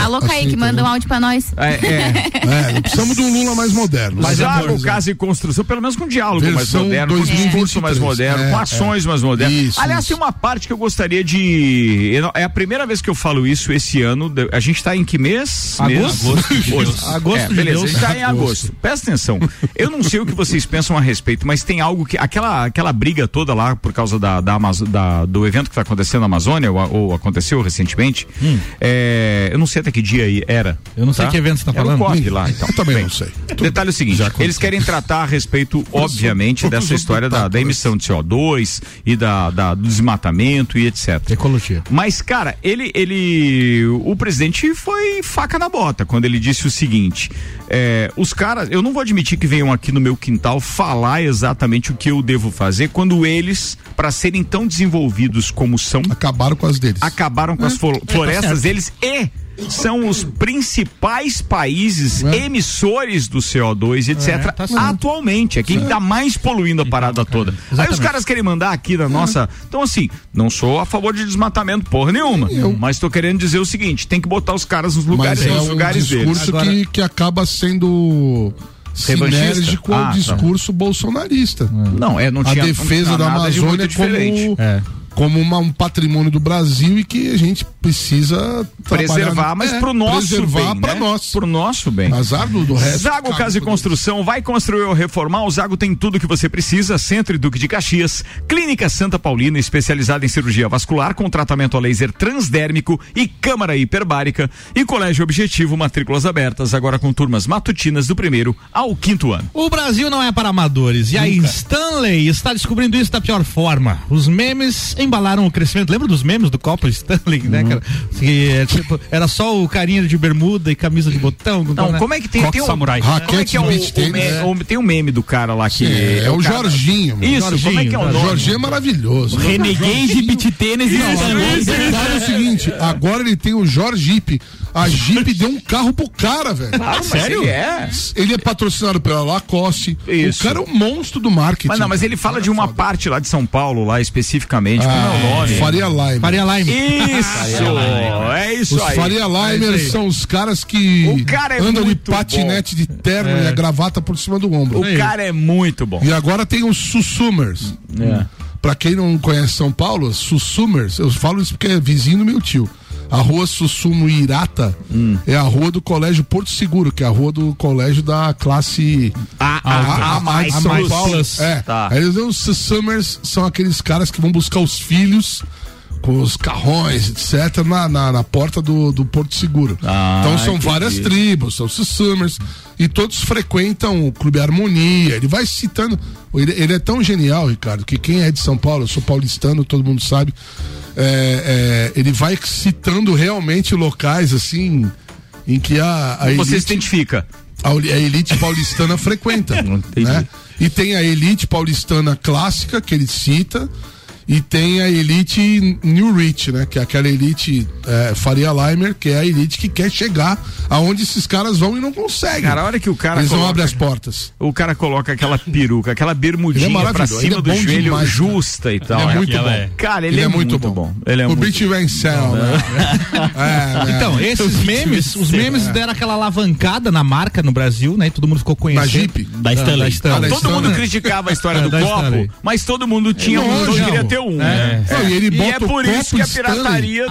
Speaker 6: Alô, Kaique, manda um áudio pra nós.
Speaker 4: Assim,
Speaker 1: É,
Speaker 4: É, nós precisamos de um Lula mais moderno.
Speaker 1: Mas é um
Speaker 4: Lula
Speaker 1: há
Speaker 4: moderno.
Speaker 1: o caso em construção, pelo menos com diálogo mais
Speaker 4: Versão
Speaker 1: moderno, com
Speaker 4: 2023,
Speaker 1: discurso mais moderno,
Speaker 7: né?
Speaker 4: é,
Speaker 1: com ações
Speaker 4: é.
Speaker 1: mais modernas.
Speaker 4: Isso,
Speaker 1: Aliás, tem uma parte que eu gostaria de. eu não- É a primeira vez que eu falo isso esse ano. de- A gente está em que mês?
Speaker 3: Agosto.
Speaker 1: Mesmo?
Speaker 3: Agosto de
Speaker 1: Hoje.
Speaker 3: Deus. Agosto
Speaker 1: é,
Speaker 3: de
Speaker 1: beleza,
Speaker 3: Deus.
Speaker 1: a gente está em agosto.
Speaker 3: Agosto.
Speaker 1: Presta atenção. Eu não sei o que vocês pensam a respeito, mas tem algo que. Aquela, aquela briga toda lá por causa da, da, Amazo- da- do evento que está acontecendo na Amazônia, ou, ou aconteceu recentemente.
Speaker 3: Hum.
Speaker 1: é, eu não sei até que dia aí era.
Speaker 3: Eu não sei que evento você tá
Speaker 1: Era o
Speaker 3: falando.
Speaker 1: COP lá, então.
Speaker 4: Eu também não sei.
Speaker 1: Detalhe é o seguinte, eles querem tratar a respeito, obviamente, dessa história da, da emissão de CO2 e da, da- do desmatamento e etc.
Speaker 3: Ecologia.
Speaker 1: Mas, cara, ele, ele. O presidente foi faca na bota quando ele disse o seguinte: é, os caras, eu não vou admitir que venham aqui no meu quintal falar exatamente o que eu devo fazer quando eles, para serem tão desenvolvidos como são.
Speaker 4: Acabaram com as deles.
Speaker 1: Acabaram com as
Speaker 4: Hum?
Speaker 1: flo- florestas deles e são os principais países emissores do CO2, etc.
Speaker 4: É, tá certo. Então, é,
Speaker 1: atualmente. É quem está mais poluindo a parada toda. Aí os caras querem mandar aqui na nossa. Então, assim, não sou a favor de desmatamento, porra nenhuma. Mas tô querendo dizer o seguinte: tem que botar os caras nos lugares,
Speaker 4: Mas é
Speaker 1: nos
Speaker 4: um
Speaker 1: lugares deles.
Speaker 4: discurso que, que acaba sendo
Speaker 1: Revanchista?
Speaker 4: sinérgico
Speaker 1: Ah,
Speaker 4: ao
Speaker 1: tá.
Speaker 4: discurso bolsonarista.
Speaker 1: Não, é, não tinha-
Speaker 4: A
Speaker 1: não
Speaker 4: defesa
Speaker 1: tinha
Speaker 4: da
Speaker 1: nada de muito
Speaker 4: Amazônia
Speaker 1: diferente.
Speaker 4: como, como uma- um patrimônio do Brasil e que a gente precisa trabalhar-
Speaker 1: Preservar, mas
Speaker 4: é,
Speaker 1: pro nosso
Speaker 4: preservar
Speaker 1: bem,
Speaker 4: pra
Speaker 1: né?
Speaker 4: nós.
Speaker 1: Pro nosso bem.
Speaker 4: Azar do, do resto.
Speaker 1: Zago
Speaker 4: cara.
Speaker 1: Casa e Construção vai construir ou reformar. O Zago tem tudo que você precisa. Centro e Duque de Caxias, Clínica Santa Paulina, especializada em cirurgia vascular com tratamento a laser transdérmico e câmara hiperbárica. E Colégio Objetivo, matrículas abertas, agora com turmas matutinas do primeiro ao quinto ano.
Speaker 3: O Brasil não é para amadores. E a Stanley está descobrindo isso da pior forma. Os memes embalaram o crescimento. Lembra dos memes do copo Stanley, né,
Speaker 1: Uhum.
Speaker 3: cara? Que, é, tipo, era só o carinha de bermuda e camisa de botão.
Speaker 4: Então,
Speaker 1: Não,
Speaker 4: né?
Speaker 1: como é que tem, tem um Como é que é o, o me- o- tem um meme do cara lá que
Speaker 4: Sim, é, o
Speaker 1: cara-
Speaker 4: Jorginho. mano.
Speaker 1: Isso, como é que é o nome?
Speaker 4: Jorginho é maravilhoso.
Speaker 7: Renegade, beat tênis e
Speaker 4: Não, agora
Speaker 7: Stanley.
Speaker 4: o cara é o seguinte, agora ele tem o Jorge Jeep. A Jeep deu um carro pro cara, velho.
Speaker 1: Ah, mas Sério? ele é.
Speaker 4: Ele é patrocinado pela Lacoste.
Speaker 1: Isso.
Speaker 4: O cara é um monstro do marketing.
Speaker 1: Mas não, mas ele fala de uma parte lá de São Paulo, lá especificamente, como é o nome?
Speaker 4: Ah, Faria Lime. Faria
Speaker 3: Lime.
Speaker 1: Isso, é isso
Speaker 4: Os
Speaker 1: aí.
Speaker 4: Faria
Speaker 1: É
Speaker 4: Limer
Speaker 1: isso aí.
Speaker 4: são os caras que
Speaker 1: O cara é
Speaker 4: andam de
Speaker 1: muito
Speaker 4: patinete
Speaker 1: bom.
Speaker 4: de terno
Speaker 1: É.
Speaker 4: e a gravata por cima do ombro.
Speaker 1: O cara é muito bom.
Speaker 4: E agora tem os Sussumers.
Speaker 1: É.
Speaker 4: Pra quem não conhece São Paulo, Sussumers, eu falo isso porque é vizinho do meu tio. A rua Sussumo Irata
Speaker 1: Hum.
Speaker 4: é a rua do Colégio Porto Seguro, que é a rua do colégio da classe
Speaker 1: A,
Speaker 4: a- a mais de São Paulo. É. Aí eles- os Summers são aqueles caras que vão buscar os filhos com os carrões, etc., na, na, na porta do, do Porto Seguro. então são
Speaker 1: entendi.
Speaker 4: várias tribos, são os Summers, e todos frequentam o Clube Harmonia. Ele vai citando. Ele, ele é tão genial, Ricardo, que quem é de São Paulo, eu sou paulistano, todo mundo sabe. é, é, ele vai citando realmente locais assim em que a, a
Speaker 1: Você se
Speaker 4: elite-
Speaker 1: identifica.
Speaker 4: a, uli- a elite paulistana frequenta. né? E tem a elite paulistana clássica, que ele cita, e tem a elite New Rich, né? Que é aquela elite é, Faria Limer, que é a elite que quer chegar aonde esses caras vão e não conseguem.
Speaker 1: Cara, a hora que o cara
Speaker 4: Eles não
Speaker 1: coloca-
Speaker 4: abrem as portas.
Speaker 1: O cara coloca aquela peruca, aquela bermudinha pra
Speaker 4: maravilhoso, ele
Speaker 1: cima
Speaker 4: é
Speaker 1: do
Speaker 4: bom
Speaker 1: joelho
Speaker 4: demais, cara.
Speaker 1: justa e
Speaker 3: Então,
Speaker 1: tal.
Speaker 4: Ele é muito
Speaker 1: Aquela
Speaker 4: bom.
Speaker 1: Cara, ele, é, muito, bom. Ele é
Speaker 4: o
Speaker 1: muito
Speaker 4: Brit Vencel, né? É,
Speaker 3: Então, esses memes, os memes
Speaker 1: é.
Speaker 3: deram aquela alavancada na marca no Brasil, né? E todo mundo ficou conhecendo.
Speaker 4: Jeep?
Speaker 3: Ah,
Speaker 7: Da Stanley.
Speaker 3: Stanley.
Speaker 1: Todo mundo criticava a história
Speaker 3: É,
Speaker 1: do
Speaker 3: da
Speaker 1: copo,
Speaker 3: Stanley.
Speaker 1: mas todo mundo tinha um, todo
Speaker 4: Lógico.
Speaker 1: mundo queria ter um.
Speaker 4: É.
Speaker 1: né?
Speaker 4: Não, e ele bota
Speaker 1: é por
Speaker 4: o
Speaker 1: isso
Speaker 4: copo
Speaker 1: que a
Speaker 4: Stanley-
Speaker 1: pirataria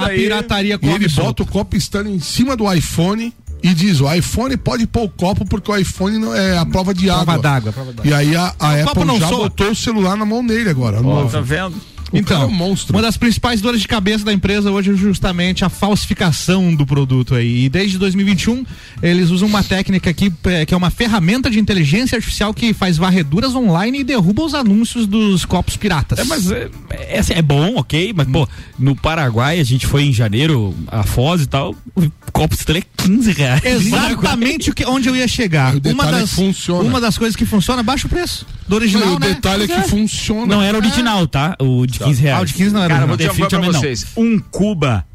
Speaker 1: daí.
Speaker 4: E ele bota o copo Stanley em cima do iPhone e diz: o iPhone pode pôr o copo porque o iPhone não é a prova de
Speaker 3: Prova
Speaker 4: água.
Speaker 3: d'água, prova d'água.
Speaker 4: E aí a, a
Speaker 3: O copo
Speaker 4: Apple
Speaker 3: não
Speaker 4: já
Speaker 3: soa.
Speaker 4: botou o celular na mão dele agora.
Speaker 1: Ó,
Speaker 4: novo.
Speaker 1: tá vendo?
Speaker 4: O
Speaker 3: Então,
Speaker 4: cara é um monstro.
Speaker 3: uma das principais dores de cabeça da empresa hoje é justamente a falsificação do produto aí. E desde 2021, eles usam uma técnica aqui, eh, que é uma ferramenta de inteligência artificial que faz varreduras online e derruba os anúncios dos copos piratas.
Speaker 7: É, mas é, é, assim, é bom, ok, mas pô, no Paraguai a gente foi em janeiro, a Foz e tal, o copo estrela é 15 reais.
Speaker 3: Exatamente o que, onde eu ia chegar.
Speaker 4: O detalhe
Speaker 3: Uma
Speaker 4: é
Speaker 3: das,
Speaker 4: que funciona.
Speaker 3: uma das coisas que funciona, baixa o preço do original,
Speaker 4: Não, e o
Speaker 3: né?
Speaker 4: detalhe é que funciona.
Speaker 7: Não era original, tá? O de 15 reais.
Speaker 3: Ah, o de 15 não era
Speaker 7: Cara,
Speaker 1: Eu vou dizer uma coisa pra
Speaker 7: definitivamente não.
Speaker 1: vocês. Um Cuba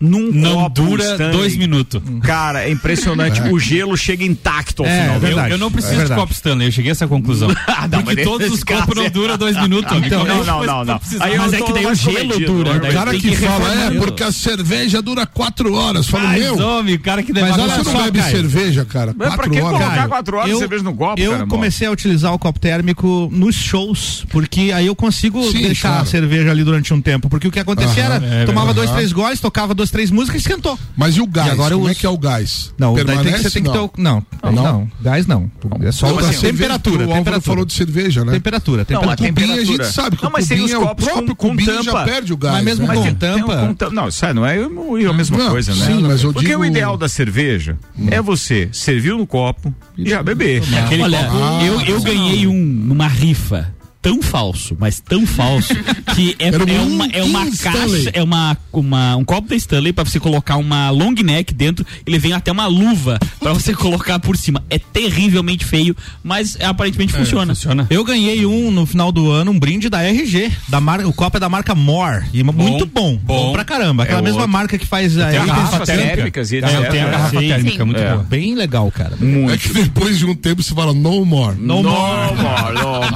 Speaker 1: num
Speaker 7: Não
Speaker 1: copo
Speaker 7: dura
Speaker 1: Stanley,
Speaker 7: dois minutos.
Speaker 1: Cara, é impressionante. O gelo chega intacto ao
Speaker 7: É,
Speaker 1: final.
Speaker 7: eu, eu não preciso de copo Stanley, eu cheguei a essa conclusão.
Speaker 1: Ah, não,
Speaker 7: Porque
Speaker 1: mas
Speaker 7: todos
Speaker 1: nesse
Speaker 7: os copos
Speaker 1: caso
Speaker 7: não
Speaker 1: é-
Speaker 7: duram dois minutos, amigo.
Speaker 1: Então, não,
Speaker 7: Mas-
Speaker 1: não, não, não.
Speaker 7: precisa-
Speaker 1: Aí eu
Speaker 7: Mas é
Speaker 1: tô
Speaker 7: que daí o
Speaker 1: mais
Speaker 7: gelo
Speaker 1: comedido,
Speaker 7: dura.
Speaker 1: né?
Speaker 7: daí
Speaker 4: O cara
Speaker 7: tem
Speaker 4: que, fala,
Speaker 7: reformar
Speaker 4: é,
Speaker 7: o
Speaker 4: porque a cerveja dura quatro horas. Fala,
Speaker 7: Mas,
Speaker 4: meu.
Speaker 7: homem, o cara que deve
Speaker 4: Mas
Speaker 7: agora
Speaker 4: olha, você
Speaker 7: só,
Speaker 4: não bebe
Speaker 7: Caio.
Speaker 4: cerveja, cara.
Speaker 1: Mas pra
Speaker 4: quatro
Speaker 1: que
Speaker 4: horas.
Speaker 1: colocar
Speaker 4: Caio?
Speaker 1: quatro horas de cerveja no copo,
Speaker 3: eu
Speaker 1: cara, mano?
Speaker 3: comecei a utilizar o copo térmico nos shows, porque aí eu consigo
Speaker 4: Sim,
Speaker 3: deixar
Speaker 4: claro.
Speaker 3: a cerveja ali durante um tempo. Porque o que acontecia
Speaker 4: Aham,
Speaker 3: era,
Speaker 4: é
Speaker 3: tomava
Speaker 4: verdade.
Speaker 3: dois, três goles, tocava duas, três músicas e esquentou.
Speaker 4: Mas e o gás?
Speaker 3: E agora eu
Speaker 4: Como é
Speaker 3: uso.
Speaker 4: que é o gás?
Speaker 3: Não, daí tem que, você tem que ter o. Não, não,
Speaker 4: Não?
Speaker 3: gás não. É só
Speaker 4: Não,
Speaker 3: a
Speaker 4: mas assim,
Speaker 3: temperatura.
Speaker 4: O Álvaro
Speaker 3: temperatura.
Speaker 4: falou de cerveja, né?
Speaker 3: Temperatura,
Speaker 1: Não,
Speaker 3: temperatura.
Speaker 1: a temperatura.
Speaker 4: a gente sabe que
Speaker 1: não,
Speaker 4: o
Speaker 1: mas tem os
Speaker 4: cubinho é o
Speaker 1: copos
Speaker 4: próprio
Speaker 1: com, com
Speaker 4: cubinho
Speaker 1: tampa.
Speaker 4: já perde o gás,
Speaker 3: Mas mesmo
Speaker 4: né?
Speaker 3: com
Speaker 1: tem- tem um
Speaker 3: tampa-
Speaker 1: com tampa- Não, sai, não é eu- eu a mesma
Speaker 4: Não,
Speaker 1: coisa, né?
Speaker 4: sim, mas eu
Speaker 1: Porque
Speaker 4: digo- Hum.
Speaker 1: o ideal da cerveja é você servir no copo e já beber.
Speaker 4: É
Speaker 7: Aquele
Speaker 1: Olha,
Speaker 7: copo-
Speaker 4: Ah,
Speaker 7: eu, eu ganhei um numa rifa tão falso, mas tão falso que é,
Speaker 4: Era um
Speaker 7: é uma, é uma
Speaker 4: King
Speaker 7: caixa,
Speaker 4: Stanley.
Speaker 7: é uma, uma um copo da Stanley pra você colocar uma long neck dentro. Ele vem até uma luva pra você colocar por cima. É terrivelmente feio, mas é, aparentemente funciona.
Speaker 3: Eu ganhei um no final do ano, um brinde da RG. Da marca, o copo é da marca More. E uma- muito bom, bom. pra caramba. Aquela
Speaker 1: É
Speaker 3: mesma
Speaker 1: outro.
Speaker 3: marca que faz a
Speaker 1: Tem garrafas térmicas e etc.
Speaker 7: É, tem a garrafa
Speaker 1: né? Sim.
Speaker 7: térmica, muito
Speaker 1: É.
Speaker 7: boa.
Speaker 3: Bem legal, cara.
Speaker 4: É
Speaker 1: Muito.
Speaker 4: que depois de um tempo você fala no more.
Speaker 1: No more, no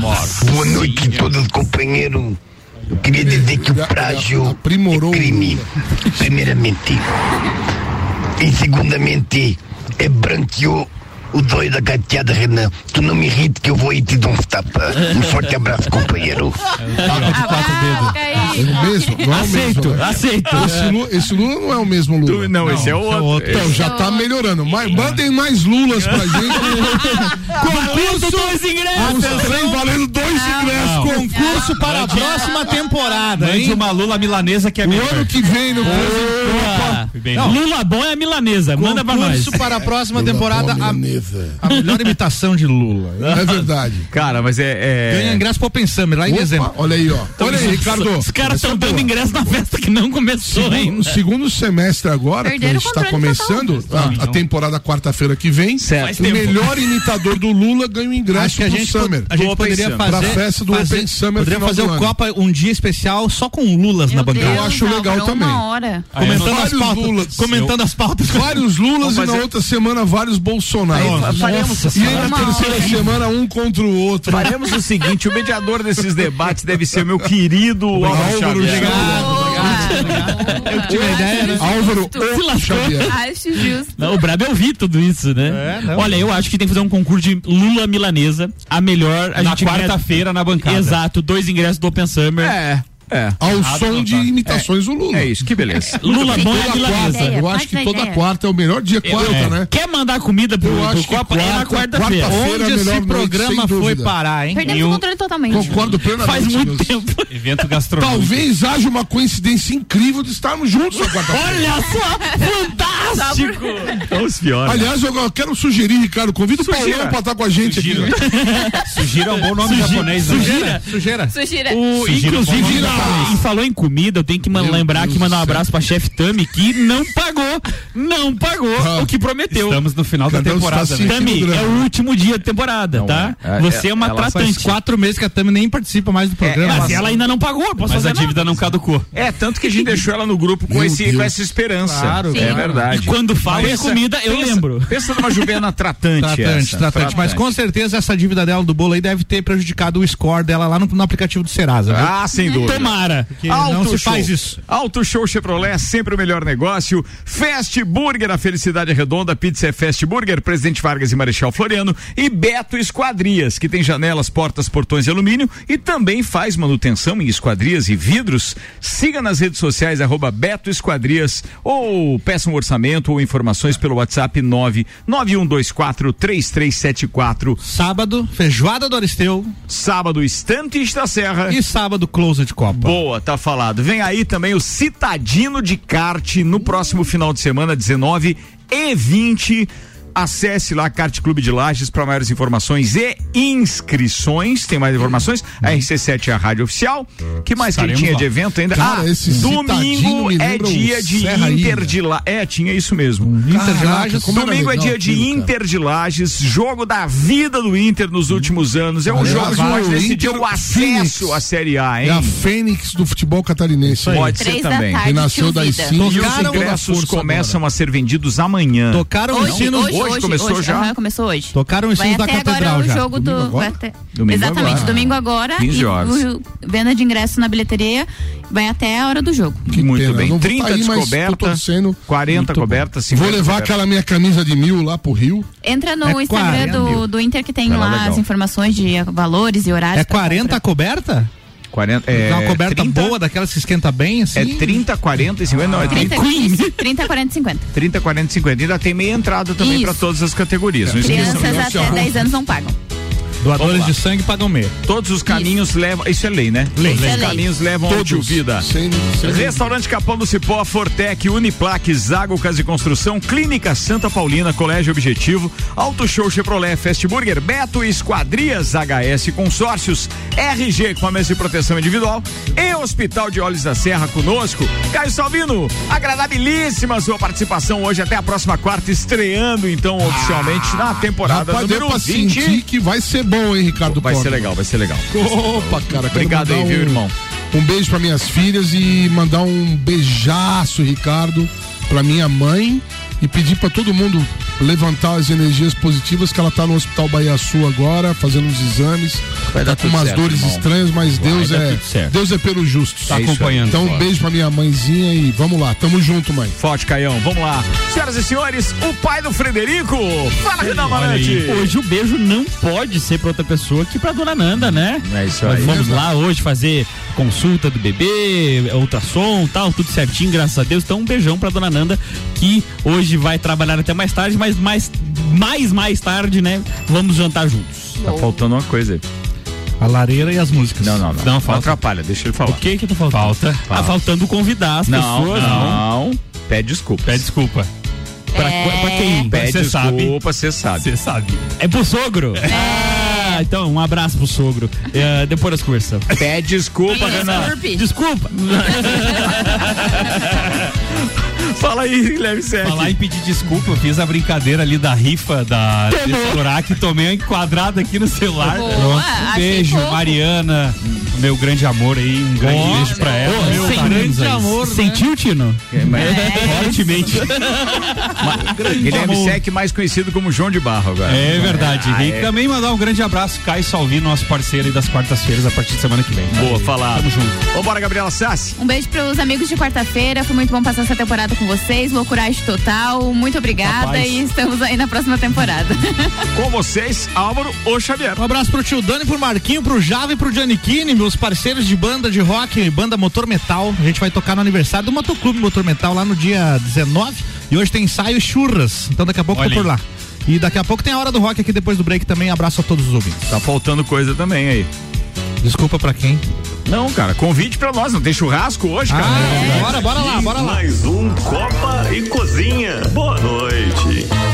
Speaker 1: more.
Speaker 11: Boa noite a todos, companheiro. Eu queria dizer que o plágio
Speaker 4: Aprimorou.
Speaker 11: é crime, primeiramente. E segundamente, é branqueou
Speaker 16: o doido da gateada, Renan. Tu não me irrita que eu vou aí te dar um tapa. Um forte abraço, companheiro.
Speaker 4: É o mesmo? Não é o
Speaker 16: Aceito,
Speaker 4: mesmo, né?
Speaker 16: aceito.
Speaker 4: Esse Lula, esse Lula não é o mesmo Lula.
Speaker 1: não, esse é o outro.
Speaker 4: Então,
Speaker 1: Esse
Speaker 4: já
Speaker 1: é o
Speaker 4: tá melhorando. Mas mandem mais Lulas pra gente.
Speaker 1: Ah,
Speaker 5: Concurso dois
Speaker 4: Os três valendo dois
Speaker 3: Ah,
Speaker 4: ingressos.
Speaker 3: Concurso para a próxima
Speaker 4: Ah,
Speaker 3: temporada,
Speaker 7: Mande
Speaker 3: hein?
Speaker 7: uma Lula milanesa que é melhor.
Speaker 4: ano que vem no
Speaker 3: Não.
Speaker 7: Lula bom é a milanesa, manda pra nós.
Speaker 3: Concurso para a próxima temporada. a- A, melhor imitação de Lula.
Speaker 4: É verdade.
Speaker 1: Cara, mas é. é...
Speaker 3: Ganha ingresso pro Open Summer lá em
Speaker 4: Opa,
Speaker 3: dezembro.
Speaker 4: Olha aí, ó. Olha aí, Ricardo.
Speaker 7: Os caras
Speaker 4: Essa é
Speaker 7: estão
Speaker 4: boa.
Speaker 7: dando ingresso na festa que não começou
Speaker 4: Segundo,
Speaker 7: ainda.
Speaker 4: segundo semestre agora, que a
Speaker 7: Perderam
Speaker 4: gente está
Speaker 7: o controle
Speaker 4: começando,
Speaker 7: total.
Speaker 4: a,
Speaker 7: Não,
Speaker 4: a
Speaker 7: não.
Speaker 4: temporada quarta-feira que vem,
Speaker 7: Certo.
Speaker 4: o
Speaker 7: Faz tempo.
Speaker 4: melhor imitador do Lula ganha o ingresso
Speaker 3: Acho que a
Speaker 4: pro
Speaker 3: gente, po-
Speaker 4: Summer.
Speaker 3: a gente
Speaker 4: Pro Open
Speaker 3: poderia
Speaker 4: Summer.
Speaker 3: fazer,
Speaker 4: Pra festa do
Speaker 3: fazer,
Speaker 4: Open Summer
Speaker 3: poderia
Speaker 4: final
Speaker 3: fazer
Speaker 4: do
Speaker 3: o
Speaker 4: ano.
Speaker 3: Copa um dia especial só com Lulas na bancada.
Speaker 4: Eu acho legal
Speaker 6: é
Speaker 4: também.
Speaker 3: Comentando as
Speaker 4: Vários
Speaker 3: pautas.
Speaker 4: Lulas.
Speaker 3: Comentando as pautas.
Speaker 4: Vários Lulas
Speaker 3: Vamos
Speaker 4: e na
Speaker 3: fazer-
Speaker 4: outra semana vários Bolsonaros.
Speaker 1: Aí, fa- faremos-
Speaker 4: Nossa, e aí na
Speaker 1: Uma
Speaker 4: terceira
Speaker 1: hora.
Speaker 4: semana um contra o outro.
Speaker 1: Faremos o seguinte: o mediador desses debates deve ser meu querido Álvaro
Speaker 4: Álvaro
Speaker 1: Xavier.
Speaker 3: Eu tive a ideia, né?
Speaker 4: Álvaro,
Speaker 7: Se lascou.
Speaker 6: Acho justo.
Speaker 7: Não, o brabo é ouvir tudo isso, né?
Speaker 4: É,
Speaker 6: não.
Speaker 7: Olha, eu acho que tem que fazer um concurso de Lula milanesa. A melhor. A
Speaker 5: Na
Speaker 7: gente ganha-
Speaker 5: quarta-feira na bancada.
Speaker 7: Exato, dois ingressos do Open Summer.
Speaker 1: É. É.
Speaker 4: Ao
Speaker 7: Errado
Speaker 4: som
Speaker 7: não
Speaker 4: de
Speaker 7: tá.
Speaker 4: imitações do Lula.
Speaker 1: É isso, que beleza.
Speaker 7: Lula bom é a
Speaker 4: Toda
Speaker 7: milanesa.
Speaker 4: quarta, eu acho que toda quarta é o melhor dia,
Speaker 7: Eu-
Speaker 4: quarta,
Speaker 7: é.
Speaker 4: né?
Speaker 7: Quer mandar comida pro,
Speaker 4: Eu
Speaker 7: pro
Speaker 4: acho que
Speaker 7: Copa? É na
Speaker 4: quarta- quarta-feira é
Speaker 7: quarta-feira.
Speaker 4: a
Speaker 7: Onde esse
Speaker 4: melhor noite,
Speaker 7: programa
Speaker 4: sem
Speaker 7: foi
Speaker 4: dúvida.
Speaker 7: parar, hein?
Speaker 6: Perdemos
Speaker 7: Eu-
Speaker 6: o controle totalmente.
Speaker 4: Concordo plenamente.
Speaker 7: Faz muito
Speaker 4: Nilson.
Speaker 7: tempo.
Speaker 5: Evento gastronômico.
Speaker 4: Talvez haja uma coincidência incrível de estarmos juntos na quarta-feira.
Speaker 7: Olha só! Fantástico!
Speaker 1: Os piores.
Speaker 4: Aliás, eu quero sugerir, Ricardo, convida o
Speaker 1: Sugira.
Speaker 4: Paulão pra estar com a gente aqui. né?
Speaker 5: Sugira é um bom nome
Speaker 7: Sugira-
Speaker 5: japonês, né?
Speaker 7: sugira.
Speaker 3: Sujeira.
Speaker 6: Sugira.
Speaker 14: é um
Speaker 7: O,
Speaker 5: Sugira
Speaker 7: inclusive,
Speaker 5: bom
Speaker 7: e falou em comida, eu tenho que ma-
Speaker 4: Meu
Speaker 7: lembrar
Speaker 4: Deus
Speaker 7: que mandar um
Speaker 4: do céu.
Speaker 7: abraço pra chefe Tami, que não pagou, não pagou
Speaker 4: Ah,
Speaker 7: o que prometeu.
Speaker 5: Estamos no final da
Speaker 4: Cadê os
Speaker 5: temporada, né?
Speaker 4: taxistas?
Speaker 7: Tami,
Speaker 4: Sim,
Speaker 7: é o último dia da temporada, tá?
Speaker 1: é. É,
Speaker 7: Você é
Speaker 1: é,
Speaker 7: uma
Speaker 1: ela faz
Speaker 7: tratante.
Speaker 3: Quatro meses que a Tami nem participa mais do programa.
Speaker 7: Mas ela ainda não pagou, eu posso
Speaker 5: Mas
Speaker 7: fazer
Speaker 5: a dívida não caducou.
Speaker 1: É, tanto que a gente deixou ela no grupo com,
Speaker 4: Meu
Speaker 1: esse,
Speaker 4: Deus.
Speaker 1: com essa esperança.
Speaker 3: Claro,
Speaker 1: é
Speaker 3: Sim.
Speaker 1: verdade.
Speaker 7: E quando fala em
Speaker 1: Pensa-
Speaker 7: comida, eu
Speaker 1: pensa-
Speaker 7: lembro.
Speaker 1: Pensa numa Juliana tratante.
Speaker 3: Tratante,
Speaker 1: essa.
Speaker 3: tratante, Mas com certeza essa dívida dela do bolo aí deve ter prejudicado o score dela lá no, no aplicativo do Serasa. viu?
Speaker 1: Ah, sem dúvida.
Speaker 7: Tomara.
Speaker 3: Que não se faz isso.
Speaker 1: Auto Show Chevrolet, é sempre o melhor negócio. Fast Burger, a Felicidade Redonda, Pizza é Fast Burger, Presidente Vargas e Marechal Floriano. E Beto Esquadrias, que tem janelas, portas, portões de alumínio e também faz manutenção em esquadrias e vidros. Siga nas redes sociais, arroba Beto Esquadrias, ou peça um orçamento ou informações pelo WhatsApp 99124 3374.
Speaker 3: Sábado, feijoada do Aristeu
Speaker 1: Sábado, Estantes da Serra.
Speaker 3: e sábado, closet Copa.
Speaker 1: Boa, tá falado. Vem aí também o Citadino de Kart no próximo final de semana, 19 e 20. Acesse lá Kart Clube de Lages para maiores informações e inscrições. Tem mais informações? A RC7 é a rádio oficial. Que mais que
Speaker 5: Estaremos
Speaker 1: tinha
Speaker 5: lá.
Speaker 1: de evento ainda?
Speaker 4: Cara,
Speaker 1: ah,
Speaker 4: esse Citadino
Speaker 1: domingo
Speaker 4: me
Speaker 1: é
Speaker 4: lembra um
Speaker 1: dia de
Speaker 4: Serra
Speaker 1: Inter
Speaker 4: Ilha.
Speaker 1: de Lages. É, tinha isso mesmo.
Speaker 3: Inter de
Speaker 4: Caraca,
Speaker 3: Lages.
Speaker 4: como era
Speaker 1: Domingo é
Speaker 4: legal
Speaker 1: dia de
Speaker 4: aquilo, cara.
Speaker 1: Inter de Lages, jogo da vida do Inter nos últimos anos. É um
Speaker 4: Aliás,
Speaker 1: jogo que
Speaker 4: o
Speaker 1: pode decidir
Speaker 4: Inter
Speaker 1: o acesso
Speaker 4: Phoenix.
Speaker 1: à Série A, hein?
Speaker 4: É a Fênix do futebol catarinense.
Speaker 1: Pode
Speaker 6: Três
Speaker 1: ser
Speaker 6: da
Speaker 1: também.
Speaker 6: tarde.
Speaker 4: Que nasceu
Speaker 6: Ai, que
Speaker 4: das
Speaker 6: vida.
Speaker 4: cinco.
Speaker 1: E os
Speaker 3: Tocaram toda a
Speaker 1: ingressos
Speaker 3: força
Speaker 1: começam a ser vendidos amanhã.
Speaker 3: Tocaram os
Speaker 6: Hoje,
Speaker 3: sinos.
Speaker 6: hoje, hoje,
Speaker 1: começou
Speaker 6: hoje.
Speaker 1: já?
Speaker 6: Aham, começou hoje.
Speaker 3: Tocaram os
Speaker 6: Vai
Speaker 3: sinos da
Speaker 6: até
Speaker 3: catedral
Speaker 6: agora o
Speaker 3: já.
Speaker 6: jogo
Speaker 4: Domingo
Speaker 6: do.
Speaker 4: agora?
Speaker 6: vai até-
Speaker 1: Domingo
Speaker 6: Exatamente,
Speaker 1: agora.
Speaker 6: domingo agora.
Speaker 1: 15
Speaker 6: e
Speaker 1: horas.
Speaker 6: o- venda de ingresso na bilheteria vai até a hora do jogo.
Speaker 4: Que
Speaker 1: Muito
Speaker 4: pena,
Speaker 1: bem.
Speaker 4: não vou
Speaker 1: 30
Speaker 4: tá aí, mas tô
Speaker 1: descoberta,
Speaker 4: torcendo.
Speaker 1: 40 cobertas, 50
Speaker 4: Vou levar
Speaker 1: cobertas.
Speaker 4: aquela minha camisa de mil lá pro Rio.
Speaker 6: Entra no
Speaker 3: É
Speaker 6: Instagram
Speaker 3: 40
Speaker 6: do, do Inter que tem
Speaker 1: Cara,
Speaker 6: lá
Speaker 1: Ah, legal.
Speaker 6: as informações de eh, valores e horários.
Speaker 3: É
Speaker 6: pra
Speaker 3: 40 a coberta?
Speaker 1: 40,
Speaker 3: É,
Speaker 1: é,
Speaker 3: uma coberta
Speaker 1: 30,
Speaker 3: boa, daquelas que esquenta bem, assim?
Speaker 1: É 30, 40 e 50. Não, é 30,
Speaker 6: 30, 40, 30, 40, 50.
Speaker 1: 30, 40 e 50. Ainda tem meia entrada também
Speaker 6: Isso.
Speaker 1: para todas as categorias. Não esqueçam.
Speaker 6: Crianças até 10 anos não pagam.
Speaker 3: Doadores
Speaker 1: Vamos lá.
Speaker 3: de sangue pagam meia.
Speaker 1: Todos os caminhos levam. Isso é lei, né? Todos
Speaker 3: Lei.
Speaker 6: Isso é
Speaker 1: os
Speaker 6: lei.
Speaker 1: caminhos levam ao Tio Vida.
Speaker 4: Sem, sem...
Speaker 1: Restaurante Capão do Cipó, Fortec, Uniplaque, Zago Casa de Construção, Clínica Santa Paulina, Colégio Objetivo, Auto Show Chevrolet, Fast Burger, Beto Esquadrias, HS Consórcios, RG com a mesa de proteção individual e Hospital de Olhos da Serra conosco. Caio Salvino, agradabilíssima sua participação hoje até a próxima quarta, estreando então oficialmente na temporada
Speaker 4: Ah, Rapaz, deu
Speaker 1: número
Speaker 4: pra
Speaker 1: 20.
Speaker 4: sentir que vai ser bom, hein, Ricardo
Speaker 1: Vai ser
Speaker 4: Córdova?
Speaker 1: legal, vai ser legal.
Speaker 4: Opa, cara. quero
Speaker 1: Obrigado aí,
Speaker 4: mandar
Speaker 1: viu, irmão?
Speaker 4: Um beijo pra minhas filhas e mandar um beijaço, Ricardo, pra minha mãe e pedir pra todo mundo levantar as energias positivas que ela tá no Hospital Bahia Sul agora, fazendo uns exames. Vai
Speaker 17: dar
Speaker 4: tá com
Speaker 17: tudo
Speaker 4: umas
Speaker 17: certo,
Speaker 4: dores
Speaker 17: irmão.
Speaker 4: estranhas, mas
Speaker 17: Vai
Speaker 4: Deus
Speaker 17: dar
Speaker 4: é
Speaker 17: tudo certo.
Speaker 4: Deus é pelos justos.
Speaker 1: Tá
Speaker 4: É isso aí.
Speaker 1: acompanhando,
Speaker 4: Então um
Speaker 1: Flávio.
Speaker 4: beijo pra minha mãezinha e vamos lá, tamo junto, mãe.
Speaker 1: Forte, Caião, vamos lá. Senhoras e senhores, o pai do Frederico. Fala, Renan
Speaker 7: Olha
Speaker 1: Marante.
Speaker 7: aí. Hoje o beijo não pode ser pra outra pessoa que pra dona Nanda, né?
Speaker 17: É isso
Speaker 7: Nós
Speaker 17: aí.
Speaker 7: vamos lá hoje fazer consulta do bebê, ultrassom, tal, tudo certinho, graças a Deus. Então um beijão pra dona Nanda que hoje vai trabalhar até mais tarde, mas mais mais mais tarde, né? Vamos jantar juntos.
Speaker 17: Tá faltando uma coisa aí.
Speaker 3: A lareira e as músicas.
Speaker 17: Não, não, não. Não, atrapalha, deixa ele falar.
Speaker 7: O que que tá faltando? Falta. Tá faltando convidar as
Speaker 17: não,
Speaker 7: pessoas,
Speaker 17: não. Pede desculpa. Pede
Speaker 7: desculpa.
Speaker 17: Pra,
Speaker 1: É.
Speaker 7: pra quem?
Speaker 17: Pede
Speaker 7: Cê
Speaker 17: desculpa, você sabe. Você
Speaker 7: sabe. É pro sogro? É. então, um abraço pro sogro. É, depois nós conversamos.
Speaker 1: Pede desculpa,
Speaker 7: Renan. Desculpa.
Speaker 1: Fala aí, leve Sete.
Speaker 5: Falar e pedir desculpa, eu fiz a brincadeira ali da rifa da
Speaker 7: Tomou.
Speaker 5: celular que tomei uma enquadrada aqui no celular.
Speaker 7: Boa,
Speaker 5: Pronto. Um
Speaker 7: Ah, achei
Speaker 5: beijo,
Speaker 7: fofo.
Speaker 5: Mariana, meu grande amor aí, um grande
Speaker 7: Ó,
Speaker 5: beijo pra
Speaker 7: ó,
Speaker 5: ela.
Speaker 7: sem
Speaker 5: Meu carinho,
Speaker 7: grande
Speaker 5: aí. É,
Speaker 7: amor, né?
Speaker 5: Sentiu, Tino?
Speaker 1: É, Fortemente. Guilherme Sec, mais conhecido como João de Barro agora.
Speaker 5: É verdade.
Speaker 1: Ah,
Speaker 5: e
Speaker 1: é.
Speaker 5: também mandar um grande abraço, Caio Salvino, nosso parceiro aí das quartas-feiras, a partir de semana que vem.
Speaker 1: Boa, falado.
Speaker 5: Tamo junto.
Speaker 1: Vambora, é. Gabriela Sassi.
Speaker 6: Um beijo pros amigos de quarta-feira. Foi muito bom passar essa temporada com vocês. Loucuragem total. Muito obrigada
Speaker 1: Rapaz.
Speaker 6: e estamos aí na próxima temporada.
Speaker 1: Com vocês, Álvaro ou Xavier.
Speaker 3: Um abraço pro tio Dani, pro Marquinho, pro Java e pro Giannichini, meus parceiros de banda de rock, banda Motor Metal. A gente vai tocar no aniversário do Motoclube Motor Metal lá no dia 19. E hoje tem ensaio e churras. Então daqui a pouco
Speaker 1: Olha
Speaker 3: tô por
Speaker 1: aí.
Speaker 3: lá. E daqui a pouco tem a hora do rock aqui depois do break também. Abraço a todos os ouvintes.
Speaker 1: Tá faltando coisa também aí.
Speaker 3: Desculpa pra quem?
Speaker 1: Não, cara, convite pra nós, não tem churrasco hoje, cara.
Speaker 3: Ah, é
Speaker 2: Mais um Copa e Cozinha. Boa noite.